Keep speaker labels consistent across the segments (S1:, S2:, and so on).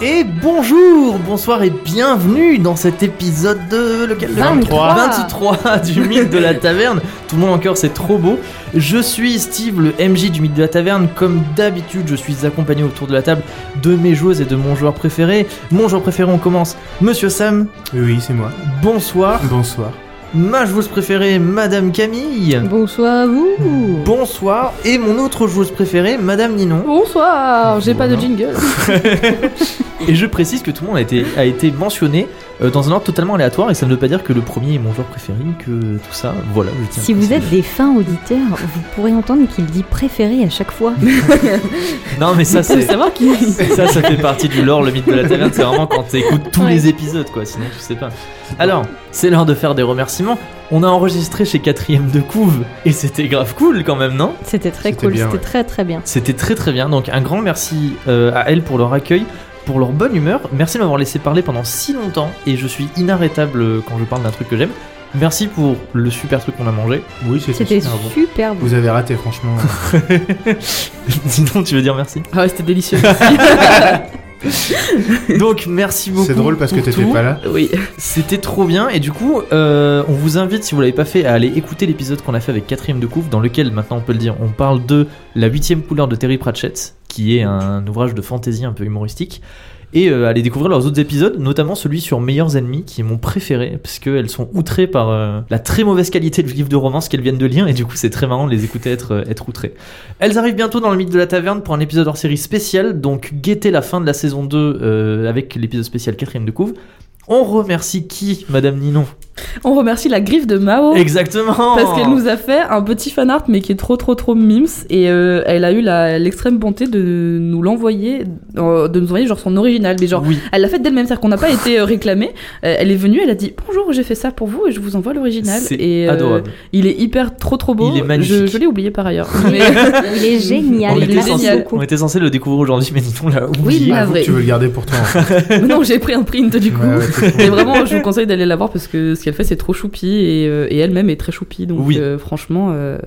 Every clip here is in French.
S1: Et bonjour, bonsoir et bienvenue dans cet épisode de lequel
S2: 23.
S1: 23 du mythe de la taverne. Tout le monde encore, c'est trop beau. Je suis Steve, le MJ du mythe de la taverne. Comme d'habitude, je suis accompagné autour de la table de mes joueuses et de mon joueur préféré. Mon joueur préféré, on commence. Monsieur Sam,
S3: Oui, c'est moi.
S1: bonsoir.
S3: Bonsoir.
S1: Ma joueuse préférée, Madame Camille.
S2: Bonsoir à vous.
S1: Bonsoir. Et mon autre joueuse préférée, Madame Ninon.
S2: Bonsoir, j'ai pas de jingle.
S1: Et je précise que tout le monde a été, a été mentionné euh, dans un ordre totalement aléatoire et ça ne veut pas dire que le premier est mon joueur préféré, que tout ça. Voilà, je tiens à
S4: Si vous
S1: préciser.
S4: êtes des fins auditeurs, vous pourrez entendre qu'il dit préféré à chaque fois.
S1: Non, mais ça,
S2: Faut
S1: c'est.
S2: savoir qui
S1: Ça, ça fait partie du lore, le mythe de la taverne. C'est vraiment quand t'écoutes tous
S2: Ouais.
S1: les épisodes, quoi. Sinon, tu sais pas. Alors, c'est l'heure de faire des remerciements. On a enregistré chez Quatrième de Couve et c'était grave cool quand même, non
S4: C'était très
S3: C'était
S4: cool,
S3: bien,
S4: c'était
S3: ouais.
S4: très très bien.
S1: C'était très très bien. Donc, un grand merci euh, à elles pour leur accueil, pour leur bonne humeur. Merci de m'avoir laissé parler pendant si longtemps et je suis inarrêtable euh, quand je parle d'un truc que j'aime. Merci pour le super truc qu'on a mangé.
S3: Oui, c'est
S4: C'était
S1: super bon.
S4: super bon.
S3: Vous avez raté, franchement.
S1: Sinon, tu veux dire merci.
S2: Ah ouais, c'était délicieux.
S1: Donc, merci beaucoup.
S3: c'est drôle parce que
S1: pour
S3: t'étais
S1: tout.
S3: pas là.
S2: oui.
S1: C'était trop bien et du coup euh, on vous invite si vous l'avez pas fait à aller écouter l'épisode qu'on a fait avec quatrième de couve dans lequel maintenant on peut le dire on parle de la huitième couleur de Terry Pratchett qui est un ouvrage de fantaisie un peu humoristique et euh, aller découvrir leurs autres épisodes notamment celui sur meilleurs ennemis qui est mon préféré parce qu'elles sont outrées par euh, la très mauvaise qualité du livre de romance qu'elles viennent de lire et du coup c'est très marrant de les écouter être, euh, être outrées. Elles arrivent bientôt dans le mythe de la taverne pour un épisode hors série spécial donc guettez la fin de la saison 2 euh, avec l'épisode spécial quatrième de couve on remercie qui, Madame Ninon
S2: On remercie la griffe de Mao.
S1: Exactement
S2: Oh. Parce qu'elle nous a fait un petit fan art, mais qui est trop trop trop mimes. Et euh, elle a eu la- l'extrême bonté de nous l'envoyer, euh, de nous envoyer genre son original. Mais genre,
S1: Oui,
S2: elle l'a fait d'elle-même, c'est-à-dire qu'on n'a pas été euh, réclamé. Euh, elle est venue, elle a dit bonjour, j'ai fait ça pour vous et je vous envoie l'original.
S1: c'est
S2: Et euh,
S1: adorable.
S2: Il est hyper trop trop beau.
S1: Il est magnifique.
S2: Je, je l'ai oublié par ailleurs. Mais-
S4: Il est génial,
S1: on,
S2: elle
S1: était
S2: l'a
S4: merci
S1: censé,
S2: géniale.
S1: on
S4: beaucoup.
S1: était censé le découvrir aujourd'hui, mais Ninon l'a oublié.
S2: Oui, Ah,
S3: Avoue
S2: vrai.
S3: que tu veux le garder pour toi. en fait.
S2: euh, non, j'ai pris un print du coup.
S3: Ouais, ouais, c'est trop
S2: Mais vraiment, je vous conseille d'aller la voir parce que ce qu'elle fait, c'est trop choupi et, euh, et elle-même est très choupi. Donc,
S1: Oui.
S2: euh, franchement, euh,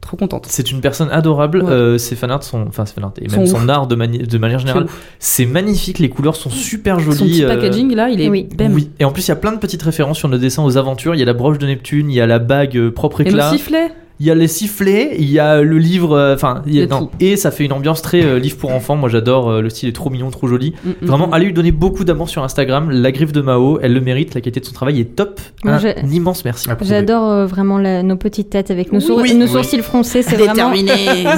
S2: trop contente.
S1: C'est une personne adorable.
S2: Ouais.
S1: euh, ses fanarts sont, enfin ses fanarts et
S2: Sont
S1: même
S2: ouf.
S1: son art de, mani- de manière générale, c'est magnifique. Les couleurs sont super jolies.
S2: Son petit
S1: euh,
S2: packaging là, il est
S4: oui.
S2: bam.
S1: Oui. Et en plus, il y a plein de petites références sur nos dessins aux aventures. Il y a la broche de Neptune, il y a la bague euh, propre
S2: Et le
S1: éclat,
S2: sifflet
S1: il y a les sifflets, il y a le livre. euh, Enfin, il y a-
S2: Il y a
S1: non.
S2: tout.
S1: Et ça fait une ambiance très euh, livre pour enfants. Moi, j'adore. euh, le style est trop mignon, trop joli.
S2: Mm,
S4: Mhm.
S2: mm,
S1: Vraiment,
S2: mm.
S1: allez lui donner beaucoup d'amour sur Instagram. La griffe de Mao, elle le mérite. La qualité de son travail est top.
S4: Moi,
S1: un,
S4: j'ai-
S1: immense merci.
S3: approuvé.
S4: J'adore euh, vraiment la- nos petites têtes avec nos,
S2: Oui.
S4: sour-
S2: Oui.
S4: nos
S3: Oui.
S4: sourcils froncés, c'est vraiment...
S1: Euh,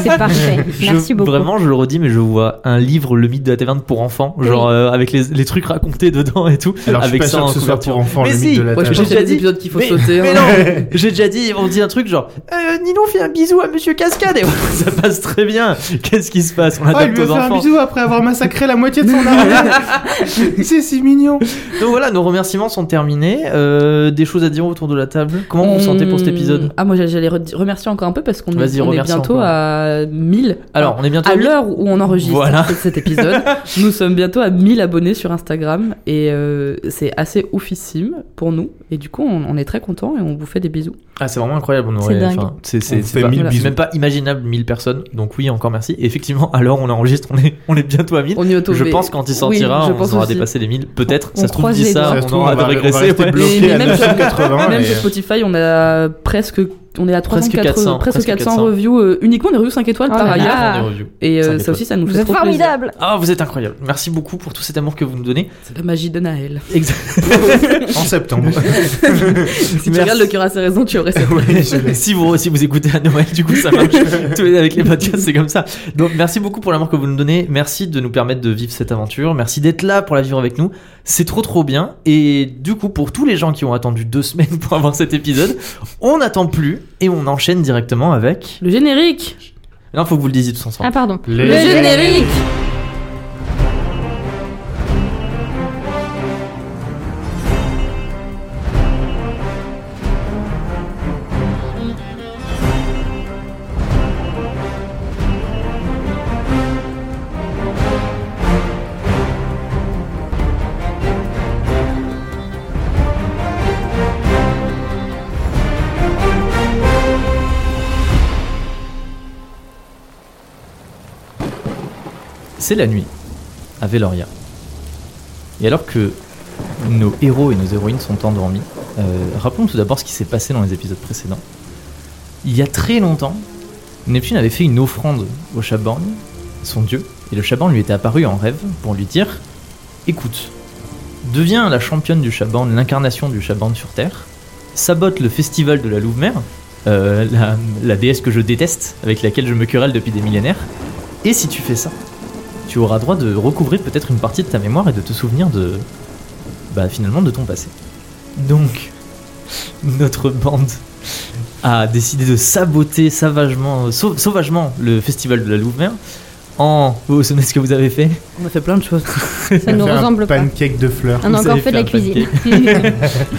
S4: C'est parfait,
S1: Je-
S4: merci beaucoup.
S1: Vraiment, je le redis, mais je vois un livre, Le mythe de la taverne pour enfants, genre euh, avec les, les trucs racontés dedans et tout.
S3: Alors, je suis
S1: avec
S3: pas
S1: ça
S3: sûr
S1: en
S3: que ce soit
S1: couverture.
S3: pour enfants,
S1: Mais
S3: le mythe
S1: si,
S3: de la
S1: moi, je
S2: Je
S3: table.
S2: pense qu'il y
S1: déjà
S2: a des
S1: dit-
S2: épisodes qu'il faut
S1: mais-
S2: sauter.
S1: Mais
S2: hein.
S1: non, j'ai déjà dit, on dit un truc genre euh, Ninon fait un bisou à Monsieur Cascade et ça passe très bien. Qu'est-ce qui se passe On
S3: Oh, il
S1: adapte
S3: lui a
S1: aux
S3: fait un
S1: enfants.
S3: bisou après avoir massacré la moitié de son armée. c'est si mignon.
S1: Donc voilà, nos remerciements sont terminés. Euh, des choses à dire autour de la table Comment vous vous sentez pour cet
S4: Hmm.
S1: épisode
S2: Ah, moi j'allais re- remercier encore un peu parce qu'on
S1: Vas-y,
S2: est, on est
S1: remercie
S2: bientôt
S1: encore.
S2: à 1000.
S1: Alors, on est bientôt
S2: à l'heure où on enregistre
S1: Voilà.
S2: cet épisode, nous sommes bientôt à 1000 abonnés sur Instagram et euh, c'est assez oufissime pour nous. Et du coup, on, on est très contents et on vous fait des bisous.
S1: Ah, c'est vraiment incroyable. On
S4: C'est
S1: aurait,
S4: dingue.
S1: enfin, c'est, c'est,
S3: On
S1: c'est
S3: fait
S1: pas-
S3: mille
S1: c'est
S3: bisous.
S1: même pas imaginable 1000 personnes. Donc oui, encore merci. Et effectivement, alors on enregistre, on est, on est bientôt à 1000.
S2: On y auto
S1: Je pense quand il sortira,
S2: oui, je
S1: on
S2: pense
S1: aura
S2: aussi.
S1: dépassé les 1000. Peut-être,
S4: On
S1: ça se trouve,
S4: croise
S1: dit
S4: les
S1: ça,
S4: doigts.
S1: on aura de
S3: va- on va
S1: régresser.
S3: rester
S1: ouais.
S3: bloqué
S2: Mais- mais
S3: à
S2: même sur-
S3: 980.
S2: Même
S3: et- euh,
S2: sur Spotify, on a presque, on est à 380,
S1: Presque 400,
S2: presque
S1: presque
S2: 400
S1: 400.
S2: reviews euh, uniquement des reviews 5 étoiles
S4: Oh
S2: par
S4: là là.
S2: ailleurs.
S4: Ah.
S1: Pour des reviews.
S2: Et euh,
S1: Cinq
S2: ça
S1: étoiles.
S2: aussi, ça nous
S4: Vous
S2: fait
S4: êtes
S2: trop
S4: formidable
S1: Ah, vous êtes incroyable. Merci beaucoup pour tout cet amour que vous nous donnez.
S2: plaisir. C'est la magie de Naël.
S1: Exact.
S3: En septembre.
S2: Si tu
S1: Merci.
S2: regardes le cœur à ses raisons, tu aurais cette
S3: Ouais, je l'ai.
S1: si vous si vous écoutez à Noël, du coup ça marche. Tous les- avec les podcasts, c'est comme ça. Donc merci beaucoup pour l'amour que vous nous donnez. Merci de nous permettre de vivre cette aventure. Merci d'être là pour la vivre avec nous. C'est trop trop bien. Et du coup pour tous les gens qui ont attendu deux semaines pour avoir cet épisode, on n'attend plus et on enchaîne directement avec.
S2: Le générique
S1: Non, faut que vous le disiez tous ensemble.
S4: Ah pardon.
S3: Les-
S2: Le générique
S1: C'est la nuit à Veloria. Et alors que nos héros et nos héroïnes sont endormis, euh, rappelons tout d'abord ce qui s'est passé dans les épisodes précédents. Il y a très longtemps, Neptune avait fait une offrande au chat borgne, son dieu, et le chat borgne lui était apparu en rêve pour lui dire Écoute, deviens la championne du chat borgne, l'incarnation du chat borgne sur Terre, sabote le festival de la Louve-Mère, euh, la, la déesse que je déteste, avec laquelle je me querelle depuis des millénaires, et si tu fais ça, tu auras droit de recouvrir peut-être une partie de ta mémoire et de te souvenir de. Bah, finalement, de ton passé. Donc, notre bande a décidé de saboter sauvagement, sau- sauvagement le festival de la Louve-Mer. En. Vous vous souvenez de ce que vous avez fait
S2: On a fait plein de choses.
S4: Ça ne nous
S3: Faire
S4: ressemble
S3: un
S4: pas.
S3: Pancake de fleurs.
S4: On a
S1: Vous
S4: encore
S1: avez
S4: fait de la
S1: un
S4: cuisine.
S1: pancake.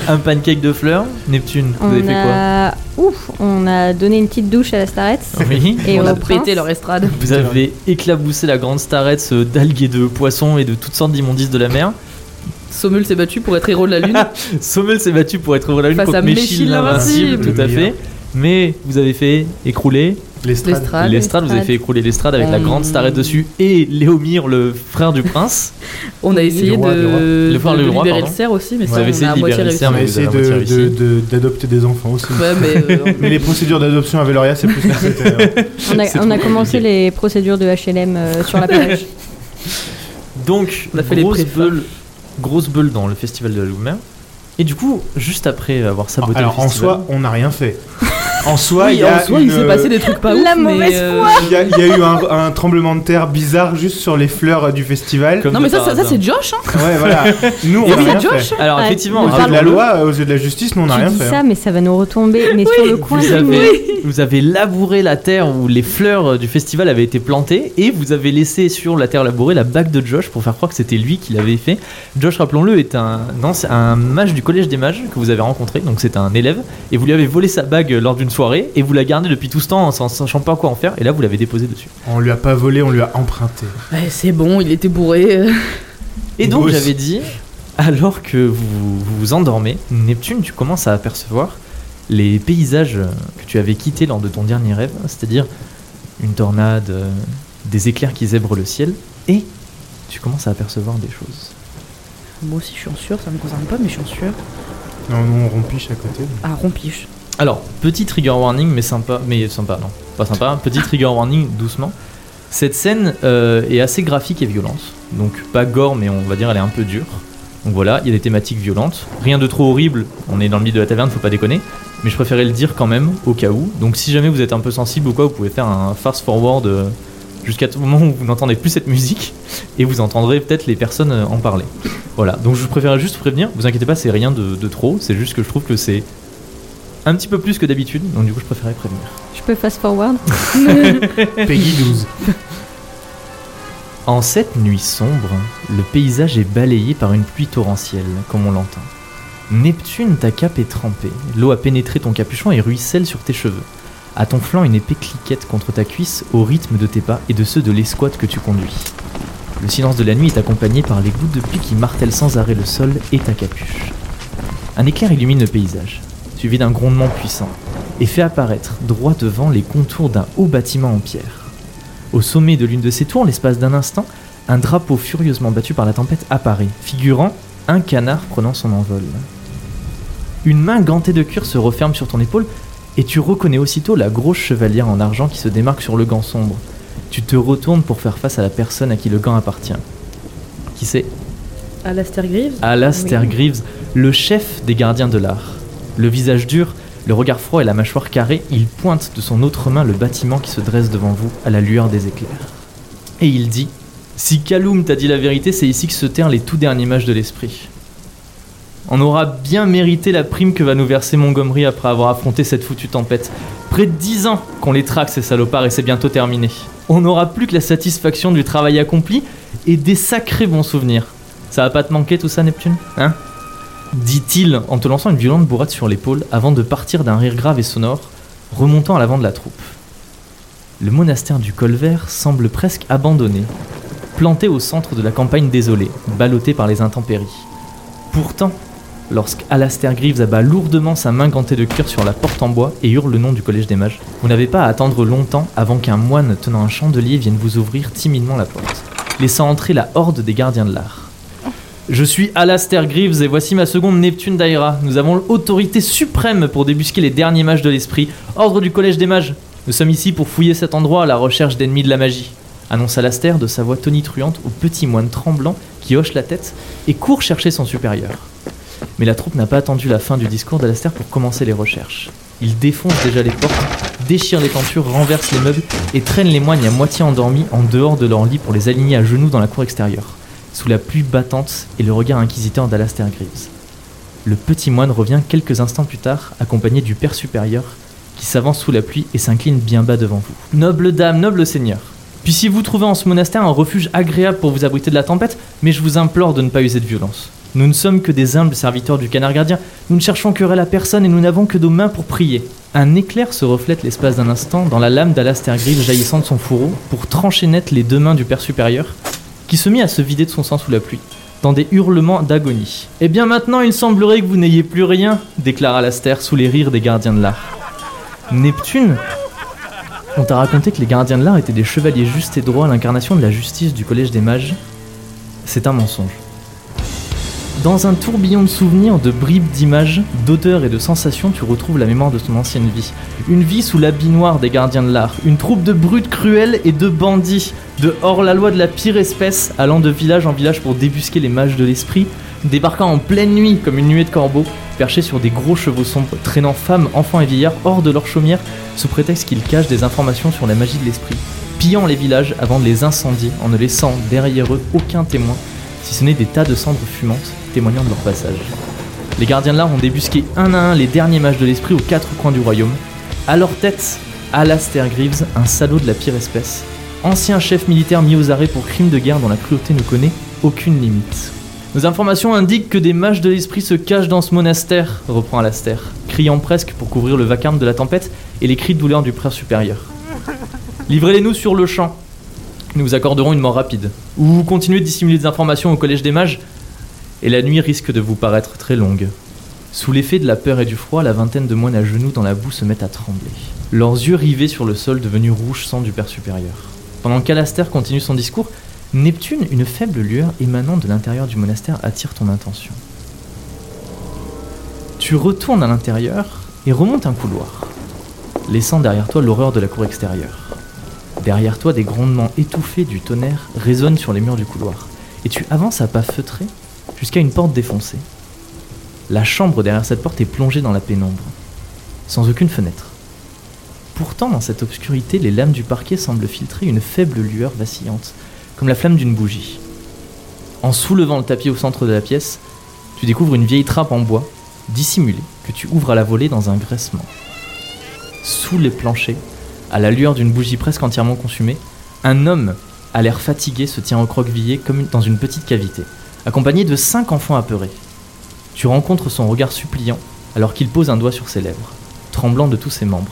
S1: un pancake de fleurs. Neptune, vous avez
S4: On
S1: fait quoi
S4: a... Ouf, on a donné une petite douche à la starette.
S1: Oui.
S4: Et
S2: on
S4: au
S2: a
S4: prince.
S2: pété leur estrade.
S1: Vous avez éclaboussé la grande starette euh, d'algues et de poissons et de toutes sortes d'immondices de la mer.
S2: Sommel s'est battu pour être héros de la lune.
S1: Sommel s'est battu pour être la lune
S2: Face
S1: contre
S2: à
S1: Méchil
S2: Méchil
S1: l'invincible,
S2: l'invincible.
S1: tout à
S3: Le
S1: fait.
S3: meilleur.
S1: Mais vous avez fait écrouler
S3: L'estrade.
S2: L'estrade. Ah,
S1: l'estrade, vous avez
S4: l'estrade.
S1: fait écrouler l'estrade avec la
S2: Hum.
S1: grande starette dessus et Léomir, le frère du prince.
S2: On a
S3: Le
S2: essayé
S3: roi, le roi.
S2: de,
S1: Le roi,
S2: de-
S1: le
S2: de
S1: roi,
S2: libérer
S1: pardon.
S2: le cerf aussi, mais
S1: Vous
S2: ça,
S1: avez
S2: on
S1: essayé
S2: a
S1: de
S2: à
S1: libérer
S2: moitié
S1: le
S2: réussi.
S1: cerf,
S3: On a
S1: mais
S3: essayé
S1: vous avez
S3: de-
S1: réussi.
S3: de- de- d'adopter des enfants aussi.
S2: Ouais, mais euh,
S3: Mais les procédures d'adoption à Veloria, c'est plus c'était, euh,
S4: On a,
S1: C'est
S4: on a
S1: trop
S4: commencé
S1: compliqué.
S4: les procédures de HLM euh, sur la plage.
S1: Donc,
S2: On a fait les
S1: grosse,
S2: préfas.
S1: beule, grosse beule dans le festival de la Louve-Mer. Et du coup, juste après avoir saboté
S3: Alors
S1: le
S3: en
S1: festival,
S3: soi, on n'a rien fait. En soi, il
S2: oui,
S3: y a
S2: en soi,
S3: une- euh,
S2: il s'est passé des trucs pas ouf.
S4: La
S2: mais,
S4: mauvaise
S2: euh,
S3: il y a- il y a eu un, un tremblement de terre bizarre juste sur les fleurs euh, du festival.
S1: comme
S2: Non,
S1: de
S2: mais ça,
S1: par
S2: ça, ça,
S1: hasard.
S2: c'est Josh, hein
S3: Ouais, voilà. Nous, on
S2: Ça,
S3: n'a
S2: c'est
S3: rien
S2: Josh
S3: fait.
S2: hein.
S1: Alors
S4: Ouais.
S1: effectivement,
S3: Aux yeux de la
S1: rappelons-le,
S3: loi, euh, aux yeux de la justice, nous, on n'a
S4: Tu
S3: rien
S4: dis
S3: fait.
S4: ça,
S3: hein.
S4: mais ça va nous retomber. Mais sur le coin
S1: Vous
S4: du nez.
S1: avez, vous avez labouré la terre où les fleurs du festival avaient été plantées et vous avez laissé sur la terre labourée la bague de Josh pour faire croire que c'était lui qui l'avait fait. Josh, rappelons-le, est un, non, c'est un mage du collège des mages que vous avez rencontré, donc c'est un élève, et vous lui avez volé sa bague lors d'une soirée et vous la gardez depuis tout ce temps en sa- sachant pas quoi en faire, et là vous l'avez déposée dessus.
S3: hein. On lui a pas volé, on lui a emprunté.
S2: Ouais, c'est bon, il était bourré.
S1: Et donc
S3: Bruce.
S1: j'avais dit, alors que vous vous vous endormez, Neptune, tu commences à apercevoir les paysages euh, que tu avais quittés lors de ton dernier rêve, c'est-à-dire une tornade, euh, des éclairs qui zèbrent le ciel, et tu commences à apercevoir des choses.
S2: Moi aussi, je suis en sueur, ça me concerne pas, mais je suis en sueur.
S3: Non, non, on rompiche à côté.
S2: Ah, rompiche.
S1: Alors, petit trigger warning, mais sympa, mais sympa, non, pas sympa, hein. petit trigger warning doucement. Cette scène euh, est assez graphique et violente, donc pas gore, mais on va dire elle est un peu dure. Donc voilà, il y a des thématiques violentes, rien de trop horrible, on est dans le milieu de la taverne, faut pas déconner, mais je préférais le dire quand même, au cas où. Donc si jamais vous êtes un peu sensible ou quoi, vous pouvez faire un fast forward euh, jusqu'à tout moment où vous n'entendez plus cette musique, et vous entendrez peut-être les personnes euh, en parler. Voilà, donc je préférais juste vous prévenir, vous inquiétez pas, c'est rien de- de trop, c'est juste que je trouve que c'est un petit peu plus que d'habitude, donc du coup je préférais prévenir.
S4: Je peux fast forward
S3: Peggy 12.
S1: En cette nuit sombre, le paysage est balayé par une pluie torrentielle, comme on l'entend. Neptune, ta cape est trempée, l'eau a pénétré ton capuchon et ruisselle sur tes cheveux. À ton flanc, une épée cliquette contre ta cuisse au rythme de tes pas et de ceux de l'escouade que tu conduis. Le silence de la nuit est accompagné par les gouttes de pluie qui martèlent sans arrêt le sol et ta capuche. Un éclair illumine le paysage, suivi d'un grondement puissant, et fait apparaître, droit devant, les contours d'un haut bâtiment en pierre. Au sommet de l'une de ces tours, en l'espace d'un instant, un drapeau furieusement battu par la tempête apparaît, figurant un canard prenant son envol. Une main gantée de cuir se referme sur ton épaule et tu reconnais aussitôt la grosse chevalière en argent qui se démarque sur le gant sombre. Tu te retournes pour faire face à la personne à qui le gant appartient. Qui c'est
S2: Alastair Greaves
S1: Alastair
S2: Oui.
S1: Greaves, le chef des gardiens de l'art. Le visage dur, le regard froid et la mâchoire carrée, il pointe de son autre main le bâtiment qui se dresse devant vous à la lueur des éclairs. Et il dit Si Kaloum t'a dit la vérité, c'est ici que se terrent les tout derniers mages de l'esprit. On aura bien mérité la prime que va nous verser Montgomery après avoir affronté cette foutue tempête. Près de dix ans qu'on les traque, ces salopards, et c'est bientôt terminé. On n'aura plus que la satisfaction du travail accompli et des sacrés bons souvenirs. Ça va pas te manquer tout ça, Neptune Hein Dit-il en te lançant une violente bourrade sur l'épaule avant de partir d'un rire grave et sonore, remontant à l'avant de la troupe. Le monastère du col vert semble presque abandonné, planté au centre de la campagne désolée, ballottée par les intempéries. Pourtant, lorsque Alastair Greaves abat lourdement sa main gantée de cuir sur la porte en bois et hurle le nom du collège des mages, vous n'avez pas à attendre longtemps avant qu'un moine tenant un chandelier vienne vous ouvrir timidement la porte, laissant entrer la horde des gardiens de l'art. Je suis Alastair Greaves et voici ma seconde Neptune d'Aira. Nous avons l'autorité suprême pour débusquer les derniers mages de l'esprit. Ordre du Collège des Mages. Nous sommes ici pour fouiller cet endroit à la recherche d'ennemis de la magie. Annonce Alastair de sa voix tonitruante au petit moine tremblant qui hoche la tête et court chercher son supérieur. Mais la troupe n'a pas attendu la fin du discours d'Alastair pour commencer les recherches. Il défonce déjà les portes, déchire les tentures, renverse les meubles et traîne les moines à moitié endormis en dehors de leur lit pour les aligner à genoux dans la cour extérieure, sous la pluie battante et le regard inquisiteur d'Alastair Greaves. Le petit moine revient quelques instants plus tard, accompagné du père supérieur, qui s'avance sous la pluie et s'incline bien bas devant vous. Noble dame, noble seigneur, puissiez-vous trouver en ce monastère un refuge agréable pour vous abriter de la tempête, mais je vous implore de ne pas user de violence. Nous ne sommes que des humbles serviteurs du canard gardien. Nous ne cherchons que la personne et nous n'avons que nos mains pour prier. Un éclair se reflète l'espace d'un instant dans la lame d'Alastair Grill jaillissant de son fourreau pour trancher net les deux mains du père supérieur, qui se mit à se vider de son sang sous la pluie, dans des hurlements d'agonie. Eh bien maintenant, il semblerait que vous n'ayez plus rien, déclara Alastair sous les rires des gardiens de l'art. Neptune On t'a raconté que les gardiens de l'art étaient des chevaliers justes et droits, l'incarnation de la justice du Collège des Mages. C'est un mensonge. Dans un tourbillon de souvenirs, de bribes d'images, d'odeurs et de sensations, tu retrouves la mémoire de ton ancienne vie. Une vie sous l'habit noir des gardiens de l'art, une troupe de brutes cruelles et de bandits, de hors-la-loi de la pire espèce, allant de village en village pour débusquer les mages de l'esprit, débarquant en pleine nuit comme une nuée de corbeaux, perchés sur des gros chevaux sombres, traînant femmes, enfants et vieillards hors de leur chaumière, sous prétexte qu'ils cachent des informations sur la magie de l'esprit, pillant les villages avant de les incendier en ne laissant derrière eux aucun témoin si ce n'est des tas de cendres fumantes témoignant de leur passage. Les gardiens de l'art ont débusqué un à un les derniers mages de l'esprit aux quatre coins du royaume. À leur tête, Alastair Greaves, un salaud de la pire espèce, ancien chef militaire mis aux arrêts pour crimes de guerre dont la cruauté ne connaît aucune limite. Nos informations indiquent que des mages de l'esprit se cachent dans ce monastère, reprend Alastair, criant presque pour couvrir le vacarme de la tempête et les cris de douleur du frère supérieur. Livrez-les-nous sur le champ, nous vous accorderons une mort rapide. Ou vous continuez de dissimuler des informations au Collège des Mages, et la nuit risque de vous paraître très longue. Sous l'effet de la peur et du froid, la vingtaine de moines à genoux dans la boue se mettent à trembler, leurs yeux rivés sur le sol devenu rouge sang du Père supérieur. Pendant qu'Alastair continue son discours, Neptune, une faible lueur émanant de l'intérieur du monastère, attire ton attention. Tu retournes à l'intérieur et remontes un couloir, laissant derrière toi l'horreur de la cour extérieure. Derrière toi, des grondements étouffés du tonnerre résonnent sur les murs du couloir, et tu avances à pas feutrés jusqu'à une porte défoncée. La chambre derrière cette porte est plongée dans la pénombre, sans aucune fenêtre. Pourtant, dans cette obscurité, les lames du parquet semblent filtrer une faible lueur vacillante, comme la flamme d'une bougie. En soulevant le tapis au centre de la pièce, tu découvres une vieille trappe en bois, dissimulée, que tu ouvres à la volée dans un graissement. Sous les planchers, à la lueur d'une bougie presque entièrement consumée, un homme à l'air fatigué se tient recroquevillé comme une- dans une petite cavité, accompagné de cinq enfants apeurés. Tu rencontres son regard suppliant alors qu'il pose un doigt sur ses lèvres, tremblant de tous ses membres.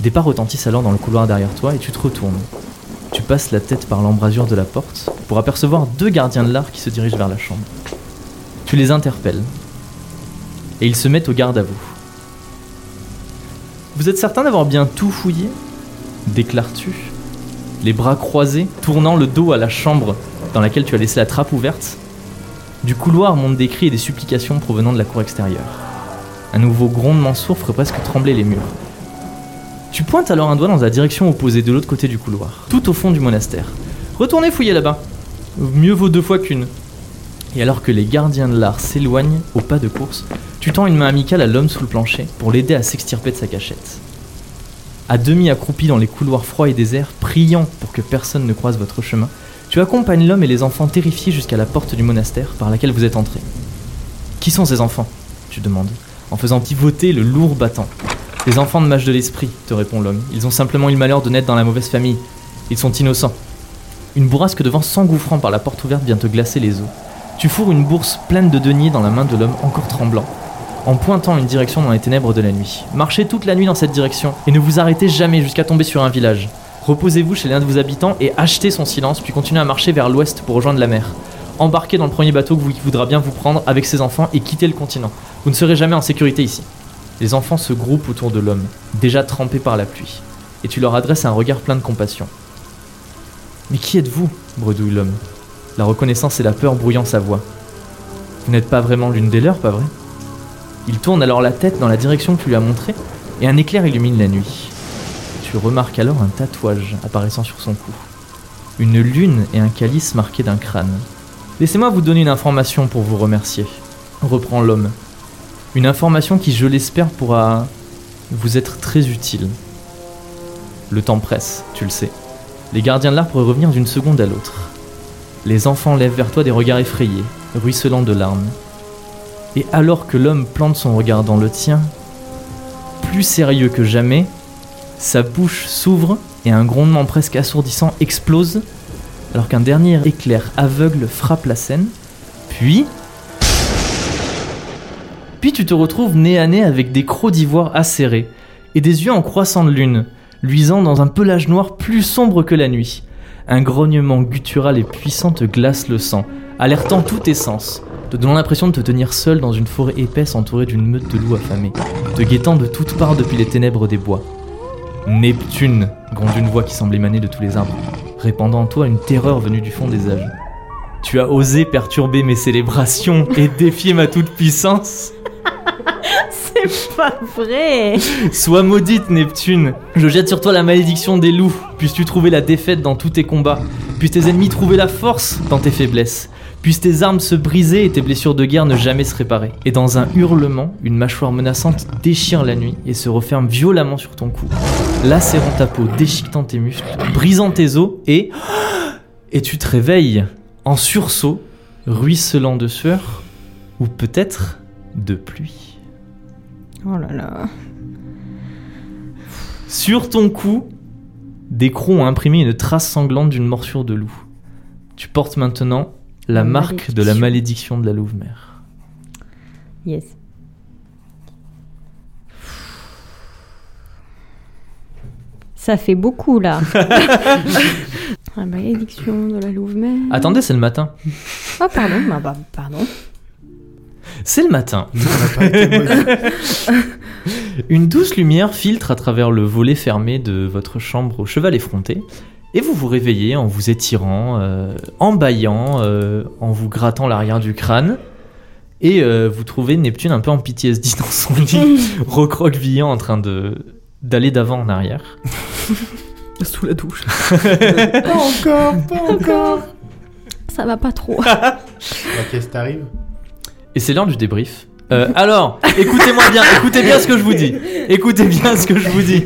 S1: Des pas retentissent alors dans le couloir derrière toi et tu te retournes. Tu passes la tête par l'embrasure de la porte pour apercevoir deux gardiens de l'art qui se dirigent vers la chambre. Tu les interpelles et ils se mettent au garde à vous. Vous êtes certain d'avoir bien tout fouillé déclares-tu, les bras croisés, tournant le dos à la chambre dans laquelle tu as laissé la trappe ouverte. Du couloir montent des cris et des supplications provenant de la cour extérieure. Un nouveau grondement sourd ferait presque trembler les murs. Tu pointes alors un doigt dans la direction opposée de l'autre côté du couloir, tout au fond du monastère. Retournez fouiller là-bas. Mieux vaut deux fois qu'une. Et alors que les gardiens de l'art s'éloignent au pas de course, tu tends une main amicale à l'homme sous le plancher pour l'aider à s'extirper de sa cachette. À demi accroupi dans les couloirs froids et déserts, priant pour que personne ne croise votre chemin, tu accompagnes l'homme et les enfants terrifiés jusqu'à la porte du monastère par laquelle vous êtes entrés. Qui sont ces enfants tu demandes, en faisant pivoter le lourd battant. Les enfants de mages de l'esprit, te répond l'homme. Ils ont simplement eu le malheur de naître dans la mauvaise famille. Ils sont innocents. Une bourrasque de vent s'engouffrant par la porte ouverte vient te glacer les os. Tu fourres une bourse pleine de deniers dans la main de l'homme encore tremblant en pointant une direction dans les ténèbres de la nuit. Marchez toute la nuit dans cette direction et ne vous arrêtez jamais jusqu'à tomber sur un village. Reposez-vous chez l'un de vos habitants et achetez son silence, puis continuez à marcher vers l'ouest pour rejoindre la mer. Embarquez dans le premier bateau que vous- qui voudra bien vous prendre avec ses enfants et quittez le continent. Vous ne serez jamais en sécurité ici. Les enfants se groupent autour de l'homme, déjà trempés par la pluie, et tu leur adresses un regard plein de compassion. Mais qui êtes-vous bredouille l'homme. La reconnaissance et la peur brouillant sa voix. Vous n'êtes pas vraiment l'une des leurs, pas vrai Il tourne alors la tête dans la direction que tu lui as montrée, et un éclair illumine la nuit. Tu remarques alors un tatouage apparaissant sur son cou. Une lune et un calice marqués d'un crâne. Laissez-moi vous donner une information pour vous remercier. Reprend l'homme. Une information qui, je l'espère, pourra vous être très utile. Le temps presse, tu le sais. Les gardiens de l'art pourraient revenir d'une seconde à l'autre. Les enfants lèvent vers toi des regards effrayés, ruisselants de larmes. Et alors que l'homme plante son regard dans le tien, plus sérieux que jamais, sa bouche s'ouvre et un grondement presque assourdissant explose, alors qu'un dernier éclair aveugle frappe la scène. Puis. Puis tu te retrouves nez à nez avec des crocs d'ivoire acérés et des yeux en croissant de lune, luisant dans un pelage noir plus sombre que la nuit. Un grognement guttural et puissant te glace le sang, alertant tous tes sens, te donnant l'impression de te tenir seul dans une forêt épaisse entourée d'une meute de loups affamés, te guettant de toutes parts depuis les ténèbres des bois. Neptune gronde une voix qui semble émaner de tous les arbres, répandant en toi une terreur venue du fond des âges. Tu as osé perturber mes célébrations et défier ma toute-puissance
S4: C'est pas vrai
S1: Sois maudite, Neptune Je jette sur toi la malédiction des loups. Puisses-tu trouver la défaite dans tous tes combats. Puissent tes ennemis trouver la force dans tes faiblesses. Puissent tes armes se briser et tes blessures de guerre ne jamais se réparer. Et dans un hurlement, une mâchoire menaçante déchire la nuit et se referme violemment sur ton cou, lacérant ta peau, déchiquetant tes muscles, brisant tes os et... Et tu te réveilles en sursaut, ruisselant de sueur ou peut-être de pluie.
S4: Oh là là.
S1: Sur ton cou, des crocs ont imprimé une trace sanglante d'une morsure de loup. Tu portes maintenant la
S4: La
S1: marque de la
S4: malédiction.
S1: malédiction de la louve-mère.
S4: Yes. Ça fait beaucoup là. La malédiction de la Louve-Mère.
S1: Attendez, c'est le matin.
S4: Oh pardon, bah, bah, pardon.
S1: C'est le matin.
S3: Ça n'a pas été mauvais.
S1: Une douce lumière filtre à travers le volet fermé de votre chambre au cheval effronté, et vous vous réveillez en vous étirant, euh, en bâillant, euh, en vous grattant l'arrière du crâne, et euh, vous trouvez Neptune un peu en PTSD dans son lit, recroquevillant en train de d'aller d'avant en arrière.
S2: Sous la douche.
S3: pas encore, pas encore.
S4: Ça va pas trop.
S3: Ok, t'arrive.
S1: Et c'est l'heure du débrief. Euh, alors, écoutez-moi bien, écoutez bien ce que je vous dis. Écoutez bien ce que je vous dis.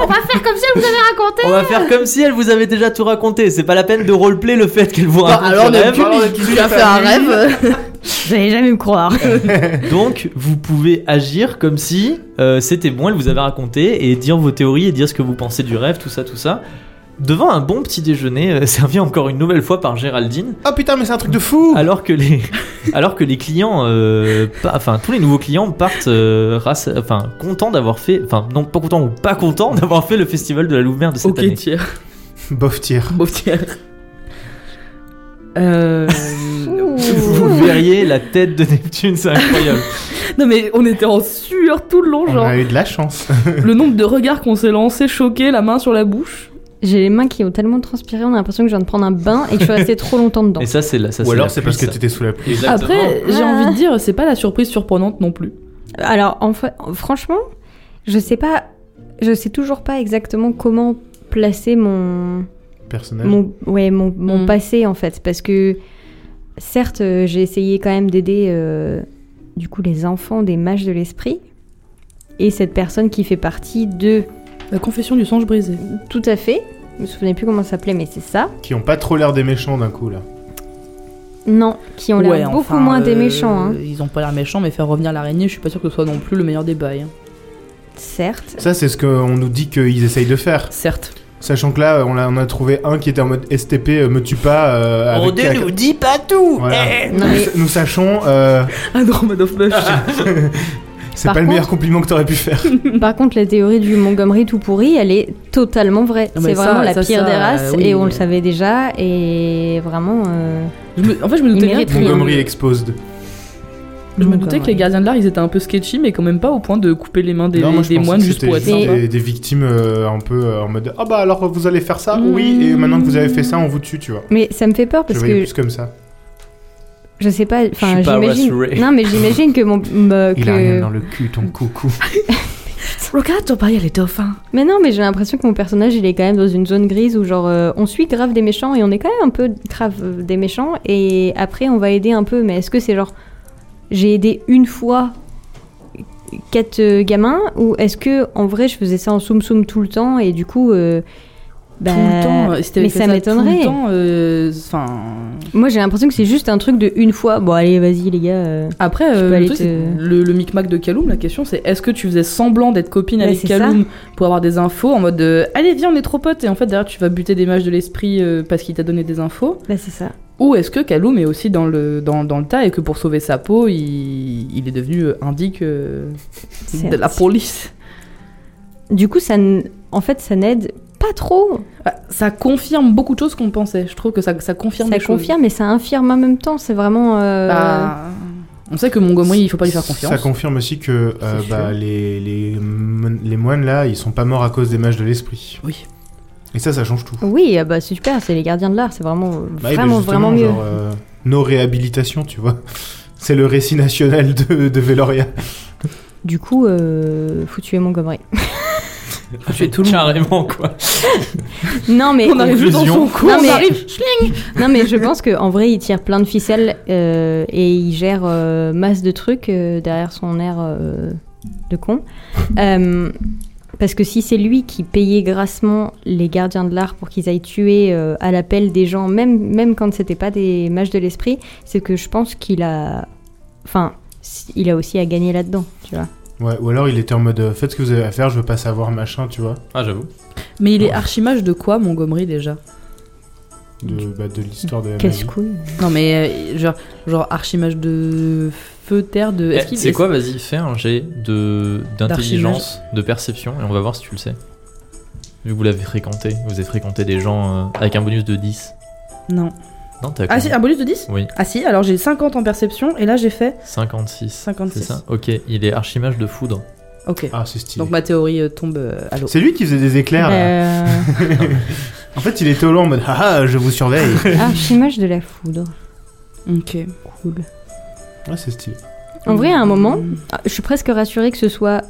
S4: On va faire comme si elle vous avait raconté.
S1: On va faire comme si elle vous avait déjà tout raconté. C'est pas la peine de roleplay le fait qu'elle vous
S2: Bah,
S1: raconte
S2: alors
S1: le rêve.
S2: Neptune,
S3: alors,
S2: il
S3: Neptune,
S2: il
S3: t'as
S2: a fait un
S3: vu
S2: rêve.
S4: Vous allez jamais me croire.
S1: Donc, vous pouvez agir comme si euh, c'était bon, elle vous avait raconté, et dire vos théories, et dire ce que vous pensez du rêve, tout ça, tout ça. Devant un bon petit déjeuner, euh, servi encore une nouvelle fois par Géraldine,
S3: Oh putain, mais c'est un truc de fou.
S1: alors que les, alors que les clients, euh, pas- enfin tous les nouveaux clients partent, euh, race- enfin contents d'avoir fait, enfin non pas contents ou pas contents d'avoir fait le festival de la Louve-Mère de cette
S2: Ok,
S1: année.
S2: tiers.
S3: Bof tir.
S2: Bon, tiers. Euh...
S1: Vous verriez la tête de Neptune, c'est incroyable.
S2: non mais on était en sueur tout le long,
S3: On
S2: genre.
S3: a eu de la chance.
S2: Le nombre de regards qu'on s'est lancés choqués, la main sur la bouche.
S4: J'ai les mains qui ont tellement transpiré, on a l'impression que je viens de prendre un bain et que je suis restée trop longtemps dedans. Euh,
S1: Et ça c'est la, ça
S3: Ou
S1: c'est
S3: alors
S1: la
S3: c'est parce que
S1: pluie, ça.
S3: t'étais sous la pluie.
S1: Exactement.
S2: Après, j'ai
S4: Ah.
S2: envie de dire, c'est pas la surprise surprenante non plus.
S4: Alors, en fa- franchement, je sais pas, je sais toujours pas exactement comment placer mon,
S3: Personnage.
S4: mon, ouais, mon, mon
S2: Mm.
S4: passé en fait, parce que certes, euh, j'ai essayé quand même d'aider euh, du coup les enfants des mages de l'esprit et cette personne qui fait partie de
S2: La confession du songe brisé.
S4: tout à fait. Je me souvenais plus comment ça s'appelait, mais c'est ça.
S3: Qui ont pas trop l'air des méchants d'un coup là.
S4: Non, qui ont l'air beaucoup moins des méchants, hein.
S2: euh, Ils ont pas l'air méchants, mais faire revenir l'araignée, je suis pas sûr que ce soit non plus le meilleur des bails. hein.
S4: certes.
S3: Ça, c'est ce qu'on nous dit qu'ils essayent de faire.
S2: Certes.
S3: Sachant que là, on a, on a trouvé un qui était en mode STP, euh, me tue pas. euh, avec-
S1: dis pas tout
S3: Voilà.
S4: Non, mais-
S3: Nous sachons, euh,
S2: Andromeda of Mush.
S3: c'est pas
S4: Par
S3: le meilleur
S4: contre-
S3: compliment que t'aurais pu faire.
S4: Par contre, la théorie du Montgomery tout pourri, elle est totalement vraie.
S2: Non, mais
S4: C'est
S2: ça,
S4: vraiment la
S2: ça,
S4: pire
S2: ça,
S4: des races
S2: euh, oui,
S4: et on
S2: mais-
S4: le savait déjà. Et vraiment, euh,
S2: Je me- En fait, je me
S4: Il
S2: doutais bien.
S4: mérite
S2: que-
S4: rien.
S3: Montgomery exposed.
S2: Je me
S4: Donc,
S2: doutais
S4: euh,
S2: que les gardiens de l'art, ils étaient un peu sketchy, mais quand même pas au point de couper les mains des,
S3: Non, moi, je
S2: des
S3: pensais
S2: moines
S3: que
S2: juste pour être
S3: c'était
S2: sympa.
S3: des, des victimes euh, un peu euh, en mode Ah bah alors vous allez faire ça
S2: Mmh.
S3: Oui, et maintenant que vous avez fait ça, on vous tue, tu vois.
S4: Mais ça me fait peur
S3: Je
S4: parce
S3: voyais
S4: que
S3: plus comme ça.
S4: je sais pas.
S1: Je
S4: Enfin,
S1: suis pas
S4: j'imagine.
S1: rassuré.
S4: Non, mais j'imagine que mon. bah, que...
S3: le cul, ton coucou.
S2: Regarde, ton père, il est dauphin.
S4: Mais non, mais j'ai l'impression que mon personnage, il est quand même dans une zone grise où genre euh, on suit grave des méchants et on est quand même un peu grave euh, des méchants et après on va aider un peu. Mais est-ce que c'est genre j'ai aidé une fois quatre euh, gamins ou est-ce que en vrai je faisais ça en soum soum tout le temps et du coup euh, bah,
S2: Tout le temps. euh, Si t'avais
S4: mais
S2: fait
S4: ça
S2: Tout
S4: m'étonnerait.
S2: le temps, euh, enfin.
S4: Moi j'ai l'impression que c'est juste un truc de une fois. Bon allez vas-y les gars. euh,
S2: Après,
S4: Tu
S2: euh,
S4: peux
S2: le,
S4: aller
S2: truc,
S4: te-
S2: c'est- le, le micmac de Kaloum, la question c'est est-ce que tu faisais semblant d'être copine
S4: Ouais,
S2: avec
S4: c'est ça.
S2: Kaloum pour avoir des infos en mode euh, allez, viens, on est trop potes, et en fait derrière tu vas buter des mages de l'esprit euh, parce qu'il t'a donné des infos
S4: Bah c'est ça.
S2: Ou est-ce que Kaloum est aussi dans le, dans, dans le tas et que pour sauver sa peau, il, il est devenu euh, indique euh,
S4: C'est
S2: de la
S4: un-
S2: police
S4: Du coup ça n- en fait ça n'aide pas trop.
S2: Ah, Ça confirme beaucoup de choses qu'on pensait. Je trouve que ça, ça confirme
S4: Ça
S2: des choses.
S4: confirme et ça infirme en même temps. C'est vraiment. euh,
S2: Bah, on sait que Montgomery, il faut pas lui faire
S3: Ça
S2: confiance.
S3: confirme aussi que euh,
S2: C'est
S3: bah,
S2: sûr.
S3: les, les, mon- les moines là, ils sont pas morts à cause des mages de l'esprit.
S2: Oui.
S3: Et ça, ça change tout.
S4: Oui, ah bah c'est super, c'est les gardiens de l'art, c'est vraiment,
S3: Bah, et bah,
S4: vraiment,
S3: justement,
S4: vraiment mieux.
S3: genre, euh, nos réhabilitations, tu vois. C'est le récit national de, de Veloria.
S4: Du coup, euh, faut tuer Montgomery.
S2: Faut tuer tout le monde.
S1: Carrément, quoi.
S4: non mais,
S2: On arrive juste dans son
S3: Conclusion.
S2: cou,
S4: Non,
S2: on
S4: mais-
S2: arrive.
S4: non mais je pense que en vrai, il tire plein de ficelles euh, et il gère euh, masse de trucs euh, derrière son air euh, de con. Euh, parce que si c'est lui qui payait grassement les gardiens de l'art pour qu'ils aillent tuer euh, à l'appel des gens, même, même quand c'était pas des mages de l'esprit, c'est que je pense qu'il a, enfin, il a aussi à gagner là-dedans, tu vois.
S3: Ouais, ou alors il était en mode euh, faites ce que vous avez à faire, je veux pas savoir machin, tu vois.
S1: Ah, j'avoue.
S2: Mais il est archimage de quoi, Montgomery, déjà
S3: De, bah, de l'histoire de la magie.
S4: Casse-couille.
S2: Non, mais euh, genre, genre archimage de feu, terre, de. est-ce
S1: Eh,
S2: qu'il-
S1: C'est
S2: est-ce-
S1: quoi Vas-y, fais un jet de d'intelligence, de perception, et on va voir si tu le sais. Vu que vous l'avez fréquenté, vous avez fréquenté des gens euh, avec un bonus de 10.
S2: Non.
S1: Non, t'as
S2: Ah,
S1: combien
S2: si, un bonus de 10
S1: Oui,
S2: Ah, si, alors j'ai 50 en perception et là j'ai fait
S1: 56.
S2: 56.
S1: C'est ça Ok, il est archimage de foudre.
S2: Ok.
S3: Ah, c'est stylé.
S2: Donc
S4: bah,
S2: ma théorie euh, tombe euh, à l'eau.
S3: C'est lui qui faisait des éclairs. là.
S4: Euh,
S3: En fait, il était au loin en mode haha, je vous surveille.
S4: Archimage de la foudre.
S2: Ok.
S4: Cool.
S3: ouais, c'est stylé.
S4: En vrai, à un moment,
S2: Mm.
S4: ah, je suis presque rassurée que ce soit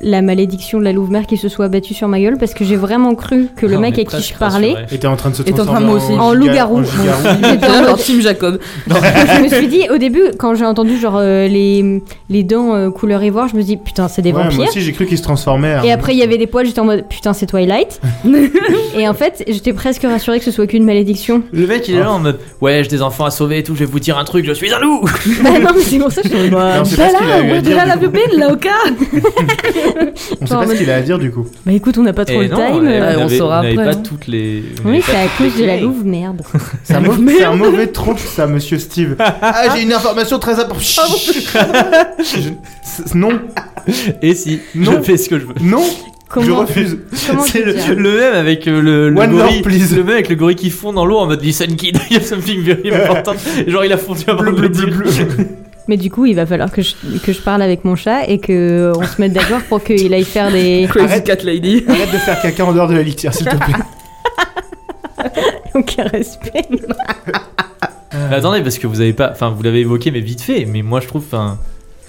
S4: la malédiction de la Louve-Mère qui se soit battue sur ma gueule parce que j'ai vraiment cru que le
S1: Ah, on
S4: mec
S1: est
S4: à qui je
S1: presque
S4: parlais.
S1: rassuré.
S3: Et t'es en train de se
S2: Et t'es en train,
S3: transformer
S2: moi aussi.
S4: En
S3: giga-
S4: loup-garou.
S3: en loup-garou.
S4: J'étais en
S2: Alors,
S4: mode-
S2: Team Jacob.
S4: je me suis dit, au début, quand j'ai entendu genre euh, les, les dents euh, couleur ivoire, je me dis putain, c'est des
S3: Ouais, moi
S4: vampires.
S3: aussi, j'ai cru qu'il se transformait. hein.
S4: Et après, il y avait des poils, j'étais en mode putain, c'est Twilight. et en fait, j'étais presque rassurée que ce soit qu'une malédiction.
S1: Le mec, il est là en mode Ouais, j'ai des enfants à sauver et tout, je vais vous dire un truc, je suis un loup
S4: bah non, mais c'est pour ça que je suis en
S2: Bah,
S4: mode,
S3: Non, c'est pas ce qu'il a eu à dire,
S2: la
S3: du coup.
S2: pupille, là, au cas
S3: On sait pas ce qu'il a à dire du coup.
S4: bah écoute, on n'a pas trop
S1: Et
S4: le
S1: non,
S4: time.
S1: eh, vous
S4: euh.
S2: Ouais, on
S1: n'avez-
S2: saura
S1: vous n'avez
S2: après,
S1: pas
S2: hein.
S1: toutes les. vous n'avez
S4: Oui,
S1: pas
S4: c'est à
S1: toutes
S4: cause
S1: les
S4: de la
S1: clés.
S4: Louve, merde.
S3: C'est un, mau- c'est un mauvais tronche, ça, monsieur Steve. Ah, j'ai une information très importante. Non,
S1: Et Eh, si, je
S3: Non.
S1: fais ce que je veux.
S3: non, je
S4: Comment,
S3: refuse.
S4: comment
S1: C'est
S4: te dire
S1: le, le même avec euh, le, le
S3: One
S1: gorille,
S3: love, please.
S1: le même avec le gorille qui fond dans l'eau en mode listen kid, il y a something very important. Et Genre il a fondu avant
S3: Bleu,
S1: de
S3: bleu,
S1: le
S3: bleu,
S1: dire.
S3: bleu.
S4: Mais du coup, il va falloir que je, que je parle avec mon chat et que on se mette d'accord pour qu'il aille faire des.
S2: Crazy
S3: Arrête.
S2: Cat Lady.
S3: Arrête de faire caca en dehors de la litière, s'il te plaît.
S4: Aucun respect.
S3: Euh,
S1: Mais Bah, attendez parce que vous avez pas, enfin vous l'avez évoqué mais vite fait. Mais moi je trouve, enfin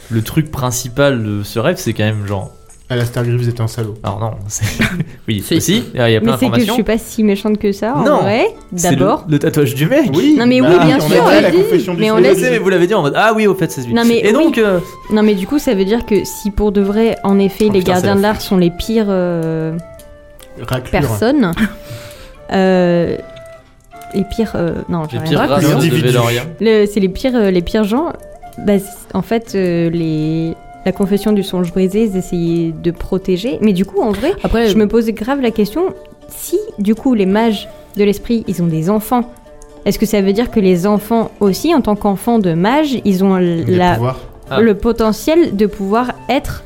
S1: le truc principal de ce rêve c'est quand même genre,
S3: Alastair Griffiths est un salaud.
S1: alors non, c'est- oui
S2: Si.
S1: aussi, il y a plein
S4: Mais c'est que je
S1: d'informations.
S4: suis pas si méchante que ça, en
S1: Non.
S4: vrai.
S1: C'est le-
S4: D'abord.
S1: le, tatouage du mec.
S3: Oui, bah,
S4: Non, mais oui, bien sûr,
S3: on a dit
S4: on
S3: la
S4: l'a dit,
S3: confession du
S4: mais on
S1: Vous
S3: salaud.
S4: l'a
S1: l'avez- mais vous l'avez dit en mode ah oui au fait c'est lui.
S4: Non, mais
S1: et donc euh,
S4: Non, mais du coup, ça veut dire que si pour de vrai, en effet,
S1: Oh,
S4: les
S1: putain,
S4: gardiens
S1: c'est
S4: de
S1: la
S4: l'art sont les pires euh,
S3: Raclure.
S4: personnes, euh, les pires. euh, non, j'ai
S1: les
S4: rien
S1: pires
S4: à dire.
S1: races de
S3: Individu.
S1: Véloria.
S4: Le- C'est les pires, euh, les pires gens. Bah, c'est- en fait, euh, les. La confession du songe brisé, ils essayaient de protéger. Mais du coup, en vrai,
S2: Après,
S3: Euh,
S4: Je me pose grave la question si du coup les mages de l'esprit ils ont des enfants, est-ce que ça veut dire que les enfants aussi en tant qu'enfants de mages ils ont l-
S3: Des
S4: la-
S3: pouvoirs.
S1: Ah.
S4: le potentiel de pouvoir être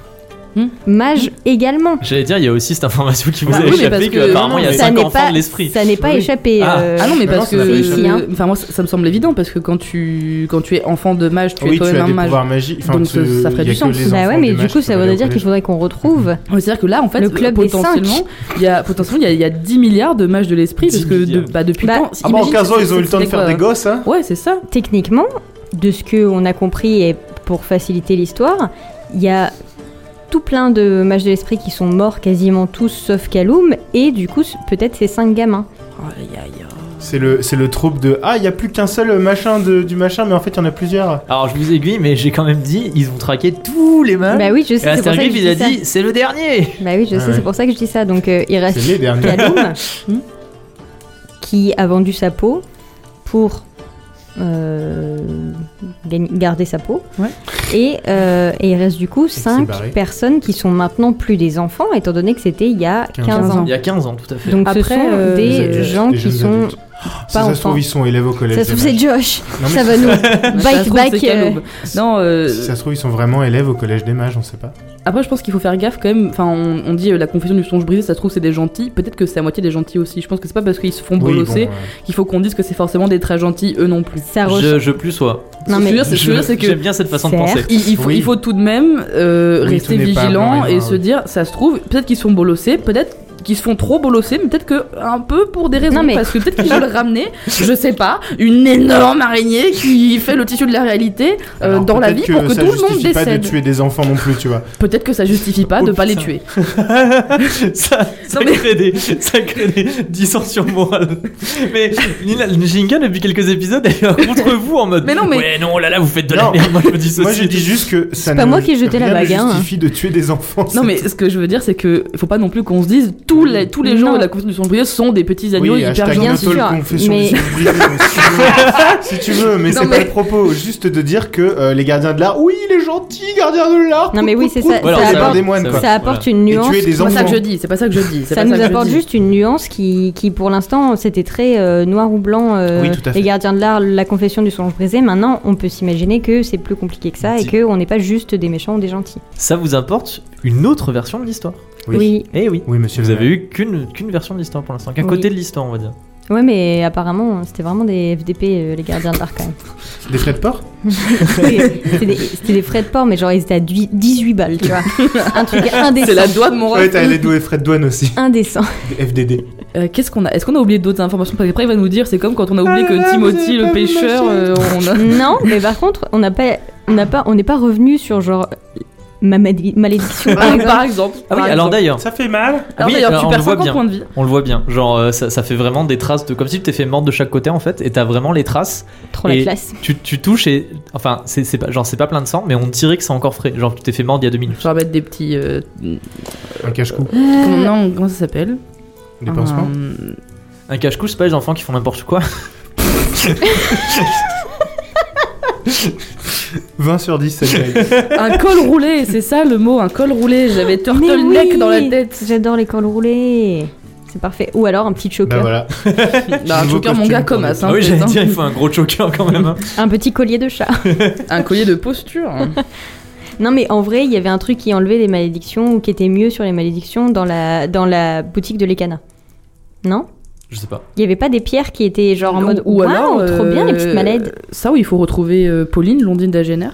S2: Hmm.
S4: Mage également.
S1: J'allais dire, il y a aussi cette information qui vous
S2: Bah
S1: a
S2: oui, mais parce
S1: échappé,
S2: que-
S1: qu'apparemment il y a
S3: non,
S4: ça
S1: 5
S4: n'est
S1: enfants
S4: pas,
S1: de l'esprit.
S4: ça n'est pas
S3: Oui.
S4: échappé.
S1: Ah.
S4: euh,
S2: Ah non, mais
S3: Bah non,
S2: parce
S3: ça
S2: que.
S3: n'a
S4: pas échappé. Si, hein.
S2: Enfin, moi, ça ça me semble évident parce que quand tu, quand tu es enfant de mage, tu es
S3: oui, tu as
S2: toi-même
S3: des
S2: un mage.
S3: pouvoirs magiques.
S2: Donc, ça- ça ferait du sens.
S4: Bah ouais, mais du coup, ça voudrait dire qu'il faudrait qu'on retrouve.
S2: Ouais, C'est-à-dire que là, en fait,
S4: Le club des
S2: potentiellement, il y a, potentiellement, il y a, il y a 10 milliards de mages de l'esprit
S1: 10
S2: parce que de-
S1: milliards.
S2: bah, depuis
S4: Bah,
S2: le temps.
S3: Ah bah, en
S2: imagine
S3: 15 ans,
S2: que
S3: ils ont eu le temps de
S2: c'était
S3: faire
S2: quoi
S3: des gosses, hein
S2: Ouais, c'est ça.
S4: Techniquement, de ce que on a compris et pour faciliter l'histoire, il y a tout plein de mages de l'esprit qui sont morts quasiment tous sauf Kaloum et du coup c- peut-être ces cinq gamins.
S2: Oh, Aïe, aïe, aïe.
S3: C'est le, c'est le troupe de Ah, il n'y a plus qu'un seul machin de- du machin, mais en fait, il y en a plusieurs.
S1: Alors je vous aiguille, mais j'ai quand même dit, ils ont traqué tous les mages.
S4: bah oui,
S1: Ah.
S4: je
S1: et
S4: sais, c'est pour ça que
S1: Astergriff,
S4: je
S1: il
S4: dis
S1: a
S4: ça.
S1: dit, c'est le dernier
S4: Bah oui, je
S3: Ah
S4: sais,
S3: ouais.
S4: c'est pour ça que je dis ça. Donc euh, il reste
S3: C'est les derniers.
S4: Kaloum
S2: Hmm.
S4: qui a vendu sa peau pour euh, gagner- garder sa peau.
S2: Ouais.
S4: Et, euh, et il reste du coup
S3: s'est
S4: 5
S3: barré.
S4: personnes qui sont maintenant plus des enfants, étant donné que c'était il y a 15,
S3: 15
S4: ans.
S2: ans.
S1: Il y a 15 ans, tout à fait.
S4: Donc ce
S2: Après,
S4: sont
S2: euh,
S4: des
S2: les adultes,
S4: gens
S3: Des
S4: qui
S3: jeunes
S4: sont...
S3: adultes. Si ça se
S4: enfants.
S3: trouve, ils sont élèves au collège.
S4: Ça se trouve
S3: des
S4: c'est
S3: mages.
S4: Josh,
S3: Non, mais
S4: ça va
S3: si-
S4: nous...
S2: Ça
S4: Bike
S2: se trouve, c'est
S4: back. euh,
S2: Caleb. Non, euh,
S3: Si ça se trouve, ils sont vraiment élèves au collège des mages, on sait pas.
S2: après, je pense qu'il faut faire gaffe quand même. Enfin, on, on dit euh, la confusion du songe brisé, ça se trouve, c'est des gentils. Peut-être que c'est à moitié des gentils aussi. Je pense que c'est pas parce qu'ils se font
S3: Oui,
S2: bolosser
S3: bon, euh,
S2: qu'il faut qu'on dise que c'est forcément des très gentils, eux non plus.
S4: ça
S1: Je,
S4: ressemble...
S1: je plus sois.
S4: Non
S2: Ce
S4: mais
S2: que je veux dire, c'est- ce que je veux dire, c'est que-
S1: J'aime bien cette façon de penser.
S4: Certes.
S2: Il, il faut,
S3: Oui.
S2: il faut tout de même euh,
S3: Oui,
S2: rester
S3: tout n'est pas blanc
S2: vigilant
S3: et
S2: et
S3: noir,
S2: se
S3: oui.
S2: dire, ça se trouve, peut-être qu'ils se font bolosser, peut-être qu'ils se font trop bolosser, mais peut-être que un peu pour des raisons.
S4: Non, mais-
S2: Parce que peut-être qu'ils veulent ramener, je sais pas, une énorme araignée qui fait le tissu de la réalité euh,
S3: alors,
S2: dans la
S3: peut-être
S2: vie pour que
S3: ça
S2: tout le monde
S3: justifie pas de
S2: décède.
S3: tuer des enfants non plus, tu vois.
S2: Peut-être que ça justifie pas
S1: Oh,
S2: de pas les
S1: putain.
S2: tuer.
S1: ça, ça,
S2: Non, mais-
S1: crée des, ça crée des dissensions morales. Mais Nina, Jinga, depuis quelques épisodes, elle est contre vous en mode
S2: Mais non, mais-
S1: Ouais, non, là, là, vous faites de la
S3: Non.
S1: merde, moi je me dis ceci.
S3: Moi, je dis juste que ça
S4: C'est pas
S3: ne-
S4: moi qui ai jeté la
S3: rien ne
S4: bague, hein.
S3: justifie de tuer des enfants.
S2: Non
S3: c'est
S2: mais
S3: tout.
S2: ce que je veux dire c'est que faut pas non plus qu'on se dise tous les tous les gens
S4: Non.
S2: de la confusion du sang brisé sont des petits agneaux
S3: oui,
S2: hyper
S3: hashtag
S4: bien
S2: gentils.
S3: bientôt le
S4: sûr,
S3: confession
S4: mais-
S3: du sanglier, mais si tu veux- si tu veux, mais
S2: Non,
S3: c'est
S2: mais-
S3: pas le propos. Juste de dire que euh, les gardiens de l'art, oui, les gentils gardiens de l'art.
S4: Non mais oui, c'est ça.
S1: Voilà,
S4: ça
S1: on
S3: c'est
S1: s'en
S3: pas
S4: apporte-
S3: des moines,
S1: ça-
S3: quoi.
S4: ça apporte une
S3: Et
S4: nuance
S3: tuer des
S2: C'est pas ça que
S3: enfants.
S2: je dis, c'est pas ça que je dis. c'est
S4: Ça
S2: pas
S4: nous
S2: que je
S4: apporte
S2: dis.
S4: juste une nuance qui, qui pour l'instant, c'était très euh, noir ou blanc. euh,
S3: Oui, tout à fait.
S4: Les gardiens de l'art, la confession du songe brisé. Maintenant, on peut s'imaginer que c'est plus compliqué que ça et
S1: Dis-
S4: qu'on n'est pas juste des méchants ou des gentils.
S1: Ça vous importe une autre version de l'histoire
S3: Oui.
S1: Eh oui.
S3: Oui, monsieur.
S1: Vous
S3: le
S1: avez
S3: maire.
S1: eu qu'une qu'une version de l'histoire pour l'instant, qu'un
S4: Oui.
S1: côté de l'histoire, on va dire.
S4: Ouais, mais apparemment, c'était vraiment des FDP, euh, les gardiens de l'art quand même.
S3: des frais de port
S4: C'était- c'était des- c'était des frais de port, mais genre ils étaient à dui- 18 balles, tu vois. Un truc
S2: C'est
S4: indécent.
S2: la doigt de mon
S3: Ouais, t'as les doués frais de douane aussi.
S4: Indécent.
S3: Des FDD.
S2: Euh, Qu'est-ce qu'on a Est-ce qu'on a oublié d'autres informations Parce qu'après, il va nous dire, c'est comme quand on a oublié
S3: Ah là là,
S2: que
S3: vous avez
S2: Timothy,
S3: pas
S2: le
S3: vu
S2: pêcheur,
S3: ma chaîne.
S2: euh, on a...
S4: Non, mais par contre, on n'a pas, on n'a pas, on n'est pas revenu sur genre ma madi- malédiction par
S2: Ah,
S4: exemple.
S2: par exemple.
S1: Ah oui,
S2: par
S1: alors
S2: exemple.
S1: d'ailleurs,
S3: Ça fait mal.
S2: Alors
S1: oui,
S2: d'ailleurs,
S1: alors,
S2: tu
S1: on le
S2: perds
S1: voit
S2: 50
S1: bien.
S2: points de vie.
S1: on le voit bien. Genre, euh, ça, ça fait vraiment des traces de. Comme si tu t'es fait mordre de chaque côté en fait, et t'as vraiment les traces.
S4: Trop la
S1: Et-
S4: classe.
S1: Tu, tu touches et. Enfin, c'est c'est pas, genre, c'est pas plein de sang, mais on dirait que c'est encore frais. Genre, tu t'es fait mordre il y a deux minutes.
S2: Je vais mettre des petits. euh,
S3: Un cache-cou.
S2: comment- non, comment ça s'appelle
S3: Euh. Des
S2: Ah.
S3: pansements.
S2: Un-
S1: Un cache-couche, c'est pas les enfants qui font n'importe quoi.
S2: Ah
S3: 20 sur 10, cette bague.
S2: Un col roulé, c'est ça le mot, un col roulé. J'avais
S4: Mais
S2: turtleneck
S4: oui,
S2: dans la tête.
S4: J'adore les cols roulés. C'est parfait. Ou alors un petit choker.
S3: Bah voilà.
S2: Bah, un
S3: Nouveau
S2: choker, mon
S3: costume
S2: gars,
S3: pour
S2: comme
S3: le-
S2: as.
S1: Ah oui, j'allais dire, il faut un gros choker quand même. hein.
S4: Un petit collier de chat.
S2: Un collier de posture.
S4: non, mais en vrai, il y avait un truc qui enlevait les malédictions ou qui était mieux sur les malédictions dans la, dans la boutique de l'Ecana. Non
S1: Je sais pas.
S4: Il n'y avait pas des pierres qui étaient genre en mode
S2: Ou
S4: Waouh,
S2: alors.
S4: trop bien les petites
S2: euh,
S4: malades.
S2: Ça où il faut retrouver euh, Pauline, Londine d'Agener.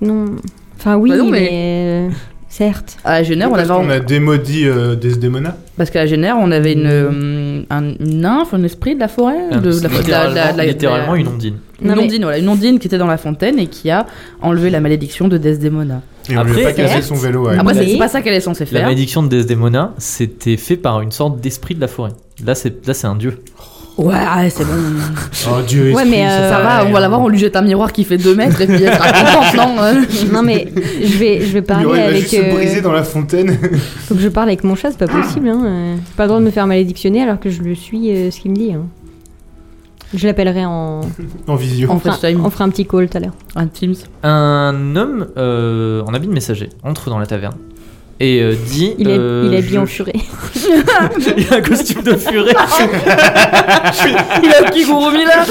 S4: Non. Enfin, oui,
S2: Bah non,
S4: mais. euh,
S2: mais-
S4: certes.
S2: À Agener, on
S3: Parce
S2: avait.
S3: qu'on a démodi euh, des démonas.
S2: Parce qu'à Génère, on avait une, euh, un- une nymphe, un esprit de la forêt, de, de la- de la- de la- de
S1: Littéralement
S2: la-
S1: littéralement une ondine.
S2: Une
S4: Non, mais-
S2: ondine, voilà, une ondine qui était dans la fontaine et qui a enlevé la malédiction de Desdemona.
S3: Et on lui
S1: Après,
S3: a pas cassé
S4: certes.
S3: son vélo. ouais.
S2: Après,
S4: Mais-
S2: c'est- c'est pas ça qu'elle est censée
S1: La
S2: faire.
S1: malédiction de Desdemona, c'était fait par une sorte d'esprit de la forêt. Là, c'est là, c'est un dieu.
S2: Ouais, ah, c'est bon.
S3: Oh Dieu,
S4: Ouais,
S3: esprit,
S4: mais,
S3: ça
S4: euh,
S2: Ça va,
S3: fait
S2: on
S3: mal.
S2: va la voir, on lui jette un miroir qui fait 2 mètres et puis elle sera contente, non hein
S4: Non, mais je vais, je vais
S3: Il
S4: parler
S3: aurait- il va
S4: avec.
S3: juste se
S4: euh,
S3: briser dans la fontaine.
S4: Faut que je parle avec mon chat, c'est pas possible. Hein. euh, J'ai pas le droit de me faire malédictionner alors que je le suis euh, ce qu'il me dit. hein. Je l'appellerai en.
S3: en visio.
S2: En
S4: on fera-
S2: FaceTime.
S4: On fera un petit call tout à l'heure.
S2: Un Teams.
S1: Un homme euh, en habit de messager entre dans la taverne et euh, dit.
S4: Il est,
S1: euh,
S4: il est
S1: je-
S4: bien furé.
S1: il a un costume de furet.
S2: Il a le Kigurumi là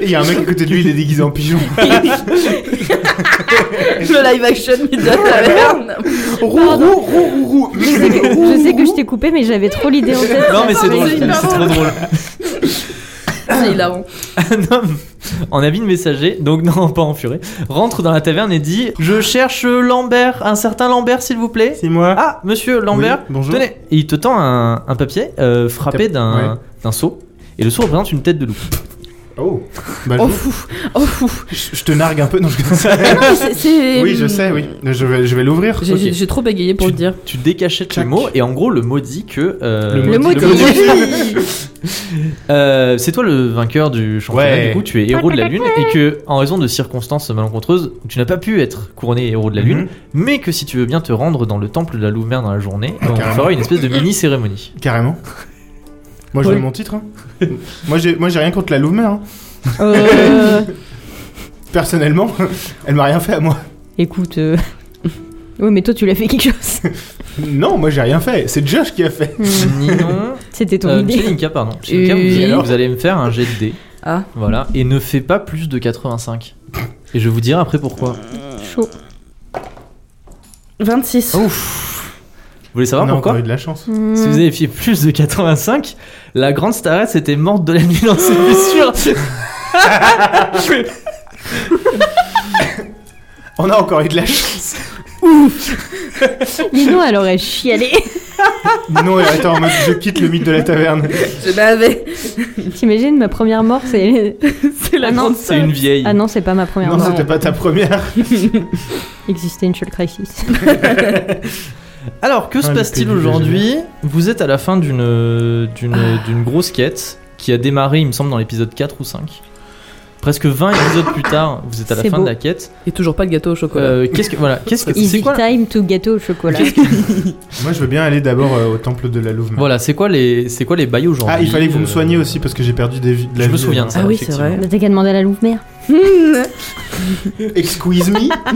S3: Et Il y a un mec à côté de lui, il est déguisé en pigeon.
S2: Le live action Media Taverne
S3: Roux, roux, roux, roux, roux.
S4: Je sais que, je sais que je t'ai coupé, mais j'avais trop l'idée en tête.
S1: non mais c'est drôle,
S2: C'est
S1: c'est
S2: hyper
S1: trop drôle.
S2: C'est hilarant.
S1: Un homme en habit de messager, donc non pas en furet, rentre dans la taverne et dit Je cherche Lambert, un certain Lambert s'il vous plaît.
S3: C'est moi.
S1: Ah, monsieur Lambert,
S3: Oui, bonjour.
S1: tenez. Et il te tend un, un papier euh, frappé d'un
S3: Ouais.
S1: d'un seau. Et le seau représente une tête de loup.
S3: Oh. Bah,
S2: Oh fou Oh fou
S3: je, je te nargue un peu. Non, je
S2: Ah non, mais c'est- c'est- hum,
S3: Oui, je sais, oui. Je vais, je vais l'ouvrir.
S2: J'ai
S1: Ok.
S2: j'ai- j'ai trop bégayé pour
S1: Tu-
S2: le dire.
S1: Tu décachettes le
S3: Tchac.
S1: mot et en gros le mot dit que euh,
S4: Le mot dit-
S1: euh, c'est toi le vainqueur du championnat.
S3: Ouais.
S1: Du coup, tu es héros de la lune et que en raison de circonstances malencontreuses, tu n'as pas pu être couronné héros de la lune,
S3: Mhm.
S1: mais que si tu veux bien te rendre dans le temple de la Louve-Mère dans la journée, on
S3: Ah, carrément.
S1: fera une espèce de mini cérémonie.
S3: Carrément. Moi, je
S2: Ouais.
S3: veux mon titre. hein. moi, j'ai moi, j'ai rien contre la Louvmer. hein.
S4: Euh,
S3: Personnellement, elle m'a rien fait à moi.
S4: écoute. euh, Oui, mais toi, tu l'as fait quelque chose.
S3: Non, moi, j'ai rien fait. C'est Josh qui a fait.
S4: Hmm,
S1: Ninon,
S4: C'était ton
S1: euh,
S4: idée. Euh.
S1: Chelinka, pardon. Chelinka, vous,
S2: Et
S1: allez,
S3: alors
S1: vous allez me faire un jet de dés.
S2: Ah.
S1: Voilà, et ne fais pas plus de 85. Et je vous dirai après pourquoi.
S4: Chaud.
S2: 26.
S3: Oh.
S1: Ouf. Vous voulez savoir
S3: On a
S1: Ah, pourquoi
S3: encore eu de la chance.
S4: Hmm.
S1: Si vous avez fait plus de 85, la grande starette était morte de la nuit dans ses blessures.
S3: On a encore eu de la chance.
S4: Lino, elle aurait chialé.
S3: non, elle était en mode je quitte le mythe de la taverne.
S2: Je l'avais.
S4: T'imagines, ma première mort, c'est.
S2: C'est la
S4: Ah non,
S2: grande
S1: C'est une vieille.
S4: Ah non, c'est pas ma première
S3: Non,
S4: mort.
S3: c'était pas ta première.
S4: Existential crisis.
S1: Alors, que se
S3: Ah, le
S1: passe-t-il
S3: PDG.
S1: aujourd'hui Vous êtes à la fin d'une
S2: Ah.
S1: d'une d'une grosse quête qui a démarré, il me semble, dans l'épisode 4 ou 5. Presque 20 épisodes plus tard, vous êtes à la
S4: C'est
S1: fin
S4: beau.
S1: de la quête.
S2: Et toujours pas de gâteau au chocolat.
S1: Euh, Qu'est-ce que voilà Qu'est-ce que c'est
S4: Easy
S1: quoi
S4: time to gâteau au chocolat.
S3: Moi, je veux bien aller d'abord euh, au temple de la Louvre.
S1: Voilà, c'est quoi les c'est quoi les bails aujourd'hui
S3: Ah, il fallait que vous me
S1: euh,
S3: soigniez aussi parce que j'ai perdu des vies. De la
S1: Je me
S3: vie,
S1: souviens
S3: euh,
S1: de ça.
S2: Ah oui, c'est
S1: effectivement.
S2: vrai.
S4: Bah, T'as qu'à demander à la louve-mère.
S3: Excuse me.
S1: Ah,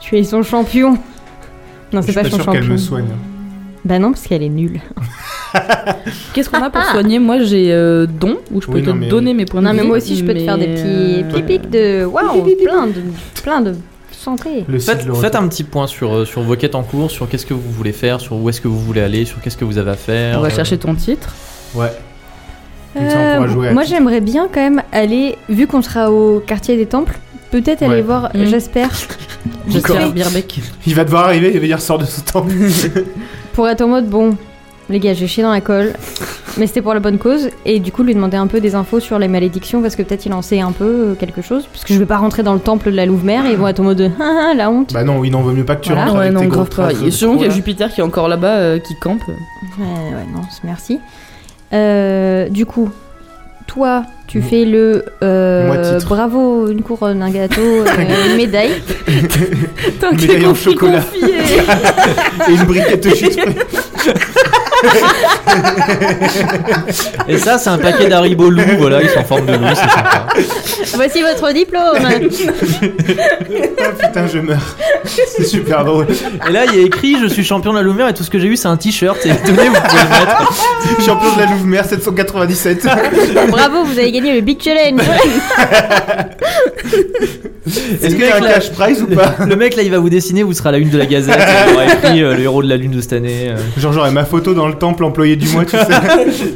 S4: Tu es son champion. Non,
S3: je
S4: c'est
S3: suis pas,
S4: pas, son
S3: sûr
S4: champion.
S3: qu'elle me soigne. hein.
S4: Bah non, parce qu'elle est nulle.
S2: Qu'est-ce qu'on a pour soigner Moi j'ai euh, don où je peux
S3: Oui,
S2: te
S3: non, mais-
S2: donner mes points de
S4: Ah, Non, mais
S2: vie,
S4: moi aussi, je peux te faire des petits,
S2: euh,
S4: petits pics de. Waouh Plein de. Plein de santé.
S3: Le
S1: Faites,
S3: site le
S1: faites un petit point sur, euh, sur vos quêtes en cours, sur qu'est-ce que vous voulez faire, sur où est-ce que vous voulez aller, sur qu'est-ce que vous avez à faire.
S2: On va
S1: euh,
S2: chercher ton titre.
S3: Ouais. Comme ça, on pourra
S4: Euh,
S3: jouer à
S4: moi,
S3: qui.
S4: j'aimerais bien quand même aller, vu qu'on sera au quartier des temples, peut-être aller
S3: Ouais.
S4: voir
S2: Mhm.
S4: Jasper
S2: J'espère Birbeck.
S3: Il va devoir arriver, il va dire sort de ce temple.
S4: pour être en mode bon, les gars, j'ai chié dans la colle, mais c'était pour la bonne cause, et du coup lui demander un peu des infos sur les malédictions parce que peut-être il en sait un peu euh, quelque chose, parce que je vais pas rentrer dans le temple de la Louve-Mère et ils vont être en mode ah, ah, la honte.
S3: bah non, oui, non, vaut mieux pas que tu
S4: Voilà.
S3: rentres
S2: Ouais,
S3: avec
S2: non,
S3: tes gros
S2: grave pas.
S3: traces de
S2: Sûrement qu'il y a
S3: trou, là.
S2: Jupiter qui est encore là-bas, euh, qui campe.
S4: Ouais, ouais, non, c'est- merci. Euh, du coup, toi, tu fais le euh,
S3: Moi, titre.
S4: bravo, une couronne, un gâteau, euh, une médaille.
S3: Médaille en chocolat. Et une briquette de chute.
S1: Et ça, c'est un paquet d'Haribo loup, voilà, ils sont en forme de loup, c'est sympa.
S4: Voici votre diplôme.
S3: Ah putain, je meurs. C'est super drôle.
S1: Et là, il y a écrit Je suis champion de la Louve-Mère et tout ce que j'ai eu, c'est un t-shirt. Et tenez, vous pouvez le mettre.
S3: Champion de la Louvre-Mère 797.
S4: Bravo, vous avez gagné le Big Challenge.
S1: Et le
S3: Est-ce qu'il y a un
S1: mec, là-
S3: cash prize ou pas
S1: Le mec, là, il va vous dessiner, vous serez à la une de la Gazette. Il aura écrit euh, le héros de la lune de cette année. euh.
S3: Genre, j'aurais ma photo dans le temple employé du mois, tu sais.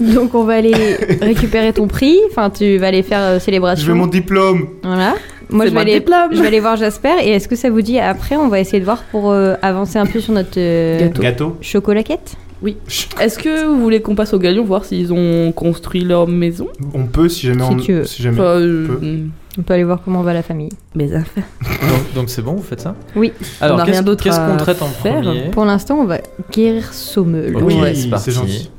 S4: Donc on va aller récupérer ton prix. Enfin, tu vas aller faire euh,
S3: Je
S4: célébration.
S3: veux mon diplôme.
S4: Voilà. Moi, je
S2: C'est
S4: vais,
S2: moi le
S4: aller,
S2: diplôme.
S4: je vais aller voir Jasper. Et est-ce que ça vous dit après, on va essayer de voir pour euh, avancer un peu sur notre euh,
S2: Gâteau.
S3: Gâteau.
S4: chocolat quête
S2: Est-ce que vous voulez qu'on passe au galion voir s'ils ont construit leur maison
S3: On peut si jamais
S4: Si
S3: on.
S4: tu veux.
S3: Si jamais.
S2: Enfin, euh,
S3: peu.
S2: mm,
S4: On peut aller voir comment va la famille.
S2: mes affaires.
S1: Donc, donc c'est bon, vous faites ça
S4: Oui.
S1: Alors,
S2: On a
S1: qu'est-ce
S2: rien d'autre
S1: qu'est-ce qu'on
S2: à
S1: traite en
S2: faire.
S1: premier
S4: Pour l'instant, on va guérir Sommeul.
S1: Ok,
S2: Ouais,
S1: c'est parti.
S3: c'est gentil.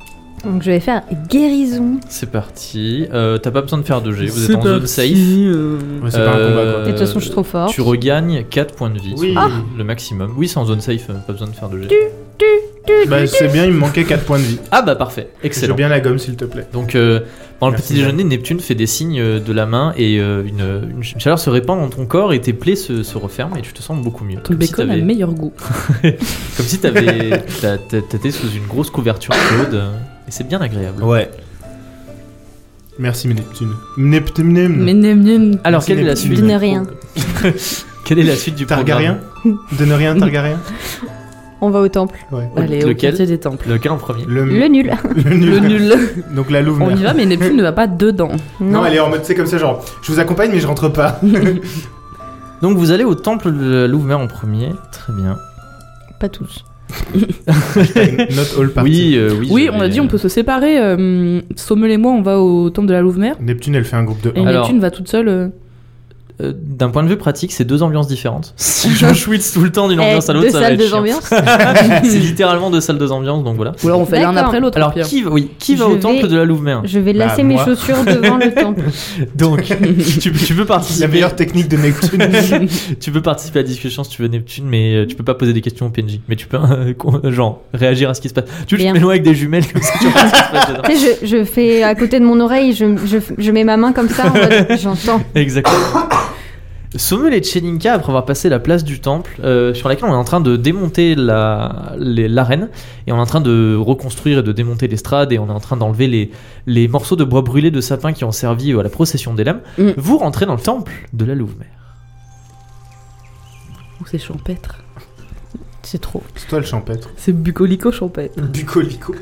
S4: Donc je vais faire guérison.
S1: C'est parti. Euh, T'as pas besoin de faire de G, vous êtes en zone safe.
S3: Ouais, c'est pas un combat quoi.
S1: Euh,
S4: Et de toute façon, je suis trop forte.
S1: Tu regagnes 4 points de vie,
S3: Oui.
S1: soit
S3: Ah.
S1: le maximum. Oui, c'est en zone safe, euh, pas besoin de faire de G.
S3: Bah, c'est bien, il me manquait 4 points de vie.
S1: Ah bah parfait,
S3: Je veux
S1: excellent.
S3: bien la gomme, s'il te plaît.
S1: Donc euh, Pendant le
S3: Merci,
S1: petit déjeuner, Neptune fait des signes euh, de la main et euh, une, une ch- chaleur se répand dans ton corps et tes plaies se, se referment et tu te sens beaucoup mieux.
S2: Ton
S1: Comme si
S2: bacon a
S1: t'avais-
S2: le meilleur goût.
S1: comme si t'avais- t'as- t'as- t'étais sous une grosse couverture chaude euh, et c'est bien agréable.
S3: Ouais. Merci, Neptune. Neptune.
S2: Mais nem, nem.
S1: Alors,
S3: Merci,
S1: quelle est la
S3: Neptune.
S1: suite
S4: De ne rien.
S1: Quelle est la suite du
S3: Targaryen
S1: programme
S3: De ne rien, Targaryen
S4: On va au temple.
S3: Ouais.
S2: Allez, au
S1: Lequel
S2: quartier des temples.
S1: Lequel en premier
S4: Le nul.
S3: Le nul.
S2: Le nul.
S3: Donc la Louve
S2: On y
S3: mère.
S2: va, mais Neptune ne va pas dedans.
S3: Non, elle est en mode, c'est comme ça, genre, je vous accompagne, mais je rentre pas.
S1: Donc vous allez au temple de la Louve-Mère en premier. Très bien.
S4: Pas tous.
S3: Not all party.
S1: Oui, euh, oui.
S2: Oui,
S1: je
S2: on
S1: vais-
S2: a dit on peut se séparer. euh, Sommel et moi, on va au temple de la Louve-Mère.
S3: Neptune, elle fait un groupe de
S2: Et
S1: Alors-
S2: Neptune va toute seule. euh,
S1: Euh, D'un point de vue pratique, c'est deux ambiances différentes. Si je switch tout le temps d'une ambiance à l'autre,
S4: Eh, deux
S1: ça va
S4: salles,
S1: être
S4: deux
S1: chiant.
S4: ambiance.
S1: C'est littéralement deux salles, deux ambiances, donc voilà.
S2: Ou alors on fait l'un
S4: D'accord.
S2: après l'autre.
S1: Alors
S2: au pire.
S1: qui, va- oui, qui va
S4: Je
S1: au temple
S4: vais-
S1: de la Louve-Mère
S4: Je vais
S3: Bah,
S4: lasser mes
S3: moi.
S4: chaussures devant le temple.
S1: Donc tu, peux- tu peux participer.
S3: La meilleure technique de Neptune.
S1: Tu peux participer à la discussion si tu veux Neptune, mais euh, tu peux pas poser des questions au PNJ. Mais tu peux euh, con- euh, genre réagir à ce qui se passe. Tu veux que je
S4: Bien.
S1: te mets loin avec des jumelles comme ça, tu vois ce qui se passe dedans.
S4: tu sais, je, je fais à côté de mon oreille, je, je, je mets ma main comme ça, en mode, j'entends.
S1: Exactement. Sommel et Tchelinka, après avoir passé la place du temple, euh, sur laquelle on est en train de démonter la- les- l'arène, et on est en train de reconstruire et de démonter l'estrade, et on est en train d'enlever les, les morceaux de bois brûlés de sapin qui ont servi à la procession des lames,
S2: Mm.
S1: vous rentrez dans le temple de la Louve-Mère.
S2: Ou c'est champêtre.
S4: C'est trop.
S3: C'est toi le champêtre.
S2: C'est bucolico champêtre.
S3: Bucolico.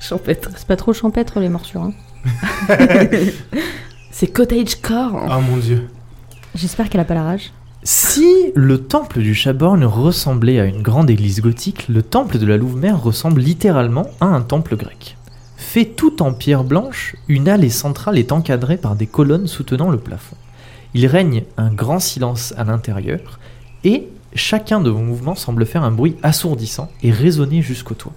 S2: Champêtre.
S4: C'est pas trop champêtre, les morsures. hein.
S2: C'est cottagecore.
S3: Oh mon dieu.
S4: J'espère qu'elle a pas la rage.
S1: Si le temple du Chaborn ressemblait à une grande église gothique, le temple de la Louve-Mère ressemble littéralement à un temple grec. Fait tout en pierre blanche, une allée centrale est encadrée par des colonnes soutenant le plafond. Il règne un grand silence à l'intérieur, et chacun de vos mouvements semble faire un bruit assourdissant et résonner jusqu'au toit.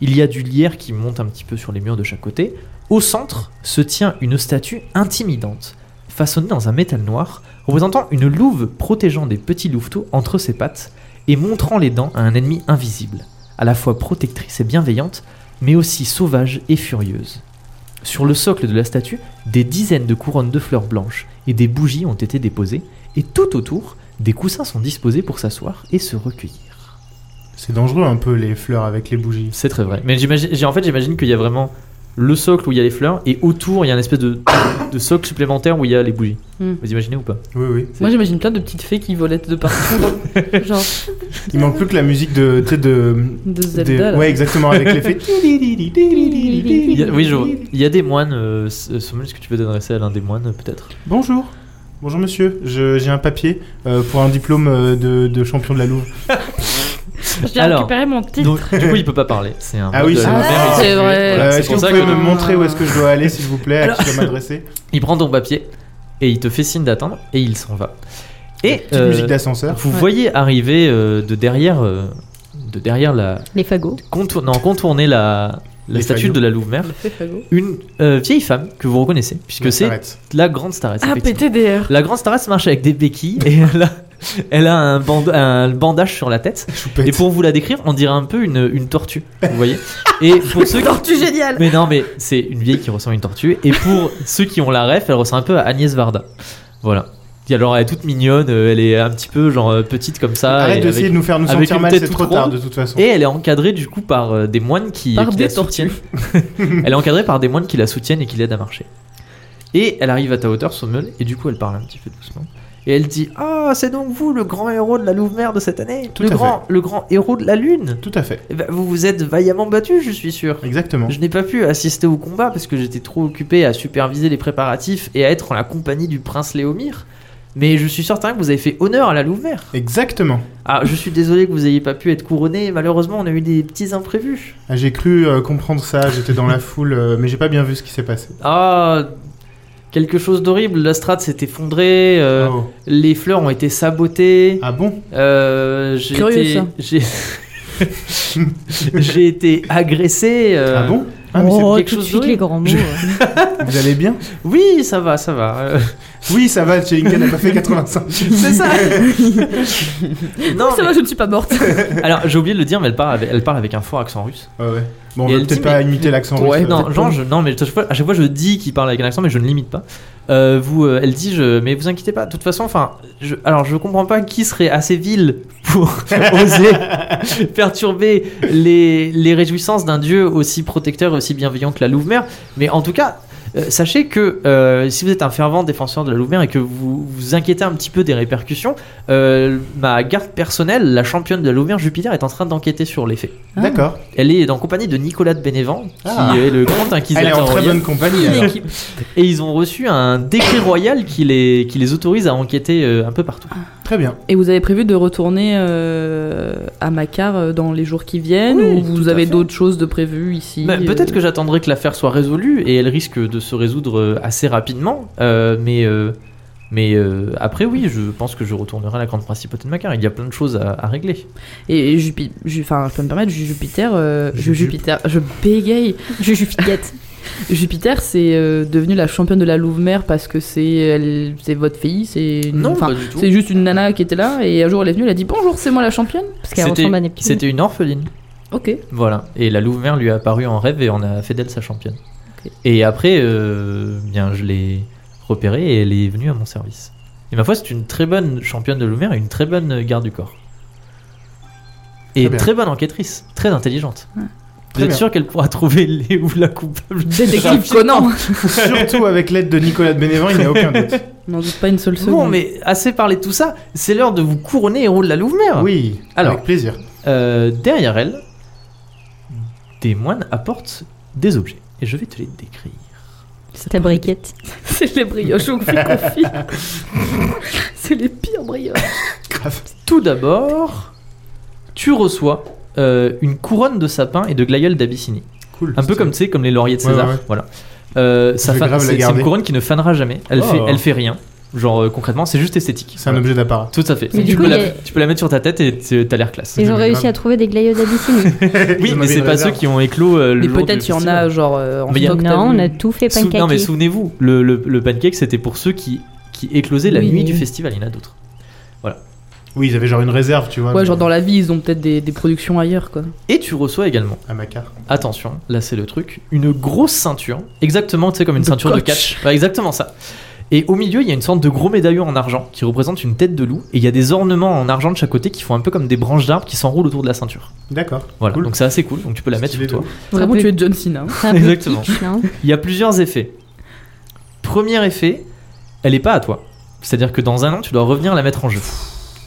S1: Il y a du lierre qui monte un petit peu sur les murs de chaque côté. Au centre se tient une statue intimidante, façonnée dans un métal noir, représentant une louve protégeant des petits louveteaux entre ses pattes et montrant les dents à un ennemi invisible, à la fois protectrice et bienveillante, mais aussi sauvage et furieuse. Sur le socle de la statue, des dizaines de couronnes de fleurs blanches et des bougies ont été déposées, et tout autour, des coussins sont disposés pour s'asseoir et se recueillir.
S3: C'est dangereux un peu les fleurs avec les bougies.
S1: C'est très vrai. Mais j'imagine, j'ai- en fait, j'imagine qu'il y a vraiment le socle où il y a les fleurs, et autour, il y a une espèce de, de socle supplémentaire où il y a les bougies.
S2: Hmm.
S1: Vous imaginez ou pas
S3: Oui, oui.
S2: Moi j'imagine plein de petites fées qui volettent de partout. Genre
S3: Il manque plus que la musique de. Tu sais, de.
S2: de
S3: des-
S2: Zelda. là.
S3: Ouais, exactement, avec l'effet.
S1: Il y a- oui, je vois. Il y a des moines. Euh, S- Sommel, est-ce que tu veux t'adresser à l'un des moines, peut-être
S3: Bonjour. Bonjour monsieur, Je- j'ai un papier euh, pour un diplôme euh, de, de champion de la Louve.
S5: J'ai
S1: Alors,
S5: récupéré mon titre.
S1: Donc, du coup, il peut pas parler. C'est un.
S3: Ah
S1: mode
S3: oui,
S1: de
S3: c'est
S1: la
S3: vrai.
S1: mer, il
S2: C'est
S1: s'est-
S2: vrai.
S1: voilà,
S3: Euh,
S1: c'est
S3: Est-ce que
S1: pour
S3: vous
S1: ça
S3: pouvez
S1: que.
S3: me montrer où est-ce que je dois aller, s'il vous plaît, à qui je dois m'adresser
S1: Il prend ton papier et il te fait signe d'attendre et il s'en va. Et
S3: Petite
S1: euh,
S3: musique d'ascenseur.
S1: vous
S2: Ouais.
S1: voyez arriver euh, de derrière, euh, de derrière la
S4: Les fagots.
S1: contour- non, contourner la, la
S3: Les
S1: statue
S3: fagots.
S1: de la Louve-Mère,
S2: Le fée fagot.
S1: une euh, vieille femme que vous reconnaissez puisque c'est
S3: Arrête.
S1: la grande staresse.
S5: Ah,
S1: effectivement.
S5: PTDR.
S1: La grande staresse marche avec des béquilles et elle a, elle a un, band- un bandage sur la tête.
S3: Choupette.
S1: Et pour vous la décrire, on dirait un peu une, une tortue, vous voyez. Et pour ceux
S5: Tortue géniale.
S1: Mais non, mais c'est une vieille qui ressemble à une tortue. Et pour ceux qui ont la ref, elle ressemble un peu à Agnès Varda. Voilà. Et alors, elle est toute mignonne, euh, elle est un petit peu genre euh, petite comme ça.
S3: Arrête
S1: et,
S3: d'essayer
S1: avec-
S3: de nous faire nous
S1: avec
S3: sentir
S1: une
S3: mal,
S1: tête
S3: c'est
S1: toute
S3: trop tard
S1: ronde.
S3: de toute façon.
S1: et elle est encadrée du coup par euh, des moines qui,
S2: Par
S1: qui
S2: des
S1: la soutiennent. elle est encadrée par des moines qui la soutiennent et qui l'aident à marcher. Et elle arrive à ta hauteur, Sommel, et du coup elle parle un petit peu doucement. Et elle dit Ah, c'est donc vous le grand héros de la Louve-Mère de cette année
S3: Tout
S1: le,
S3: à
S1: grand, le grand héros de la Lune
S3: Tout à fait,
S1: Eh ben, Vous vous êtes vaillamment battu, je suis sûr.
S3: exactement.
S1: Je n'ai pas pu assister au combat parce que j'étais trop occupé à superviser les préparatifs et à être en la compagnie du prince Léomir. Mais je suis certain que vous avez fait honneur à la Louve-Mère.
S3: Exactement.
S1: Ah, je suis désolé que vous n'ayez pas pu être couronné. Malheureusement, on a eu des petits imprévus.
S3: Ah, J'ai cru euh, comprendre ça, j'étais dans la foule, euh, mais j'ai pas bien vu ce qui s'est passé.
S1: Ah, quelque chose d'horrible. La strade s'est effondrée. euh,
S3: Oh.
S1: Les fleurs ont été sabotées.
S3: Ah bon
S1: euh, j'ai
S2: Curieux,
S1: été-
S2: ça.
S1: J'ai... j'ai été agressé. euh,
S3: Ah bon Ah, mais c'est-
S4: oh,
S1: quelque
S4: tout de
S1: chose
S4: suite les
S1: d'horrible.
S4: grands mots. euh.
S3: Vous allez bien
S1: Oui, ça va, ça va. Euh,
S3: Oui, ça va, Chelinka n'a pas fait 85.
S1: C'est ça. non,
S2: Ça va,
S1: mais-
S2: je ne suis pas morte.
S1: alors j'ai oublié de le dire, mais elle part avec, elle part avec un fort accent russe.
S3: Ah Ouais, ouais. Bon, on
S1: Et
S3: va
S1: elle
S3: peut-être
S1: dit,
S3: pas imiter l'accent russe.
S1: Ouais, non,
S3: peut-être
S1: genre,
S3: pas.
S1: je- non, mais à chaque, fois, à chaque fois, je dis qu'il parle avec un accent, mais je ne l'imite pas. Euh, vous, euh, elle dit, je, mais vous inquiétez pas. De toute façon, enfin, je, alors je comprends pas qui serait assez vil pour oser perturber les, les réjouissances d'un dieu aussi protecteur et aussi bienveillant que la Louve-Mère. Mais en tout cas, euh, sachez que euh, si vous êtes un fervent défenseur de la Louve-Mère et que vous vous inquiétez un petit peu des répercussions, euh, ma garde personnelle, la championne de la Louve-Mère, Jupiter, est en train d'enquêter sur les faits.
S3: Ah, D'accord.
S1: Elle est en compagnie de Nicolas de Bénévent, qui
S3: Ah.
S1: est le grand
S3: Elle est
S1: inquisiteur
S3: en très
S1: royal.
S3: bonne compagnie. alors.
S1: Et ils ont reçu un décret royal qui les, qui les autorise à enquêter euh, un peu partout.
S2: Ah.
S3: Très bien.
S2: Et vous avez prévu de retourner euh, à Macar euh, dans les jours qui viennent
S1: Oui,
S2: ou
S1: tout
S2: vous
S1: à
S2: avez
S1: fait.
S2: d'autres choses de prévues ici
S1: Mais
S2: euh,
S1: Bah, Peut-être que j'attendrai que l'affaire soit résolue et elle risque de se résoudre euh, assez rapidement. euh, mais euh, mais euh, après, oui, je pense que je retournerai à la grande principauté de Macar. Il y a plein de choses à, à régler.
S2: Et Jupiter, enfin, je peux me permettre, Ju- Jupiter, euh, Ju-
S3: Ju-
S2: Jupiter, je bégaye.
S4: Je suis fillette.
S2: Jupiter, c'est euh, devenu la championne de la Louve-Mère parce que c'est elle- c'est votre fille, c'est une-
S1: Non,
S2: enfin,
S1: pas du tout.
S2: c'est juste une nana qui était là et un jour elle est venue, elle a dit bonjour, c'est moi la championne.
S4: Parce qu'elle
S1: C'était
S4: ressemble à Neptune.
S1: c'était une orpheline.
S2: Ok.
S1: Voilà. Et la Louve-Mère lui a apparu en rêve et on a fait d'elle sa championne.
S2: Ok.
S1: Et après, euh, bien, je l'ai repérée et elle est venue à mon service. Et ma foi, c'est une très bonne championne de Louve-Mère et une très bonne garde du corps. Et
S3: Très
S1: très,
S3: bien.
S1: bonne enquêtrice, très intelligente. Vous
S3: Très
S1: êtes
S3: bien.
S1: sûr qu'elle pourra trouver les ou la coupable
S2: Détective Conan.
S3: Surtout avec l'aide de Nicolas de Bénévent, il n'y a aucun doute.
S2: N'en doute pas une seule seconde.
S1: Bon, mais assez parlé de tout ça, c'est l'heure de vous couronner héros de la Louve-Mère.
S3: Oui,
S1: Alors.
S3: avec plaisir.
S1: Euh, derrière elle, des moines apportent des objets. Et je vais te les décrire.
S4: Ta briquette.
S2: c'est les brioches on fait confit. c'est les pires brioches.
S3: Grave.
S1: Tout d'abord, tu reçois euh, une couronne de sapin et de glaïeul d'Abyssinie.
S3: Cool.
S1: Un peu comme, tu sais, comme les lauriers de
S3: Ouais,
S1: César.
S3: ouais, ouais.
S1: Voilà. Euh, ça
S3: vais
S1: fa-
S3: grave la
S1: c'est c'est une
S3: garder.
S1: couronne qui ne fanera jamais. Elle,
S3: Oh.
S1: fait, elle fait rien. Genre, euh, concrètement, c'est juste esthétique.
S3: C'est un
S1: Voilà.
S3: objet d'apparat.
S1: Tout à fait.
S4: Mais
S1: Tu
S4: du
S1: peux,
S4: coup,
S1: la,
S4: il y a-
S1: tu peux la mettre sur ta tête et t- t'as l'air classe.
S4: Ils ont
S3: J'en ai
S4: réussi
S3: grave.
S4: à trouver des glaïeux d'Abyssinie.
S1: Oui, mais c'est pas ceux qui ont éclos euh, le
S2: Mais
S1: jour du
S2: peut-être il y en
S1: festival.
S2: a genre euh, en
S1: Mais il y a-
S2: stock, t'as
S4: non, on
S2: vu.
S4: a tout fait
S1: Sou- Non, mais
S4: pancaquer.
S1: souvenez-vous, le, le- le pancake, c'était pour ceux qui, qui éclosaient la
S2: Oui,
S1: nuit
S2: oui.
S1: du festival. Il y en a d'autres.
S3: Oui, ils avaient genre une réserve, tu vois.
S2: Ouais, genre dans la vie, ils ont peut-être des, des productions ailleurs, quoi.
S1: Et tu reçois également
S3: À Macar.
S1: Attention, là c'est le truc, une grosse ceinture, exactement, tu sais, comme une
S2: De
S1: ceinture de
S2: coach.
S1: catch, Ouais, exactement ça. Et au milieu, il y a une sorte de gros médaillon en argent qui représente une tête de loup, et il y a des ornements en argent de chaque côté qui font un peu comme des branches d'arbres qui s'enroulent autour de la ceinture.
S3: D'accord.
S1: Voilà,
S3: Cool.
S1: donc c'est assez cool, donc tu peux la mettre sur
S3: Stylé de
S1: toi.
S2: Vraiment,
S4: peut-
S2: tu es John Cena.
S4: C'est un peu
S1: Exactement.
S4: kitsch, non
S1: Il y a plusieurs effets. Premier effet, elle est pas à toi. C'est-à-dire que dans un an, tu dois revenir la mettre en jeu.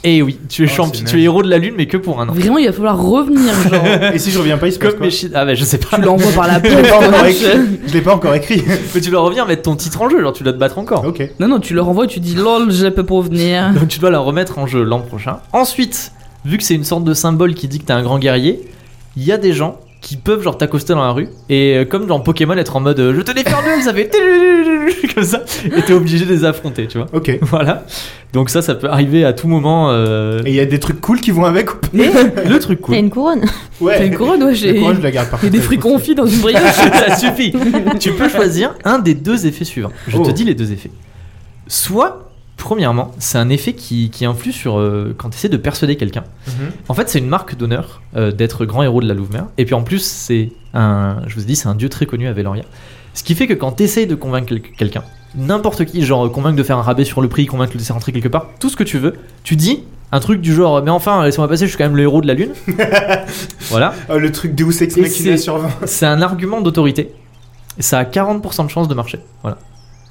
S1: Et oui, tu es,
S3: Oh,
S1: champ-
S3: c'est
S1: tu es
S3: naze. ouf.
S1: héros de la lune, mais que pour un an.
S2: Vraiment, il va falloir revenir, genre.
S3: Et si je reviens pas, il se passe
S1: Comme
S3: quoi
S1: mes chi- Ah, mais je sais pas.
S2: tu l'envoies par la
S3: Je l'ai pas encore
S2: porte.
S3: écrit. Je l'ai pas encore écrit.
S1: Mais tu dois revenir mettre ton titre en jeu, genre tu dois te battre encore.
S3: Ok.
S2: Non, non, tu le renvoies et tu dis lol, je peux pas venir.
S1: Donc tu dois la remettre en jeu l'an prochain. Ensuite, vu que c'est une sorte de symbole qui dit que t'es un grand guerrier, il y a des gens qui peuvent genre t'accoster dans la rue et euh, comme dans Pokémon être en mode euh, je te défends duel, ça fait comme ça et t'es obligé de les affronter, tu vois.
S3: Ok. Et
S1: Voilà. Donc ça, ça peut arriver à tout moment. euh,
S3: il y a des trucs cool qui vont avec ou pas
S1: Et le truc
S4: T'as
S1: cool.
S4: une couronne.
S2: T'as
S3: Ouais.
S2: une couronne, ouais, j'ai.
S3: Le courage, je la garde par
S2: Il y a des
S3: contre.
S2: fruits confits dans une brioche.
S1: ça suffit. tu peux choisir un des deux effets suivants. Je te
S3: Oh.
S1: dis les deux effets. Soit, premièrement, c'est un effet qui, qui influe sur euh, quand tu essaies de persuader quelqu'un.
S3: Mhm.
S1: En fait, c'est une marque d'honneur euh, d'être grand héros de la Louve-Mère. Et puis en plus, c'est un, je vous ai dit, c'est un dieu très connu à Veloria. Ce qui fait que quand t'essayes de convaincre quel- quelqu'un, n'importe qui, genre euh, convaincre de faire un rabais sur le prix, convaincre de laisser rentrer quelque part, tout ce que tu veux, tu dis un truc du genre, mais enfin, laissez-moi passer, je suis quand même le héros de la lune. voilà.
S3: Ah, le truc Deus Ex
S1: Et
S3: Machina
S1: c'est-
S3: sur 20.
S1: C'est un argument d'autorité. Ça a 40% de chance de marcher. Voilà.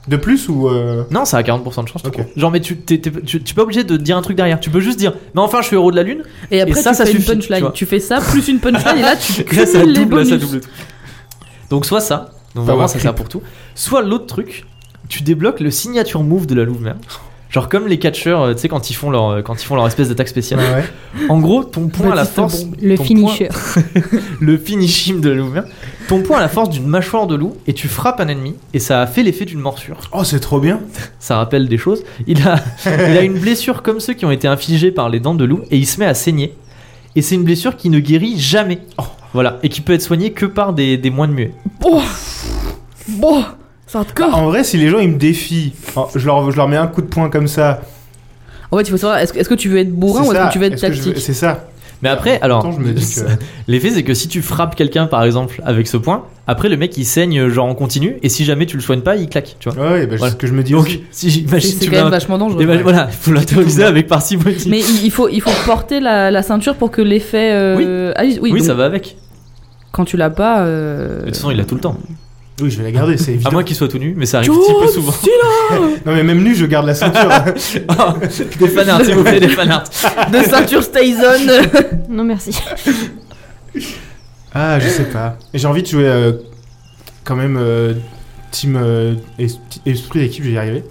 S3: De plus ou. euh,
S1: Non, ça a 40% de chance. tout
S3: Ok.
S1: court. Genre, mais tu t'es t'es- tu- tu es pas obligé de dire un truc derrière. Tu peux juste dire, mais enfin, je suis héros de la lune.
S2: Et après,
S1: ça,
S2: tu
S1: ça
S2: fais
S1: suffit,
S2: une
S1: tu
S2: punchline.
S1: vois.
S2: Tu, fais ça, plus une punchline, et là, tu
S1: Là, ça
S2: cumules les
S1: double,
S2: bonus.
S1: ça double tout. Donc, soit ça, donc
S3: Power
S1: vraiment, ça
S3: creep.
S1: sert pour tout. Soit l'autre truc, tu débloques le signature move de la Louve-Mère. Genre, comme les catcheurs, euh, tu sais, quand, ils font leur euh, quand ils font leur espèce d'attaque spéciale.
S3: Ah ouais.
S1: En gros, ton point à la
S2: Baptiste
S1: force.
S4: Le
S1: ton
S4: finisher.
S1: point- le finishing de la Louve-Mère. Ton point à la force d'une mâchoire de loup et tu frappes un ennemi et ça a fait l'effet d'une morsure.
S3: Oh, c'est trop bien.
S1: ça rappelle des choses. Il a, il a une blessure comme ceux qui ont été infligés par les dents de loup et il se met à saigner. Et c'est une blessure qui ne guérit jamais. Voilà, et qui peut être soigné que par des, des moines muets.
S2: Oh Bon C'est hardcore
S3: En vrai, si les gens ils me défient, enfin, je, leur, je leur mets un coup de poing comme ça.
S2: En fait, il faut savoir, est-ce que, est-ce que tu veux être bourrin
S3: c'est
S2: ou est-ce
S3: ça.
S2: que tu veux être
S3: Est-ce que je veux-
S2: tactique
S3: C'est ça.
S1: Mais après, alors,
S3: Pourtant, Bah, je me dis que-
S1: l'effet c'est que si tu frappes quelqu'un par exemple avec ce point, après le mec il saigne genre en continu, et si jamais tu le soignes pas, il claque, tu vois.
S3: Ouais, ouais, bah, c'est
S1: Voilà.
S3: ce que je me dis
S1: Donc,
S3: aussi.
S1: si j'imagine
S2: C'est
S1: tu
S2: quand même
S1: l'as-
S2: vachement dangereux.
S1: Et ben, voilà, il faut l'autoriser avec parcimonie.
S2: Mais il il faut, il faut porter la, la ceinture pour que l'effet. euh, agisse.
S1: oui,
S2: Oui, donc,
S1: ça va
S3: Euh,
S1: avec.
S2: Quand tu l'as pas. euh,
S1: De toute façon, il l'a tout le temps.
S3: Oui, je vais la garder, c'est évident.
S1: À moins qu'il soit tout nu, mais ça arrive
S2: John
S1: un petit peu souvent.
S3: Non, mais même nu, je garde la ceinture.
S1: Oh, des fanarts, s'il vous plaît, des fanarts.
S2: De ceinture Stason
S4: Non, merci.
S3: ah, je sais pas. Et J'ai envie de jouer euh, quand même euh, team euh, es- esprit d'équipe, je vais y arriver.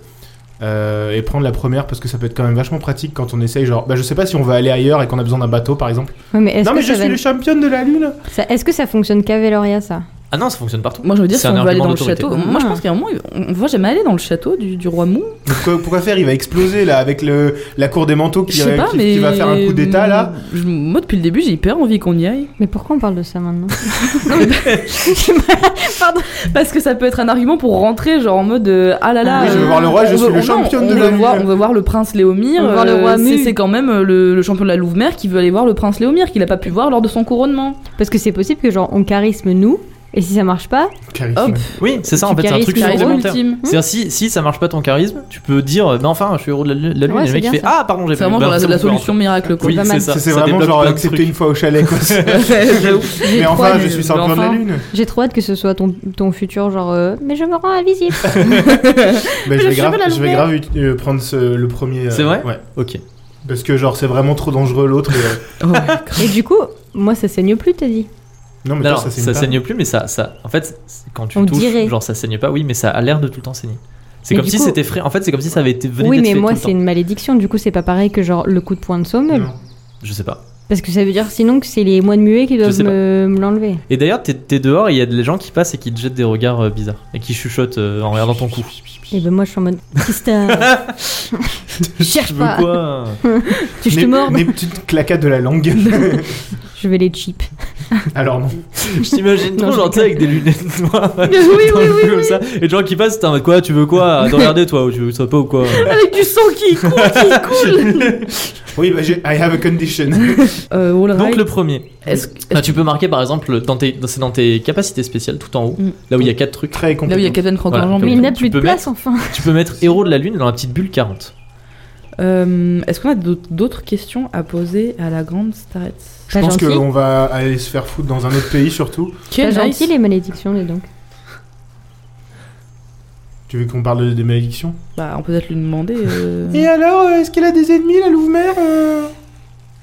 S3: Euh, et prendre la première parce que ça peut être quand même vachement pratique quand on essaye. Genre, bah, je sais pas si on va aller ailleurs et qu'on a besoin d'un bateau par exemple.
S4: Ouais, mais est-ce
S3: Non,
S4: que,
S3: mais je
S4: ça va-
S3: suis le champion de la lune.
S4: ça- est-ce que ça fonctionne qu'à Veloria, ça
S1: Ah non, ça fonctionne partout.
S2: Moi, je veux dire,
S1: C'est
S2: si
S1: un
S2: on veut aller
S1: argument
S2: dans le
S1: d'autorité.
S2: château. Moi, je
S4: Ah.
S2: pense qu'à un moment, on va jamais aller dans le château du, du roi Mou.
S3: Mais Pourquoi, euh, pourquoi faire Il va exploser là avec le, la cour des manteaux qui,
S2: Je sais pas,
S3: qui-
S2: mais.
S3: qui va faire un coup d'état là.
S2: Je- Moi, depuis le début, j'ai hyper envie qu'on y aille.
S4: Mais pourquoi on parle de ça maintenant
S2: Parce que ça peut être un argument pour rentrer, genre en mode euh, ah là là.
S4: Oui, je veux
S2: euh,
S4: voir
S3: le roi, je
S2: on
S3: suis
S2: veut-
S3: le
S2: on- non,
S3: champion
S2: on
S3: de
S2: veut
S3: la
S2: voir-
S3: Louvre.
S2: On veut voir le prince Léomir.
S4: On veut voir le
S2: euh,
S4: roi
S2: c'est-
S4: Mu.
S2: C'est quand même euh, le, le champion de la Louvre-Mère qui veut aller voir le prince Léomir qu'il a pas pu voir lors de son couronnement.
S4: Parce que c'est possible que, genre, on charisme nous, et si ça marche pas,
S2: Hop.
S1: Oui, c'est ça, en fait,
S4: Tu
S1: c'est un
S4: carises
S1: truc
S4: ton
S2: Charisme
S4: rôle
S1: supplémentaire.
S2: ultime.
S1: C'est-à-dire, si, si ça marche pas ton charisme, tu peux dire, euh, mais enfin, je suis héros de la, lu- la lune,
S4: Ouais,
S1: et
S4: c'est
S1: le mec il
S4: bien,
S1: fait,
S4: ça.
S1: ah, pardon, j'ai
S2: C'est
S1: pas
S2: vraiment
S1: vu.
S2: genre la,
S1: Bah,
S2: la
S1: c'est bon,
S2: solution miracle quoi.
S1: Oui,
S4: pas
S1: c'est
S4: mal.
S1: ça.
S3: Ça, c'est
S1: ça
S3: vraiment
S1: débloque
S3: genre
S1: plein de
S3: accepter
S1: trucs.
S3: une fois au chalet quoi. mais
S2: trois
S3: enfin, je
S2: nuls,
S3: suis
S2: mais
S3: champion de la
S2: enfin.
S3: lune.
S4: j'ai trop hâte que ce soit ton, ton futur, genre, euh, mais je me rends invisible.
S3: Bah, je,
S4: Le
S3: vais grave,
S4: cheval à
S3: je vais
S4: l'ouvert.
S3: grave ut- euh, prendre ce- le premier. euh,
S1: C'est vrai
S3: Ouais.
S1: Ok.
S3: Parce que genre c'est vraiment trop dangereux l'autre. et, euh,
S4: et du coup, moi, ça saigne plus, t'as dit.
S3: Non mais
S1: Non,
S3: toi,
S1: non,
S3: ça c'est
S1: ça saigne plus, mais ça, ça, en fait, c'est- quand tu
S4: On
S1: touches,
S4: dirait.
S1: genre ça saigne pas, oui, mais ça a l'air de tout le temps saigner. C'est
S4: Mais
S1: comme
S4: du
S1: si
S4: coup-
S1: c'était frais. En fait, c'est comme si ça avait été venu
S4: Oui,
S1: d'être
S4: mais
S1: fait
S4: moi,
S1: tout le
S4: c'est
S1: temps.
S4: une malédiction. Du coup, c'est pas pareil que, genre, le coup de poing de saumule.
S1: Je sais pas.
S4: Parce que ça veut dire sinon que c'est les moines muets qui doivent
S1: sais pas.
S4: me, me l'enlever.
S1: Et d'ailleurs, t'es t'es dehors, et il y a des gens qui passent et qui te jettent des regards euh, bizarres et qui chuchotent euh, en regardant ton cou.
S4: Et ben moi je suis en mode Christin, cherche
S1: Tu veux
S4: pas,
S1: quoi
S4: tu je te
S3: Mes-
S4: mords,
S3: Mes petites claquades de la langue.
S4: je vais les cheap.
S3: Alors non.
S1: Je t'imagine
S4: Non,
S1: trop
S4: je
S1: gentil avec des lunettes noires. Oui,
S2: oui, oui,
S1: Comme ça. Et des gens qui passent, t'es en mode quoi, tu veux quoi Attends, regardez toi, ou tu veux ça pas ou quoi
S2: Avec du sang qui coule, qui coule.
S3: Oui bah j'ai I have a condition.
S2: Euh,
S4: Ah
S2: all
S4: bah
S1: Donc
S2: right.
S1: le premier.
S2: Est-ce que-
S1: Ah, tu peux marquer par exemple, dans tes, dans- c'est dans tes capacités spéciales, tout en haut,
S2: Mm.
S1: là où il y a quatre trucs.
S3: Très
S2: Là où il y a
S3: compliqué.
S2: Captain Croc
S1: Voilà,
S2: en jambes.
S1: comme-
S4: Mais il n'y a
S1: tu
S4: plus de
S1: peux
S4: place enfin.
S1: Tu peux mettre héros de la lune dans la petite bulle 40.
S2: Euh, Est-ce qu'on a d'aut- d'autres questions à poser à la grande starette
S3: Je
S4: Pas
S3: pense
S4: gentil,
S3: qu'on va aller se faire foutre dans un autre pays surtout.
S4: pas
S2: Quelle
S4: gentil les malédictions les donc.
S3: Tu veux qu'on parle de- des malédictions
S2: Bah, on peut peut-être lui demander. euh,
S3: alors euh, est-ce qu'elle a des ennemis la Louve-mère euh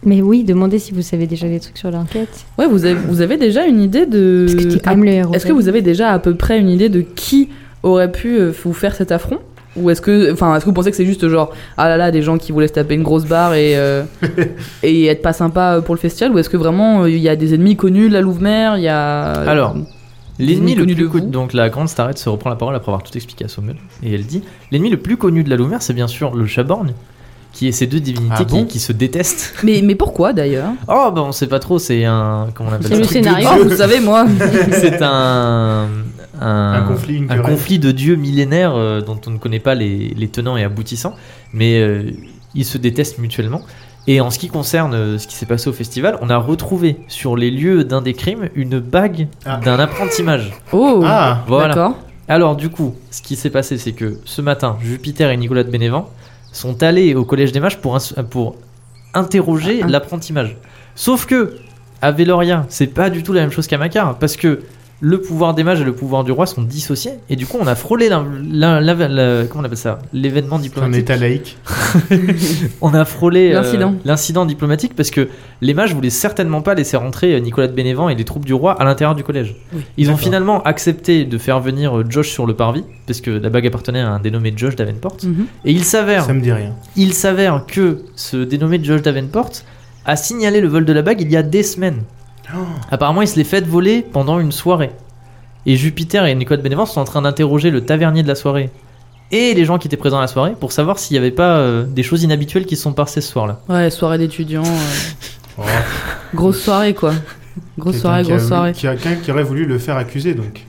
S4: Mais oui, demandez si vous savez déjà des trucs sur l'enquête.
S2: Ouais, vous avez, vous avez déjà une idée de.
S4: Parce que t'es quand
S2: à-
S4: même le héros.
S2: Euh, ah, Est-ce que vous avez déjà à peu près une idée de qui aurait pu euh, vous faire cet affront ou est-ce que, enfin, est-ce que vous pensez que c'est juste genre, ah là là, des gens qui voulaient se taper une grosse barre et, euh, et être pas sympa euh, pour le festival, ou est-ce que vraiment euh, il y a des ennemis connus, la Louve-Mère, il y a.
S1: Alors, L'ennemi le
S2: Connu de
S1: plus connu.
S2: vous.
S1: Donc la grande starette se reprend la parole après avoir tout expliqué à Sommel. Et elle dit L'ennemi le plus connu de la Louvre, c'est bien sûr le Chaborgne, qui est ces deux divinités
S3: Ah bon
S1: qui, qui se détestent.
S2: mais, mais pourquoi d'ailleurs
S1: Oh, bah on sait pas trop, c'est un. Comment on appelle
S4: C'est
S1: ça
S4: le scénario.
S2: Oh, vous savez, moi
S1: C'est un, un,
S3: Un conflit, une
S1: un
S3: querelle.
S1: conflit de dieux millénaires euh, dont on ne connaît pas les, les tenants et aboutissants, mais euh, ils se détestent mutuellement. Et en ce qui concerne euh, ce qui s'est passé au festival, on a retrouvé sur les lieux d'un des crimes une bague
S3: Ah.
S1: d'un apprenti mage.
S2: Oh
S3: Ah
S1: Voilà.
S2: D'accord.
S1: Alors du coup, ce qui s'est passé, c'est que ce matin, Jupiter et Nicolas de Bénévent sont allés au collège des mages pour, ins- euh, pour interroger
S2: Ah.
S1: l'apprenti mage. Sauf que à Véloria, c'est pas du tout la même chose qu'à Macar, parce que le pouvoir des mages et le pouvoir du roi sont dissociés, et du coup, on a frôlé l'in- l'in- l'in- la- comment on appelle ça l'événement
S3: C'est un
S1: diplomatique.
S3: état laïque.
S1: On a frôlé euh,
S2: L'incident.
S1: l'incident diplomatique parce que les mages voulaient certainement pas laisser rentrer euh, Nicolas de Bénévent et les troupes du roi à l'intérieur du collège.
S2: Oui.
S1: Ils ont
S3: D'accord.
S1: finalement accepté de faire venir euh, Josh sur le parvis parce que la bague appartenait à un dénommé Josh Davenport.
S2: Mhm.
S1: Et il s'avère,
S3: Ça me dit rien.
S1: il s'avère que ce dénommé Josh Davenport a signalé le vol de la bague il y a des semaines.
S3: Oh.
S1: Apparemment, il se l'est fait voler pendant une soirée. Et Jupiter et Nicolas de Bénévent sont en train d'interroger le tavernier de la soirée et les gens qui étaient présents à la soirée pour savoir s'il n'y avait pas euh, des choses inhabituelles qui se sont passées ce soir-là.
S2: Ouais, soirée d'étudiants. euh,
S3: Oh.
S2: Grosse soirée, quoi. Grosse
S3: Quelqu'un
S2: soirée,
S3: qui a
S2: grosse
S3: voulu-
S2: soirée.
S3: qui a- Quelqu'un qui aurait voulu le faire accuser, donc.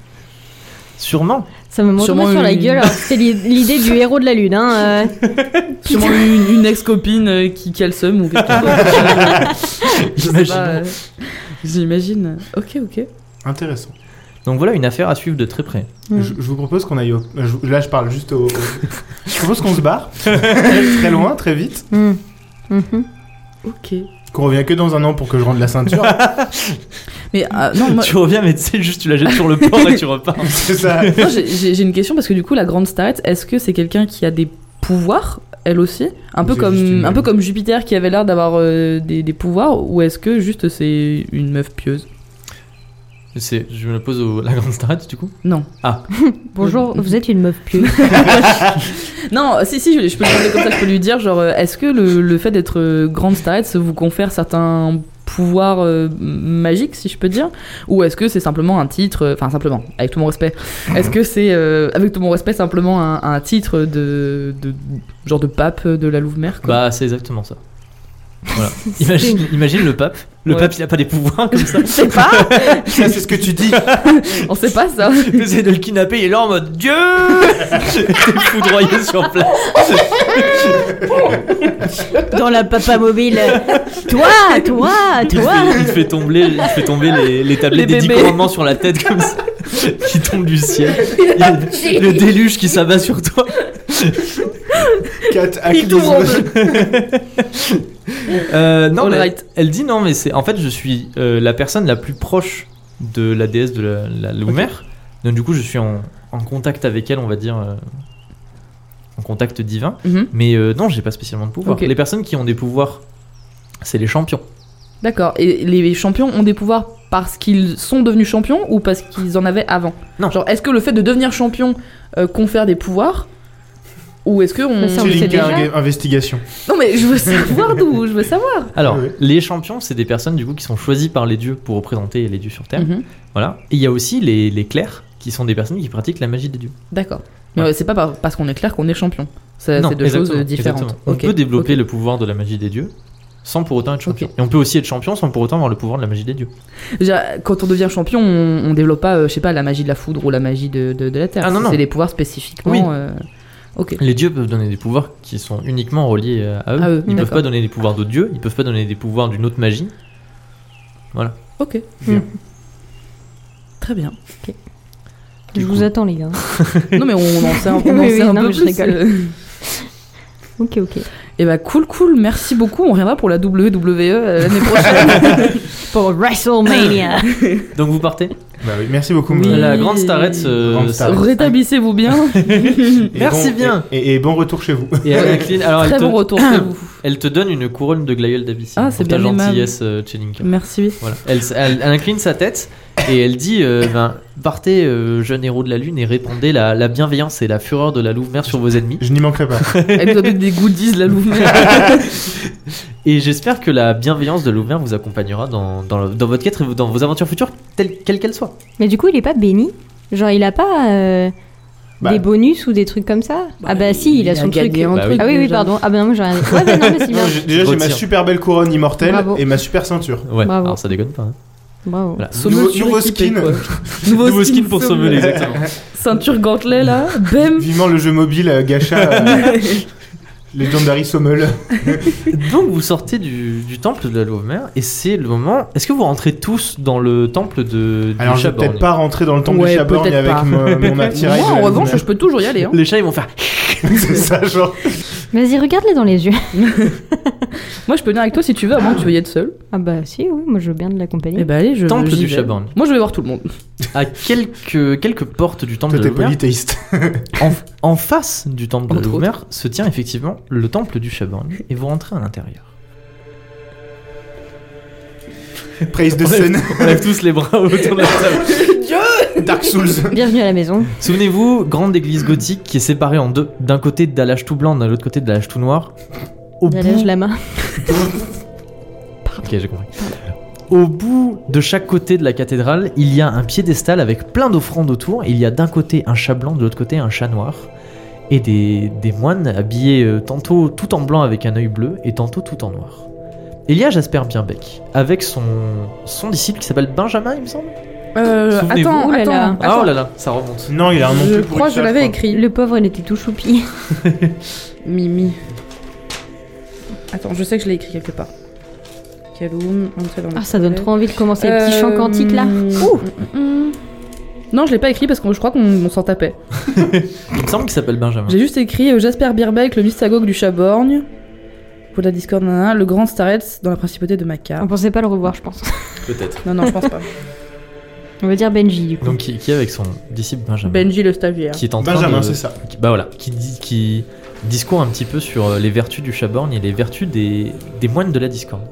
S1: Sûrement.
S4: Ça me monte
S2: Sûrement
S4: sur la
S2: une-
S4: gueule. alors que C'était l'i- l'idée du héros de la lune. Hein, euh.
S2: Sûrement une, une ex-copine euh, qui calsomme ou quelque chose. Je sais pas, euh, J'imagine. Ok, ok.
S3: Intéressant.
S1: Donc voilà une affaire à suivre de très près.
S4: Mm.
S3: Je, je vous propose qu'on aille au. je- là, je parle juste au. au- je propose qu'on se barre. très loin, très vite.
S4: Mm. Mhm.
S2: Ok.
S3: Qu'on revient que dans un an pour que je rende la ceinture.
S2: Mais euh, non, moi,
S1: Tu reviens, mais tu sais, juste tu la jettes sur le port et tu repars.
S3: C'est ça.
S2: moi, j'ai- j'ai j'ai une question parce que du coup, la grande starette, est-ce que c'est quelqu'un qui a des pouvoirs elle aussi, un peu
S3: C'est juste
S2: comme
S3: une-
S2: un peu comme Jupiter qui avait l'air d'avoir euh, des, des pouvoirs, ou est-ce que juste c'est une meuf pieuse
S1: C'est, je me la pose au la grande starette du coup.
S2: Non.
S4: Bonjour,
S2: Euh,
S4: vous êtes une meuf pieuse.
S2: Non, euh, si, si, je, je peux lui demander comme ça, je peux lui dire, genre, euh, est-ce que le, le fait d'être euh, grande starette ça vous confère certains pouvoirs euh, magiques, si je peux dire Ou est-ce que c'est simplement un titre, euh, enfin, simplement, avec tout mon respect, est-ce que c'est, euh, avec tout mon respect, simplement un, un titre de, de- genre de pape de la Louve-Mère, quoi
S1: Bah c'est exactement ça. Voilà. Imagine, imagine le pape. Le
S2: Ouais.
S1: pape il a pas des pouvoirs comme ça.
S2: Je sais pas,
S3: Ça, c'est ce que tu dis.
S2: on sait pas ça.
S1: T'essayes de le kidnapper, il est là en mode Dieu T'es foudroyé sur place.
S4: Dans la papa mobile. toi, toi,
S1: Il te
S4: toi.
S1: fait, il te fait tomber, il te fait tomber les, les tablettes
S2: Les
S1: des 10
S2: bébés.
S1: commandements sur la tête comme ça, qui tombent du ciel. Il y a le déluge qui s'abat sur toi.
S3: 4
S2: Il t'ouvre en deux.
S1: Euh, non, mais
S2: Alright.
S1: elle dit non, mais c'est en fait je suis euh, la personne la plus proche de la déesse de la, la Loumère. Donc du coup je suis en, en contact avec elle, on va dire, euh, en contact divin.
S2: Mhm,
S1: Mais euh, non, j'ai pas spécialement de pouvoir.
S2: Ok.
S1: Les personnes qui ont des pouvoirs, c'est les champions.
S2: D'accord, et les champions ont des pouvoirs parce qu'ils sont devenus champions ou parce qu'ils en avaient avant
S1: Non.
S2: Genre, est-ce que le fait de devenir champion euh, confère des pouvoirs Ou est-ce que on...
S4: Mais ça, on le sait
S3: Chilling
S4: déjà.
S3: investigation.
S2: Non mais je veux savoir d'où, je veux savoir.
S1: Alors,
S3: Oui, oui.
S1: les champions, c'est des personnes du coup qui sont choisies par les dieux pour représenter les dieux sur
S2: Mhm.
S1: terre. Voilà. Et il y a aussi les, les clercs qui sont des personnes qui pratiquent la magie des dieux.
S2: D'accord. Mais
S1: Ouais.
S2: euh, c'est pas par- parce qu'on est clair qu'on est champion. Ça,
S1: Non,
S2: C'est deux choses
S1: exactement,
S2: euh, différentes.
S1: exactement. On
S2: Ok,
S1: peut développer
S2: ok.
S1: le pouvoir de la magie des dieux sans pour autant être champion.
S2: Ok.
S1: Et on peut aussi être champion sans pour autant avoir le pouvoir de la magie des dieux.
S2: Je veux dire, Quand on devient champion, on, on développe pas, euh, je sais pas, la magie de la foudre ou la magie de, de- de la terre.
S1: Ah, non, non.
S2: C'est des pouvoirs spécifiquement.
S1: Oui.
S2: euh, Ok.
S1: Les dieux peuvent donner des pouvoirs qui sont uniquement reliés euh, à eux.
S2: À eux,
S1: ils peuvent
S2: d'accord.
S1: pas donner des pouvoirs d'autres dieux, ils peuvent pas donner des pouvoirs d'une autre magie.
S2: Ok. Hmm.
S3: Bien.
S2: Très bien.
S4: Je vous attends, les gars.
S2: Non mais on en sait un, on en
S4: Oui,
S2: sait
S4: oui,
S2: un
S4: non,
S2: peu
S4: mais je
S2: plus.
S4: rigole.
S2: euh.
S4: Ok, ok.
S2: Eh bah cool, cool, merci beaucoup. On reviendra pour la WWE euh, l'année prochaine.
S4: Pour WrestleMania.
S1: Donc vous partez
S3: Bah oui, merci beaucoup.
S2: Oui. Mm.
S3: Mélanie.
S1: La grande starette. euh,
S3: Grande
S1: ça-
S3: starette.
S2: Rétablissez-vous bien.
S3: Et
S1: Merci
S3: bon-
S1: bien.
S3: Et, et bon retour chez vous.
S1: Et elle incline- alors, elle
S2: Très
S1: Ah, te-
S2: bon retour chez vous.
S1: Elle te donne une couronne de glaïeul d'Abyssinie
S2: Ah, c'est
S1: pour ta
S2: bien aimable.
S1: gentillesse, euh, Tchelinka.
S2: Merci.
S1: Voilà. Elle, s- elle- elle incline sa tête et elle dit euh, ben, Partez, euh, jeune héros de la lune, et répandez la, la bienveillance et la fureur de la louve-mère sur vos ennemis.
S3: Je n'y manquerai pas.
S2: Elle nous a donné des goodies, la louve
S1: Et j'espère que la bienveillance de la louve-mère vous accompagnera dans, dans, le- dans votre quête et dans vos aventures futures, telles- quelles qu'elles soient.
S4: Mais du coup, il est pas béni. Genre, il a pas euh,
S3: Bah.
S4: des bonus ou des trucs comme ça Ah bah si, il, a son truc.
S2: gagné un
S1: Bah
S2: truc.
S4: Ah oui, oui,
S2: déjà.
S4: pardon. Ah bah non, moi j'ai rien. Ouais, bah non, mais c'est
S3: Non,
S4: bien.
S3: j'ai- déjà, j'ai ma
S1: Retire.
S3: super belle couronne immortelle
S4: Bravo.
S3: et ma super ceinture.
S1: Ouais,
S4: Bravo.
S1: alors ça déconne pas. hein.
S4: Bravo.
S1: Voilà.
S2: Sommel
S3: Nouveau-
S2: suréquipé,
S3: nouveau skin.
S2: quoi.
S1: Nouveau, skin pour Sommel, exactement.
S2: Ceinture gantelet là, bim.
S3: Vivement le jeu mobile euh, Gacha euh, Legendary Sommel.
S1: Donc vous sortez du, du temple de la louve-mère et c'est le moment. Est-ce que vous rentrez tous dans le temple de
S3: Alors,
S1: du
S3: je vais
S1: Chaborgne
S3: peut-être pas rentrer dans le temple
S2: Ouais,
S3: du Chaborgne
S2: peut-être
S3: avec
S2: pas.
S3: mon, mon attirail.
S2: Moi en
S3: de-
S2: revanche, je peux toujours y aller. hein.
S1: Les chats ils vont faire
S3: C'est ça, genre.
S4: Vas-y, regarde-les dans les yeux.
S2: Moi je peux venir avec toi si tu veux, à moins que tu veuilles être seul.
S4: Ah bah si, oui, moi je veux bien de l'accompagner.
S2: Et bah allez, je.
S1: Temple
S2: j'y
S1: du
S2: vais.
S1: Chaborgne.
S2: Moi je vais voir tout le monde.
S1: à quelques, quelques portes du temple de
S3: Toi, t'es
S1: la Louve-Mère.
S3: polythéiste.
S1: En, en face du temple de la
S2: Entre
S1: Louve-Mère se tient effectivement le temple du Chaborgne et vous rentrez à l'intérieur.
S3: Praise the
S1: On lève-
S3: Sun.
S1: On lève tous les bras autour de la table.
S3: Dark Souls.
S4: Bienvenue à la maison.
S1: Souvenez-vous, grande église gothique qui est séparée en deux. D'un côté d'Alage tout blanc, de l'autre côté d'Alage tout noir. Au bout...
S4: Allège la main.
S1: Ok, j'ai compris. Au bout de chaque côté de la cathédrale, il y a un piédestal avec plein d'offrandes autour. Il y a d'un côté un chat blanc, de l'autre côté un chat noir. Et des, des moines habillés euh, tantôt tout en blanc avec un œil bleu et tantôt tout en noir. Elia Jasper Birbeck avec son, son disciple qui s'appelle Benjamin, il me semble.
S2: Euh,
S1: Souvenez-vous.
S2: attends,
S4: Oh là
S2: attends,
S4: là.
S1: Ah
S2: attends.
S1: oh là là, ça remonte.
S3: Non, il a un nom
S2: je
S3: plus pour
S2: crois
S3: une
S2: que je
S3: salle, crois.
S2: l'avais écrit.
S4: Le pauvre, il était tout choupi.
S2: Mimi. Attends, je sais que je l'ai écrit quelque part. Kaloum, on sait dans le
S4: Ah, ça donne
S2: palais.
S4: trop envie de commencer le petit chant
S2: Euh,
S4: quantique là.
S2: mm,
S4: Ouh
S2: mm, mm. Non, je l'ai pas écrit parce que je crois qu'on on s'en tapait.
S1: Il me semble qu'il s'appelle Benjamin.
S2: J'ai juste écrit euh, Jasper Birbeck, le mystagogue du Chaborgne, pour la Discord, nanana, le grand Starets dans la principauté de Maca.
S4: On pensait pas le revoir, je pense.
S1: Peut-être.
S2: Non, non, je pense pas.
S4: On va dire Benji du coup.
S1: Donc qui, qui est avec son disciple Benjamin.
S2: Benji le stagiaire.
S1: Qui est en train
S3: Benjamin,
S1: de-
S3: c'est ça.
S1: qui- bah voilà, qui, dit- qui discourt un petit peu sur euh, les vertus du Chaborgne et les vertus des, des moines de la discorde.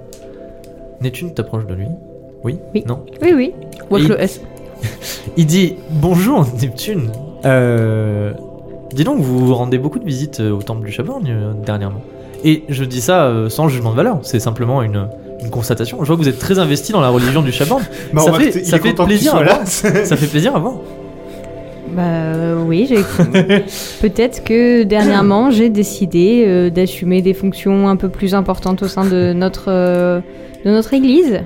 S1: Nétune t'approche de lui. Oui,
S4: Oui.
S1: Non
S4: Oui, oui.
S2: Watch
S1: Et-
S2: le S.
S1: Il dit Bonjour Neptune. Euh, dis donc, vous vous rendez beaucoup de visites euh, au temple du Chaborgne euh, dernièrement. Et je dis ça euh, sans jugement de valeur, c'est simplement une, une constatation. Je vois que vous êtes très investi dans la religion du Chaborgne.
S3: Bah,
S1: Ça
S3: on va
S1: fait-
S3: rester- il
S1: ça
S3: est
S1: fait
S3: content que tu
S1: plaisir,
S3: sois
S1: alors.
S3: là.
S1: Ça fait plaisir à voir.
S4: Bah euh, oui, j'ai. Peut-être que dernièrement, j'ai décidé euh, d'assumer des fonctions un peu plus importantes au sein de notre euh, de notre église.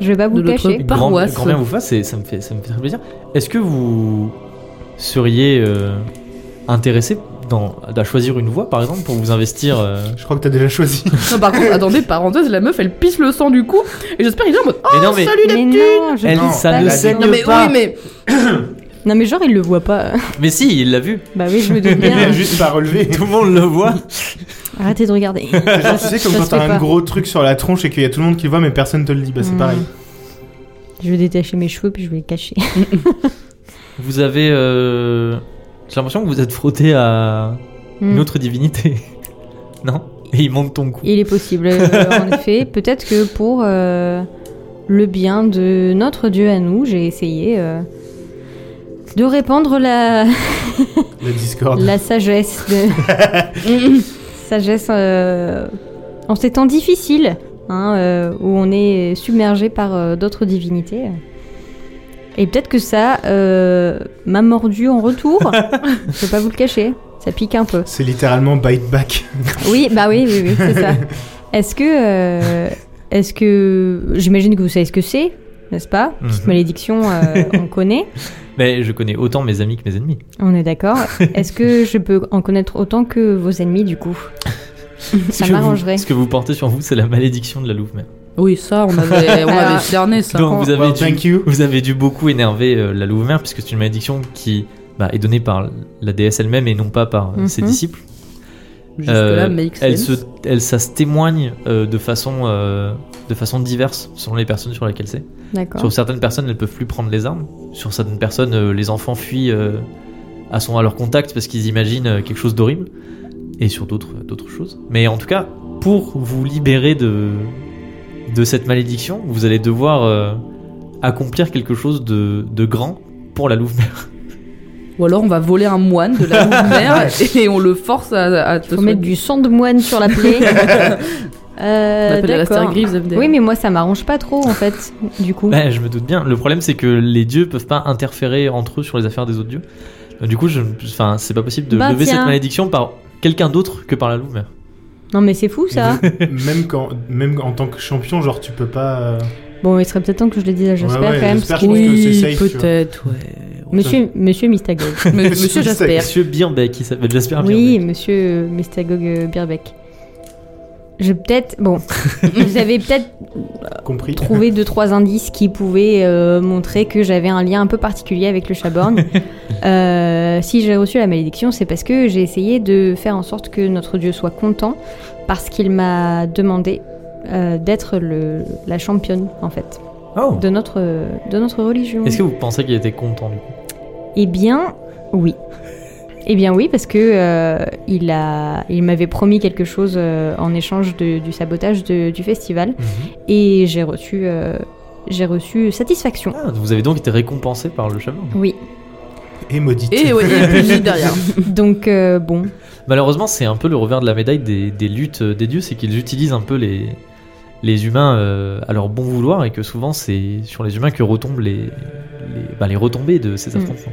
S4: Je vais pas vous
S2: De
S4: le
S2: notre-
S4: cacher.
S1: Grand-
S2: Paroisse.
S1: Grand, bien vous fasse, c'est- ça me fait, ça me fait très plaisir. Est-ce que vous seriez euh, intéressé dans, à choisir une voie, par exemple, pour vous investir euh,
S3: Je crois que t'as déjà choisi.
S2: Non, par contre, attendez, parenthèse, la meuf elle pisse le sang du cou et j'espère qu'il est en mode Oh,
S1: Mais non, mais-
S2: salut
S4: Mais
S2: Neptune
S4: non, je
S1: Elle,
S4: pense
S1: ça
S4: pas.
S1: ne
S4: que-
S1: saigne
S2: Non, mais
S1: pas.
S2: oui, mais
S4: Non mais genre il le voit pas.
S1: Mais si, il l'a vu.
S4: bah oui, je me doute
S3: Il a
S4: bien.
S3: juste pas relevé.
S1: Tout le monde le voit.
S4: Arrêtez de regarder.
S3: C'est genre, tu sais, comme
S4: Ça
S3: quand
S4: se fait
S3: t'as un
S4: pas.
S3: gros truc sur la tronche et qu'il y a tout le monde qui le voit, mais personne te le dit. Bah, c'est
S4: Hmm.
S3: pareil.
S4: Je vais détacher mes cheveux puis je vais les cacher.
S1: Vous avez. euh, J'ai l'impression que vous êtes frotté à une
S4: Hmm.
S1: autre divinité. non Et il monte ton cou.
S4: Il est possible, euh, en effet. Peut-être que pour euh, le bien de notre Dieu à nous, j'ai essayé euh, de répandre la,
S3: La Discord.
S4: la sagesse. de- sagesse euh, en ces temps difficiles, hein, euh, où on est submergé par euh, d'autres divinités. Et peut-être que ça euh, m'a mordu en retour. Je vais pas vous le cacher. Ça pique un peu.
S3: C'est littéralement bite back.
S4: Oui, bah oui, oui, oui, c'est ça. Est-ce que, euh, est-ce que, j'imagine que vous savez ce que c'est, n'est-ce pas Petite
S1: Mhm.
S4: malédiction, euh, on connaît,
S1: Mais je connais autant mes amis que mes ennemis.
S4: on est d'accord. Est-ce que je peux en connaître autant que vos ennemis du coup
S1: Ce
S4: Ça
S1: que vous-
S4: m'arrangerait.
S1: Ce que vous portez sur vous, c'est la malédiction de la louve mère.
S2: Oui, ça, on avait, on avait cerné ça. hein.
S1: Donc vous avez
S3: Well,
S1: dû-
S3: thank you.
S1: Vous avez dû beaucoup énerver euh, la Louve-Mère, puisque c'est une malédiction qui bah, est donnée par la déesse elle-même et non pas par euh, ses
S4: Mhm.
S1: disciples.
S2: Jusque-là,
S1: Euh,
S2: make
S1: elle
S2: sense.
S1: se, elle, ça se témoigne euh, de, façon, euh, de façon diverse selon les personnes sur lesquelles c'est.
S4: D'accord.
S1: Sur certaines personnes, elles peuvent plus prendre les armes. Sur certaines personnes, euh, les enfants fuient euh, à, son, à leur contact parce qu'ils imaginent euh, quelque chose d'horrible. Et sur d'autres euh, d'autres choses. Mais en tout cas, pour vous libérer de, de cette malédiction, vous allez devoir euh, accomplir quelque chose de, de grand pour la Louve-Mère.
S2: Ou alors on va voler un moine de la mer et on le force à, à te
S4: Faut mettre
S2: souhaiter-
S4: du sang de moine sur la plaie.
S2: On
S4: euh,
S2: appelle la Star
S4: d'accord.
S2: Greaves MDR.
S4: Oui, mais moi ça m'arrange pas trop en fait, du coup.
S1: Ouais, je me doute bien. Le problème, c'est que les dieux peuvent pas interférer entre eux sur les affaires des autres dieux. Donc, du coup, je, enfin, c'est pas possible de
S4: Bah,
S1: lever
S4: tiens.
S1: cette malédiction par quelqu'un d'autre que par la Louve-Mère.
S4: Non mais c'est fou ça.
S3: même, quand, même en tant que champion, genre, tu peux pas. euh,
S4: bon, il serait peut-être temps que je le dise à Jasper
S3: ouais,
S4: quand même.
S3: Jasper,
S4: parce
S3: je
S4: qu'il
S3: pense
S4: est-
S3: que c'est safe, tu vois.
S2: peut-être, ouais.
S4: Monsieur, monsieur Mistagol.
S2: Mais- Monsieur Jasper.
S1: Monsieur Birnbeck, il s'appelle Jasper
S4: Oui,
S1: Birnbeck.
S4: monsieur euh, Mestagog euh, Birbeck. Je peut-être. Bon, vous avez peut-être
S3: Compris.
S4: trouvé deux, trois indices qui pouvaient euh, montrer que j'avais un lien un peu particulier avec le Chaborn. Euh, si j'ai reçu la malédiction, c'est parce que j'ai essayé de faire en sorte que notre dieu soit content parce qu'il m'a demandé euh, d'être le- la championne, en fait,
S1: Oh.
S4: de notre, euh, de notre religion.
S1: Est-ce que vous pensez qu'il était content du coup
S4: Eh bien, oui. Eh bien oui, parce que euh, il a, il m'avait promis quelque chose euh, en échange de- du sabotage de- du festival,
S1: Mhm.
S4: et j'ai reçu, euh, j'ai reçu satisfaction.
S1: Ah, Vous avez donc été récompensé par le chaman.
S4: Oui.
S3: Et maudite.
S2: Et ouais, il y a plus de lit derrière.
S4: Donc euh, bon,
S1: Malheureusement, c'est un peu le revers de la médaille des, des luttes euh, des dieux, c'est qu'ils utilisent un peu les, les humains euh, à leur bon vouloir et que souvent c'est
S4: Mhm.
S1: sur les humains que retombent les, les, bah, les retombées de ces
S2: Mm.
S1: affrontements.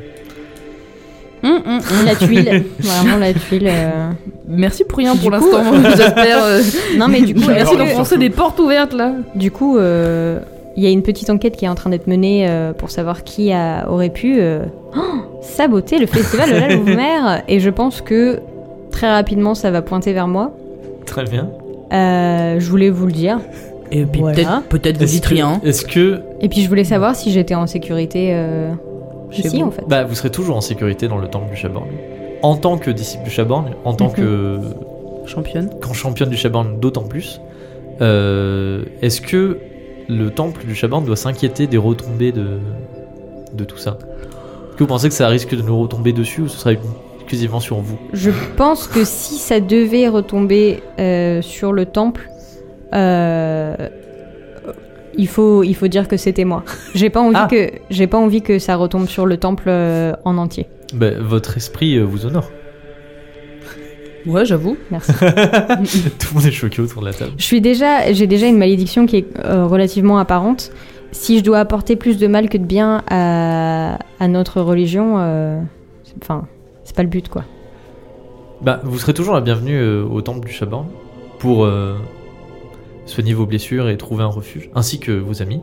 S2: Hum,
S4: La tuile, vraiment la tuile. euh.
S2: Merci pour rien
S4: Du
S2: pour
S4: coup-
S2: l'instant, j'espère. euh,
S4: Non, mais du coup, est-ce
S2: merci
S4: que-
S2: d'enfoncer des portes ouvertes là.
S4: Du coup, euh, il y a une petite enquête qui est en train d'être menée euh, pour savoir qui a- aurait pu euh, oh, saboter le festival de la Louvre-Mer. Et je pense que très rapidement, ça va pointer vers moi.
S1: Très bien.
S4: Euh, je voulais vous le dire.
S2: Et puis
S4: Voilà.
S2: peut-être, peut-être vous
S1: Est-ce
S2: dites
S1: que-
S2: rien.
S1: Est-ce que
S4: Et puis, je voulais savoir si j'étais en sécurité euh,
S2: Chez
S4: ici,
S2: vous.
S4: en fait.
S1: Bah, vous serez toujours en sécurité dans le temple du Chaborn. En tant que disciple du Chaborn, en tant
S4: Mhm.
S1: que.
S2: Championne.
S1: qu'en championne du Chaborn, d'autant plus. euh, Est-ce que le temple du Chaborn doit s'inquiéter des retombées de, de tout ça Est-ce que vous pensez que ça risque de nous retomber dessus ou ce sera exclusivement sur vous
S4: Je pense que si ça devait retomber euh, sur le temple, euh, il faut il faut dire que c'était moi. J'ai pas envie
S1: Ah.
S4: que j'ai pas envie que ça retombe sur le temple euh, en entier.
S1: Bah, Votre esprit euh, vous honore.
S2: Ouais, j'avoue.
S4: Merci.
S1: tout le monde est choqué autour de la table.
S4: Je suis déjà j'ai déjà une malédiction qui est euh, relativement apparente. Si je dois apporter plus de mal que de bien à, à notre religion, euh, c'est- enfin c'est pas le but quoi.
S1: Bah, vous serez toujours la bienvenue euh, au temple du Chaborn pour euh, soigner vos blessures et trouver un refuge, ainsi que vos amis.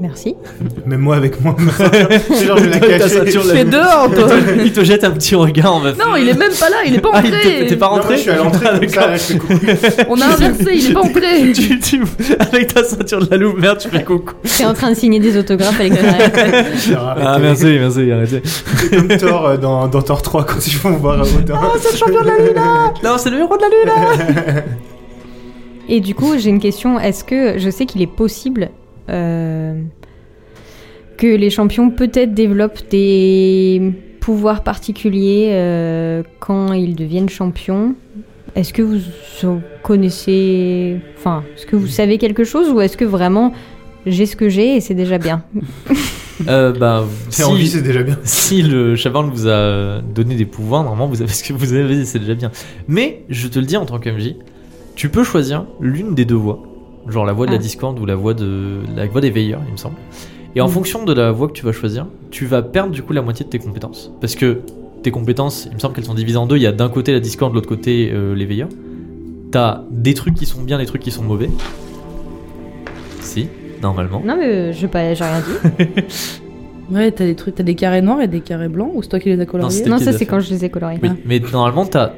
S4: Merci.
S3: Même moi avec moi. C'est genre, je la
S1: Ta
S3: cacher.
S1: ceinture,
S2: Tu fais dehors, toi.
S1: il te jette un petit regard en mode.
S2: Non, il est même pas là, il est pas
S1: Ah, il t'es
S2: entré.
S1: t'es pas
S3: Non, moi,
S1: rentré Ah,
S3: je suis à l'entrée comme ça,
S1: D'accord.
S3: là, je fais coucou.
S2: On a inversé, il est pas entré.
S1: Tu- tu- avec ta ceinture de la louve, merde, tu fais coucou.
S4: Je suis en train de signer des autographes à l'extérieur.
S3: Genre, arrêtez.
S1: Ah, merci, arrêtez.
S3: C'est comme Thor euh, dans, dans Thor 3 quand ils vont voir euh, Odin.
S1: c'est le champion de la lune là Non, c'est le héros de la lune
S4: Et du coup, j'ai une question. Est-ce que je sais qu'il est possible euh, que les champions peut-être développent des pouvoirs particuliers euh, quand ils deviennent champions Est-ce que vous en connaissez, enfin, est-ce que vous savez quelque chose ou est-ce que vraiment j'ai ce que j'ai et c'est déjà bien
S1: Euh, bah,
S3: T'es en vie,
S1: si,
S3: c'est déjà bien.
S1: si le chavarn vous a donné des pouvoirs, normalement vous avez ce que vous avez, c'est déjà bien. Mais, je te le dis en tant qu'MJ, tu peux choisir l'une des deux voies. Genre la voie de la
S4: Ah.
S1: discorde ou la voie, de, la voie des veilleurs, il me semble. Et en
S4: Mhm.
S1: fonction de la voie que tu vas choisir, tu vas perdre du coup la moitié de tes compétences. Parce que tes compétences, il me semble qu'elles sont divisées en deux. Il y a d'un côté la discorde, de l'autre côté euh, les veilleurs. T'as des trucs qui sont bien, des trucs qui sont mauvais. Si, normalement.
S4: Non, mais euh, je pas, j'ai rien dit.
S2: Ouais, t'as des trucs, t'as des carrés noirs et des carrés blancs, ou c'est toi qui les as coloriés
S1: c'était-
S4: non,
S1: qui
S4: ça
S1: les a
S4: c'est
S1: fait
S4: quand je les ai colorés.
S1: Oui, mais normalement, t'as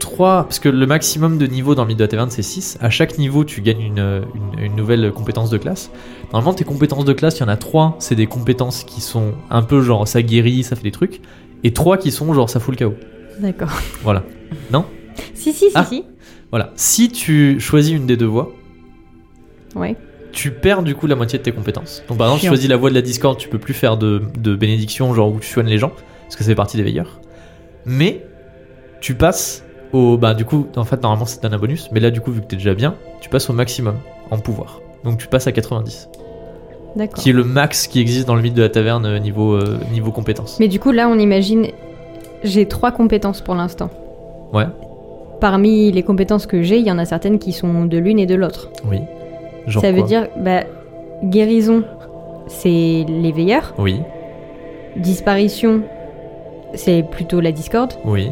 S1: 3. Parce que le maximum de niveaux dans Midnight Tavern, c'est 6. À chaque niveau, tu gagnes une, euh, une- une nouvelle compétence de classe. Normalement, tes compétences de classe, il y en a 3. C'est des compétences qui sont un peu genre ça guérit, ça fait des trucs. Et 3 qui sont genre ça fout le chaos.
S4: D'accord.
S1: Voilà. Non
S4: Si, si, si,
S1: Ah.
S4: si.
S1: Voilà. Si tu choisis une des deux voies,
S4: Ouais.
S1: tu perds du coup la moitié de tes compétences. Donc par exemple, tu
S2: Chiant.
S1: choisis la voie de la discorde, tu peux plus faire de, de bénédiction, genre où tu soignes les gens, parce que ça fait partie des veilleurs. Mais tu passes au. Bah du coup, en fait, normalement, ça te donne un bonus, mais là, du coup, vu que t'es déjà bien, tu passes au maximum en pouvoir. Donc tu passes à 90,
S4: D'accord.
S1: qui est le max qui existe dans le mythe de la taverne euh, niveau, euh, niveau compétences.
S4: Mais du coup, là, on imagine. J'ai trois compétences pour l'instant.
S1: Ouais.
S4: Parmi les compétences que j'ai, il y en a certaines qui sont de l'une et de l'autre.
S1: Oui. Genre
S4: Ça veut
S1: quoi
S4: dire, bah, guérison, c'est les veilleurs.
S1: Oui,
S4: Disparition, c'est plutôt la discorde.
S1: oui,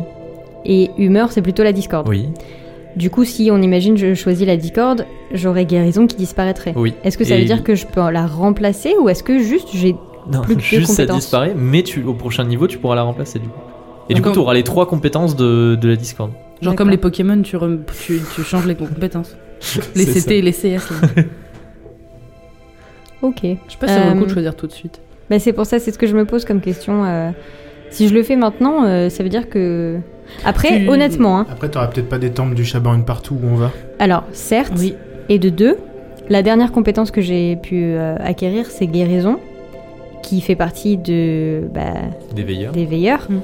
S4: Et humeur, c'est plutôt la discorde.
S1: oui,
S4: Du coup, si on imagine je choisis la discorde, j'aurais guérison qui disparaîtrait.
S1: oui.
S4: Est-ce que ça
S1: Oh. Et-
S4: veut dire que je peux la remplacer ou est-ce que juste j'ai.
S1: Non,
S4: plus que
S1: juste ça
S4: compétences.
S1: disparaît, mais tu, au prochain niveau, tu pourras la remplacer du coup. Et du coup,
S2: D'accord.
S1: tu auras les trois compétences de, de la Discord.
S2: Genre comme les Pokémon, tu, rem- tu, tu changes les compétences. Les
S1: C'est
S2: CT et les CS. là.
S4: Ok.
S2: Je sais pas si ça vaut le coup de
S4: Euh,
S2: choisir tout de suite.
S4: Bah, c'est pour ça, c'est ce que je me pose comme question. euh, si je le fais maintenant, euh, ça veut dire que. Après,
S2: Tu-
S4: honnêtement, hein,
S3: Après, t'auras peut-être pas des temples du Chabarn partout où on va.
S4: alors certes,
S2: Oui.
S4: et de deux, la dernière compétence que j'ai pu euh, acquérir, c'est guérison, qui fait partie de, bah,
S1: Des veilleurs.
S4: des veilleurs,
S2: Mm.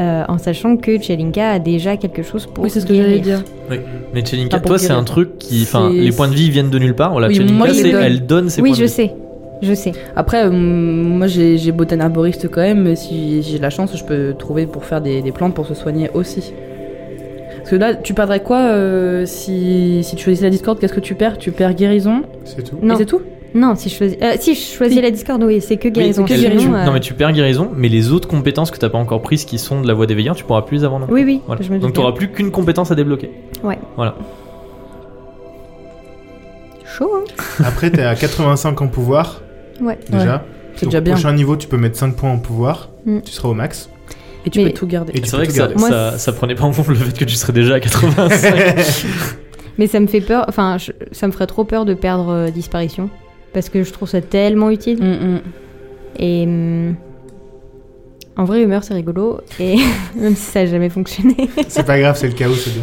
S4: euh, en sachant que Chelinka a déjà quelque chose pour.
S2: Oui, c'est ce que j'allais
S4: guérir.
S2: dire.
S1: Mais Chelinka,
S2: Ah, pour
S1: toi, c'est
S2: guérir.
S1: un truc qui. Enfin,
S2: C'est-
S1: les points de vie viennent de nulle part. Voilà,
S2: Oui,
S1: Chelinka,
S2: moi,
S4: je les
S1: c'est-
S4: donne.
S1: elle donne ses
S4: Oui,
S1: points
S4: je
S1: de vie.
S4: sais, je sais.
S2: Après, euh, moi j'ai j'ai botan arboriste quand même, mais si j'ai de la chance, je peux trouver pour faire des, des plantes pour se soigner aussi. Parce que là, tu perdrais quoi euh, si, si tu choisissais la Discord Qu'est-ce que tu perds Tu perds guérison
S3: C'est tout.
S2: et
S4: Non,
S2: c'est tout
S4: Non, si je choisis, euh, si je choisis la discorde, oui, c'est que guérison.
S1: Elle-
S4: Sinon,
S1: tu-
S4: euh,
S1: Non, mais tu perds guérison, mais les autres compétences que t'as pas encore prises qui sont de la voie des veilleurs, tu pourras plus les avoir non plus.
S4: Oui, oui,
S1: Voilà.
S4: je me doute
S1: Donc
S4: bien.
S1: t'auras plus qu'une compétence à débloquer.
S4: Chaud, hein
S3: Après, t'es à 85 en pouvoir,
S4: Ouais.
S3: déjà.
S2: C'est
S3: Donc,
S2: déjà bien.
S3: Au prochain niveau, tu peux mettre 5 points en pouvoir,
S4: Mm.
S3: tu seras au max.
S2: Et tu
S4: Mais-
S2: peux tout garder.
S3: Et tu
S1: C'est
S3: peux
S1: vrai
S3: tout
S1: que ça,
S3: garder.
S4: Moi,
S1: ça,
S4: c'est-
S1: ça prenait pas en compte le fait que tu serais déjà à 85.
S4: Mais ça me fait peur, enfin, je- ça me ferait trop peur de perdre euh, disparition. Parce que je trouve ça tellement utile.
S2: Mm, mm.
S4: Et. hum, en vrai, humeur, c'est rigolo. Et même si ça a jamais fonctionné.
S3: c'est pas grave, c'est le chaos, c'est bien.